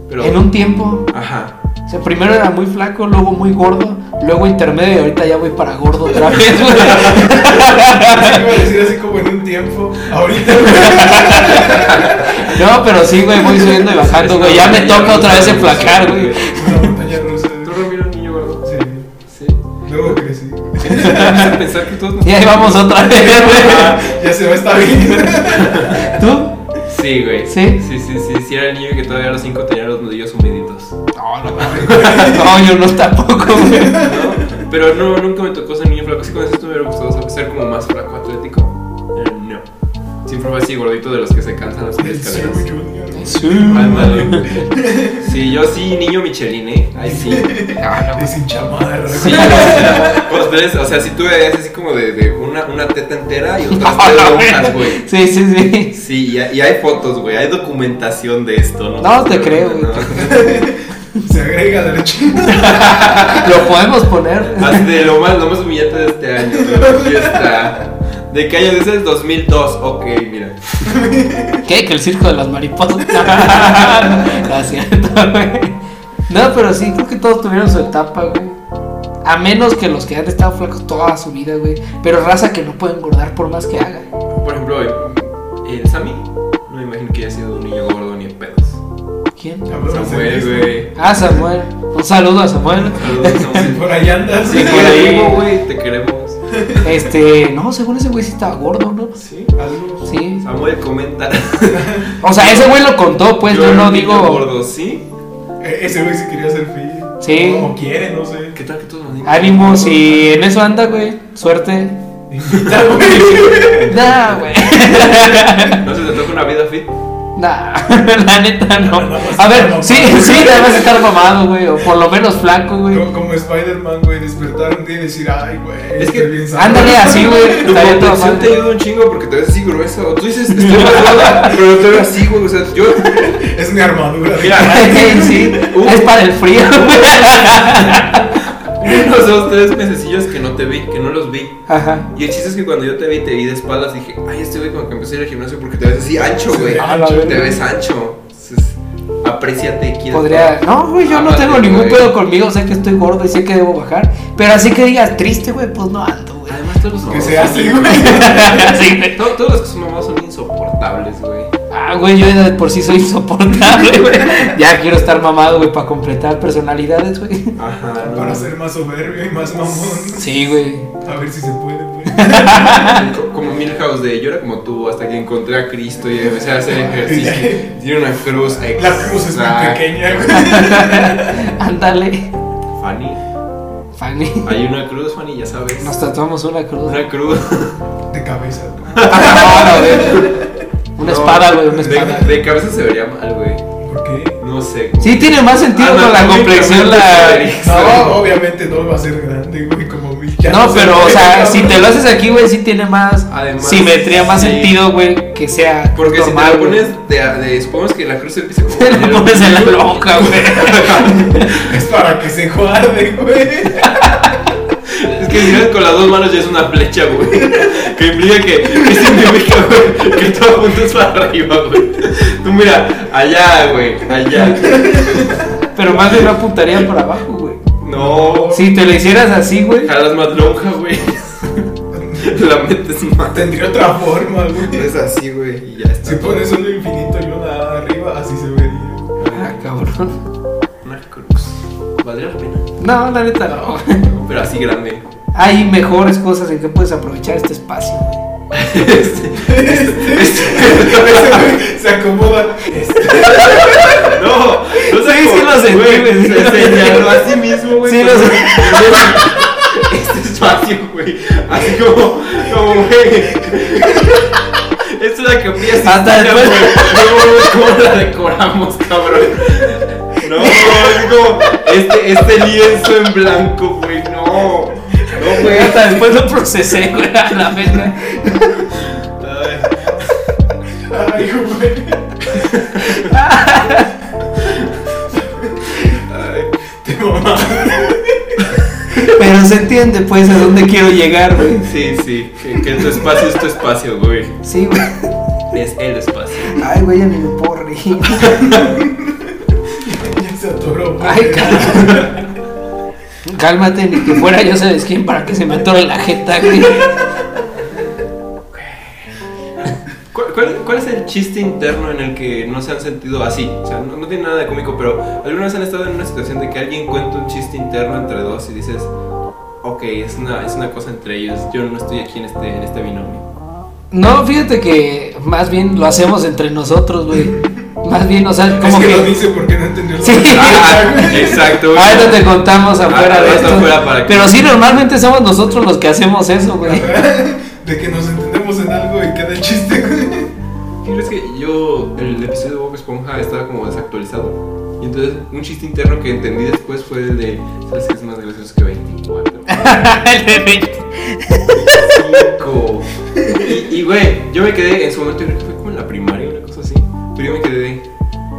C: pero...
A: En un tiempo.
C: Ajá.
A: O sea, primero era muy flaco, luego muy gordo, luego intermedio y ahorita ya voy para gordo otra vez, güey.
B: Pensé que iba a decir así como en un tiempo. Ahorita, güey.
A: No, pero sí, güey, voy subiendo y bajando, güey. Ya me toca otra vez enflacar, güey.
B: Una montaña rusa.
C: ¿Tú, Ramiro, un niño gordo?
B: Sí.
C: Sí.
B: Luego crecí.
C: Empieza a pensar que todos... nos-
A: Y ahí vamos otra vez,
C: Ah.
A: güey.
B: Ya se va esta vida.
A: ¿Tú?
C: Sí, güey.
A: ¿Sí?
C: Sí, sí, sí. Sí, era el niño que todavía a los cinco tenía los nudillos humiditos.
A: No, no mames. No, yo no tampoco, güey.
C: ¿no? Pero no, nunca me tocó ser niño flaco. Sí, cuando esto me hubiera gustado ser como más flaco atlético. Eh, no. Siempre fue así gordito de los que se cansan las
B: El Sue
C: escaleras.
B: Junior, güey.
A: Sí.
C: Ándale. Sí, yo sí, niño Michelin, ¿eh? Ay, sí.
B: Y sin chamarra.
C: Ah, Sí, o sea, ustedes, o sea, si tú ves así como de, de una, una teta entera y otras tres lonjas, güey.
A: Sí, sí, sí.
C: Sí, y, hay- y hay fotos, güey, hay documentación de esto, ¿no?
A: No, te creo, güey.
B: Se agrega de la chingada.
A: Lo podemos poner.
C: Así de lo más, lo más humillante de este año, güey, aquí está. ¿De qué año dices? 2002, ok, mira.
A: ¿Qué? Que el circo de las mariposas. No, no es cierto, güey. No, pero sí, creo que todos tuvieron su etapa, güey. A menos que los que han estado flacos toda su vida, güey. Pero raza que no puede engordar por más que haga.
C: Por ejemplo, el Sammy, no me imagino que haya sido un niño gordo ni en pedos.
A: ¿Quién?
B: Hablamos de
C: Samuel,
B: eso.
C: güey.
A: Ah, Samuel. Un saludo a Samuel.
C: Saludos,
B: Si
C: Samuel.
B: por ahí andas.
C: Sí, por ahí, güey, te queremos.
A: Este, no, según ese güey sí estaba gordo, ¿no?
C: Sí.
B: Algo.
A: Sí.
C: Samuel comenta.
A: O sea, ese güey lo contó, pues yo
C: era
A: no
C: un niño
A: digo.
C: gordo, sí.
B: E- Ese güey se quería hacer fit.
A: Sí.
B: O quiere, no sé.
C: ¿Qué tal que todos los niños?
A: Ánimo, si en eso anda, güey. Suerte.
B: Invita, güey.
A: Nah, güey.
C: No se te toca una vida fit.
A: Nah, la neta no.
B: Nada más
A: A ver,
B: estar
A: sí,
B: mamado.
A: sí, debes estar mamado, güey. O por lo menos flaco, güey.
B: Como, como Spider-Man, güey, despertar un día y decir, ay, güey,
C: Es que-
B: estoy bien sano".
A: Ándale así, güey.
C: Tu
A: Estaría todo
C: complexión te
A: mal.
C: ayuda un chingo porque te ves así grueso. Tú dices, estoy más gordo, pero estoy así, güey. O sea, yo.
B: Es mi armadura. güey.
C: Mira.
A: Sí, es para el frío, güey.
C: Unos dos, tres mesecillos que no te vi, que no los vi.
A: Ajá.
C: Y el chiste es que cuando yo te vi, te vi de espaldas, dije, ay, este güey como que empecé a ir al gimnasio porque te ves así ancho, güey.
B: Sí,
A: a Ah, la verga.
C: Te ves ancho. Entonces, apréciate, quiero.
A: Podría. No, güey, yo no
C: Ámate,
A: tengo ningún
C: güey.
A: pedo conmigo. Sé que estoy gordo y sé que debo bajar. Pero así que digas triste, güey, pues no ando, güey.
C: Además, todos los
B: Que
C: mamados
B: sea
C: son-
B: así, güey.
A: Sí, güey.
C: to- Todos los que son mamados son insoportables, güey.
A: Ah, güey, yo de por sí soy insoportable, güey. Ya quiero estar mamado, güey, para completar personalidades, güey.
C: Ajá. no.
B: Para ser más soberbio y más mamón.
A: Sí, güey.
B: A ver si se puede, güey.
C: Co- Como Milhouse de yo era como tú hasta que encontré a Cristo y empecé a hacer ejercicio. Tiene una cruz.
B: La cruz es muy
C: exacta.
B: pequeña, güey.
A: Ándale.
C: Fanny,
A: Fanny.
C: hay una cruz, Fanny, ya sabes.
A: Nos tatuamos una cruz.
C: Una cruz.
B: De cabeza, güey.
A: Ah, güey. Una espada, güey, una
C: De-
A: espada.
C: De, cabeza se vería mal, güey.
B: ¿Por qué?
C: No sé. Ah,
A: Sí, tiene más sentido con la complexión la.
B: No, obviamente no va a ser grande, güey, como mil ya
A: No,
B: sé,
A: pero, o
B: güey,
A: sea,
B: cabrón.
A: si te lo haces aquí, güey, sí tiene más
C: Además,
A: simetría, más
C: sí.
A: sentido, güey, que sea
C: Porque
A: normal,
C: si te lo
A: güey.
C: pones de, de- supongamos que la cruz empieza como.
A: Te lo pones en la loca, güey.
B: Es para que se guarde, güey.
C: Es que si ves con las dos manos ya es una flecha, güey. Que implica que, que significa, güey, que todo punto es para arriba, güey. Tú mira, allá, güey, allá.
A: Pero más de una puntaría para abajo, güey.
C: No.
A: Si te lo hicieras así, güey.
C: Jalas más lonja, güey. La metes más.
B: Tendría otra forma, güey.
C: Es así, güey, y ya está.
B: Si pones uno infinito y una arriba, así se vería.
A: Ah, cabrón.
C: Una cruz. Valdría la pena.
A: No, la neta no.
C: Pero así grande.
A: Hay mejores cosas en que puedes aprovechar este espacio, güey.
C: Este,
B: Ese güey se acomoda.
C: No, no sé
A: Sí, sí
C: cómo-
A: lo sentí, güey, sí
C: Se
A: lo sentí.
C: señaló a sí mismo, güey.
A: Sí lo
C: con-
A: sentí.
C: Este espacio, güey. Así como, como, güey. Esta es la que
A: Hasta después.
C: güey. No, güey, ¿Cómo la decoramos, cabrón? No, es como este, este lienzo en blanco, güey, no. No, güey.
A: Hasta después lo procesé, güey, a la verga.
C: Ay,
B: Ay, güey.
C: ay, te mamaste.
A: Pero se entiende, pues, a dónde quiero llegar, güey.
C: Sí, sí, que, que tu espacio es tu espacio, güey.
A: Sí, güey.
C: Es el espacio.
A: Ay, güey, ya ni me puedo reír.
B: Ya se atoró. güey.
A: Ay, cálmate. Cálmate, ni que fuera yo sabes quién para que se me atore la jeta, güey.
C: ¿Cuál, cuál, cuál es el chiste interno en el que no se han sentido así? O sea, no, no tiene nada de cómico, pero ¿alguna vez han estado en una situación de que alguien cuenta un chiste interno entre dos y dices, ok, es una, es una cosa entre ellos, yo no estoy aquí en este, en este binomio?
A: No, fíjate que más bien lo hacemos entre nosotros, güey. Más bien, o sea,
B: Es
A: como
B: que, lo
A: que.
B: dice porque no entendió la
A: Sí.
C: Ah, exacto. güey.
A: Ahorita te contamos afuera
C: Ah,
A: de
C: ahorita
A: esto.
C: afuera para que-
A: Pero sí, normalmente somos nosotros los que hacemos eso, güey.
B: De que nos entendemos en algo y queda el chiste, güey.
C: ¿Crees que yo, el episodio de Bob Esponja estaba como desactualizado? Y entonces un chiste interno que entendí después fue el de, ¿sabes qué es más gracioso que 24? Cinco. Y, y, güey, yo me quedé en su momento, creo que fue como en la primaria, una cosa así. Pero yo me quedé de,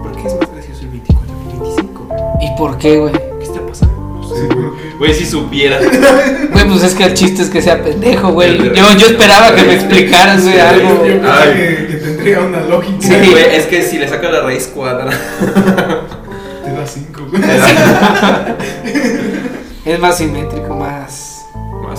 C: ¿por qué es más gracioso el 24 que el 25?
A: ¿Y por qué, güey?
C: ¿Qué está pasando? No sé,
B: Sí,
C: güey.
B: güey.
C: Güey, si supieras.
A: Güey, pues es que el chiste es que sea pendejo, güey. Yo, yo esperaba que me explicaras, güey, algo.
B: Yo
A: güey.
B: pensé
C: Ay.
B: que, que tendría una lógica.
A: Sí.
C: Güey, es que si le saca la raíz cuadrada.
B: Te da cinco, güey.
C: te da
A: Es más simétrico, más.
C: más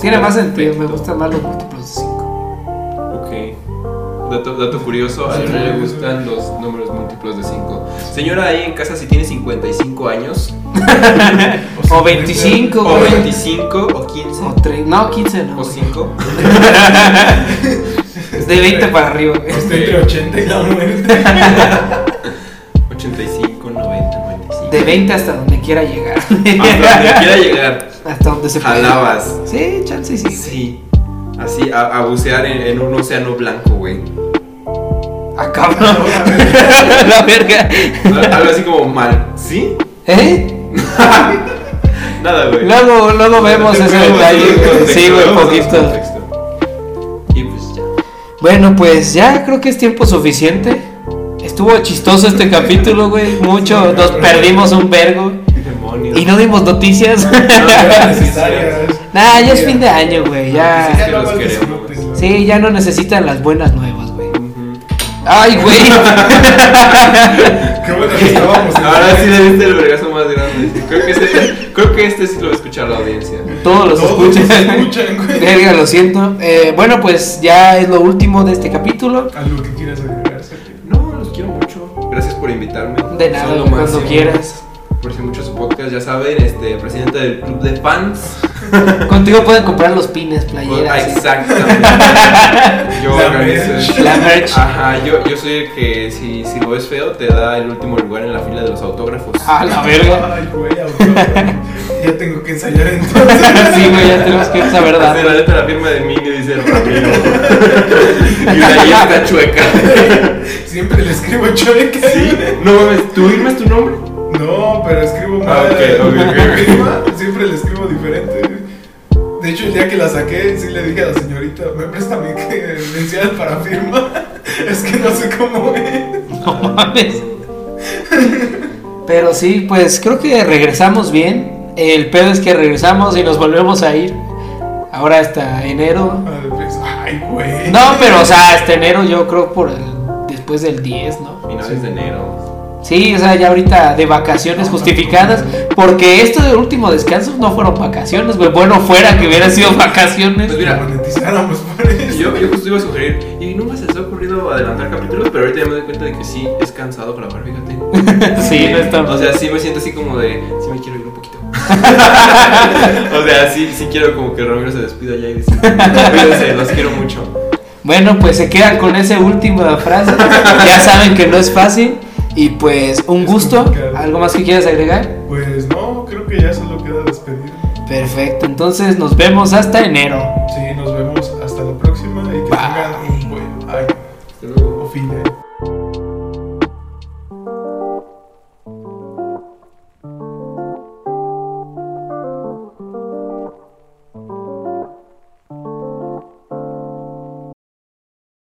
A: Tiene más sentido, me
C: perfecto.
A: gustan más los múltiplos de 5.
C: Ok. Dato, dato curioso, a
B: Sí,
C: Adriana le
B: güey.
C: gustan los números múltiplos de 5. Señora ahí en casa, si tiene 55 años,
A: O 25,
C: o
A: güey.
C: 25, o 15,
A: O tres- no, 15 no.
C: o
A: güey.
C: 5.
A: Es de 20 para arriba, güey.
B: Está entre 80 y la muerte.
C: 85, 90, 95.
A: De 20 hasta donde quiera llegar.
C: Hasta donde quiera llegar.
A: Hasta donde se pueda.
C: Jalabas.
A: Sí, chance sí.
C: Sí. Así, a, a bucear en, en un océano blanco, güey.
A: Ah, cabrón. La verga.
C: Al- Algo así como mal. ¿Sí?
A: ¿Eh?
C: Nada, güey.
A: Luego, luego vemos ese
C: Vemos
A: detalle.
C: el
A: güey.
C: contexto,
A: Sí, güey,
C: vemos el
A: poquito.
C: contexto. Y pues ya.
A: Bueno, pues ya creo que es tiempo suficiente. Estuvo chistoso este capítulo, güey. Mucho, nos perdimos un vergo.
C: Demonios.
A: Y no dimos noticias.
C: No,
B: Era
C: ya
B: necesaria,
C: necesario.
B: güey.
A: Nah, Ah, ya es fin de año, güey.
B: Sí,
A: Ya.
B: ya lo
C: los
B: hago
C: queremos.
B: disfrutes, güey.
A: Sí, ya no necesitan las buenas nuevas, güey.
C: Ujú.
A: Ay, güey.
B: Qué bueno que estábamos. en-
C: Ahora sí le diste el vergazo más grande. sí. Creo que, este, creo que este sí lo va a escuchar la audiencia.
A: Todos los
B: Todos
A: escuchan.
B: escuchan, güey.
A: Verga, lo siento. Eh, bueno, pues ya es lo último de este capítulo.
B: Algo que quieras agregar, Sergio.
C: No, los quiero mucho. Gracias por invitarme.
A: De
C: Son
A: nada,
C: lo
A: güey, cuando
C: máximo.
A: quieras.
C: Por si muchos podcasts ya saben, este, presidente del club de fans.
A: Contigo pueden comprar los pines, playeras.
C: Ah,
A: sí.
C: Exactamente. Yo
B: La
C: organizo
B: merch.
C: eso.
A: La merch.
C: Ajá, yo, yo soy el que si, si lo ves feo te da el último lugar en la fila de los autógrafos.
A: A la verga.
B: Ay, güey, autógrafo. Ya tengo que ensayar entonces.
A: Sí, güey, ya tenemos que saber
C: Hace
A: dar.
C: la letra la firma de mí y dice Ramiro. y una ahí está chueca.
B: Siempre le escribo chueca.
C: ¿Sí? No mames, ¿tú firmas tu nombre?
B: No, pero escribo mal.
C: Ah, ok, ok, ok.
B: Prima, Siempre le escribo diferente. De hecho, el día que la saqué, sí le dije a la señorita, me presta mi credencial para firma. Es que no sé cómo es.
A: No mames. Pero sí, pues creo que regresamos bien. El pedo es que regresamos y nos volvemos a ir. Ahora hasta enero.
B: Ah, pues, Ay, güey.
A: No,
C: Eh,
A: pero o sea, hasta enero yo creo por el, después del 10, ¿no?
C: Finales de enero.
A: Sí, o sea, ya ahorita de vacaciones justificadas, porque esto de último descanso no fueron vacaciones, güey. Bueno, fuera que hubiera sido
C: Pues
A: vacaciones.
B: Mira,
C: mira,
B: monetizáramos por eso.
C: yo, yo justo iba a sugerir, y nunca se les ha ocurrido adelantar capítulos, pero ahorita ya me doy cuenta de que sí es cansado grabar, fíjate.
A: Sí, no
C: O
A: estamos.
C: sea, sí me siento así como de, sí me quiero ir un poquito. o sea, sí, sí quiero como que Ramiro se despida ya y dice, cuídense, los quiero mucho.
A: Bueno, pues se quedan con esa última frase. Ya saben que no es fácil. Y pues un
B: Es
A: gusto.
B: complicado.
A: ¿Algo más que quieras agregar?
B: Pues no, creo que ya solo queda despedir.
A: Perfecto, entonces nos vemos hasta enero.
B: Sí, nos vemos.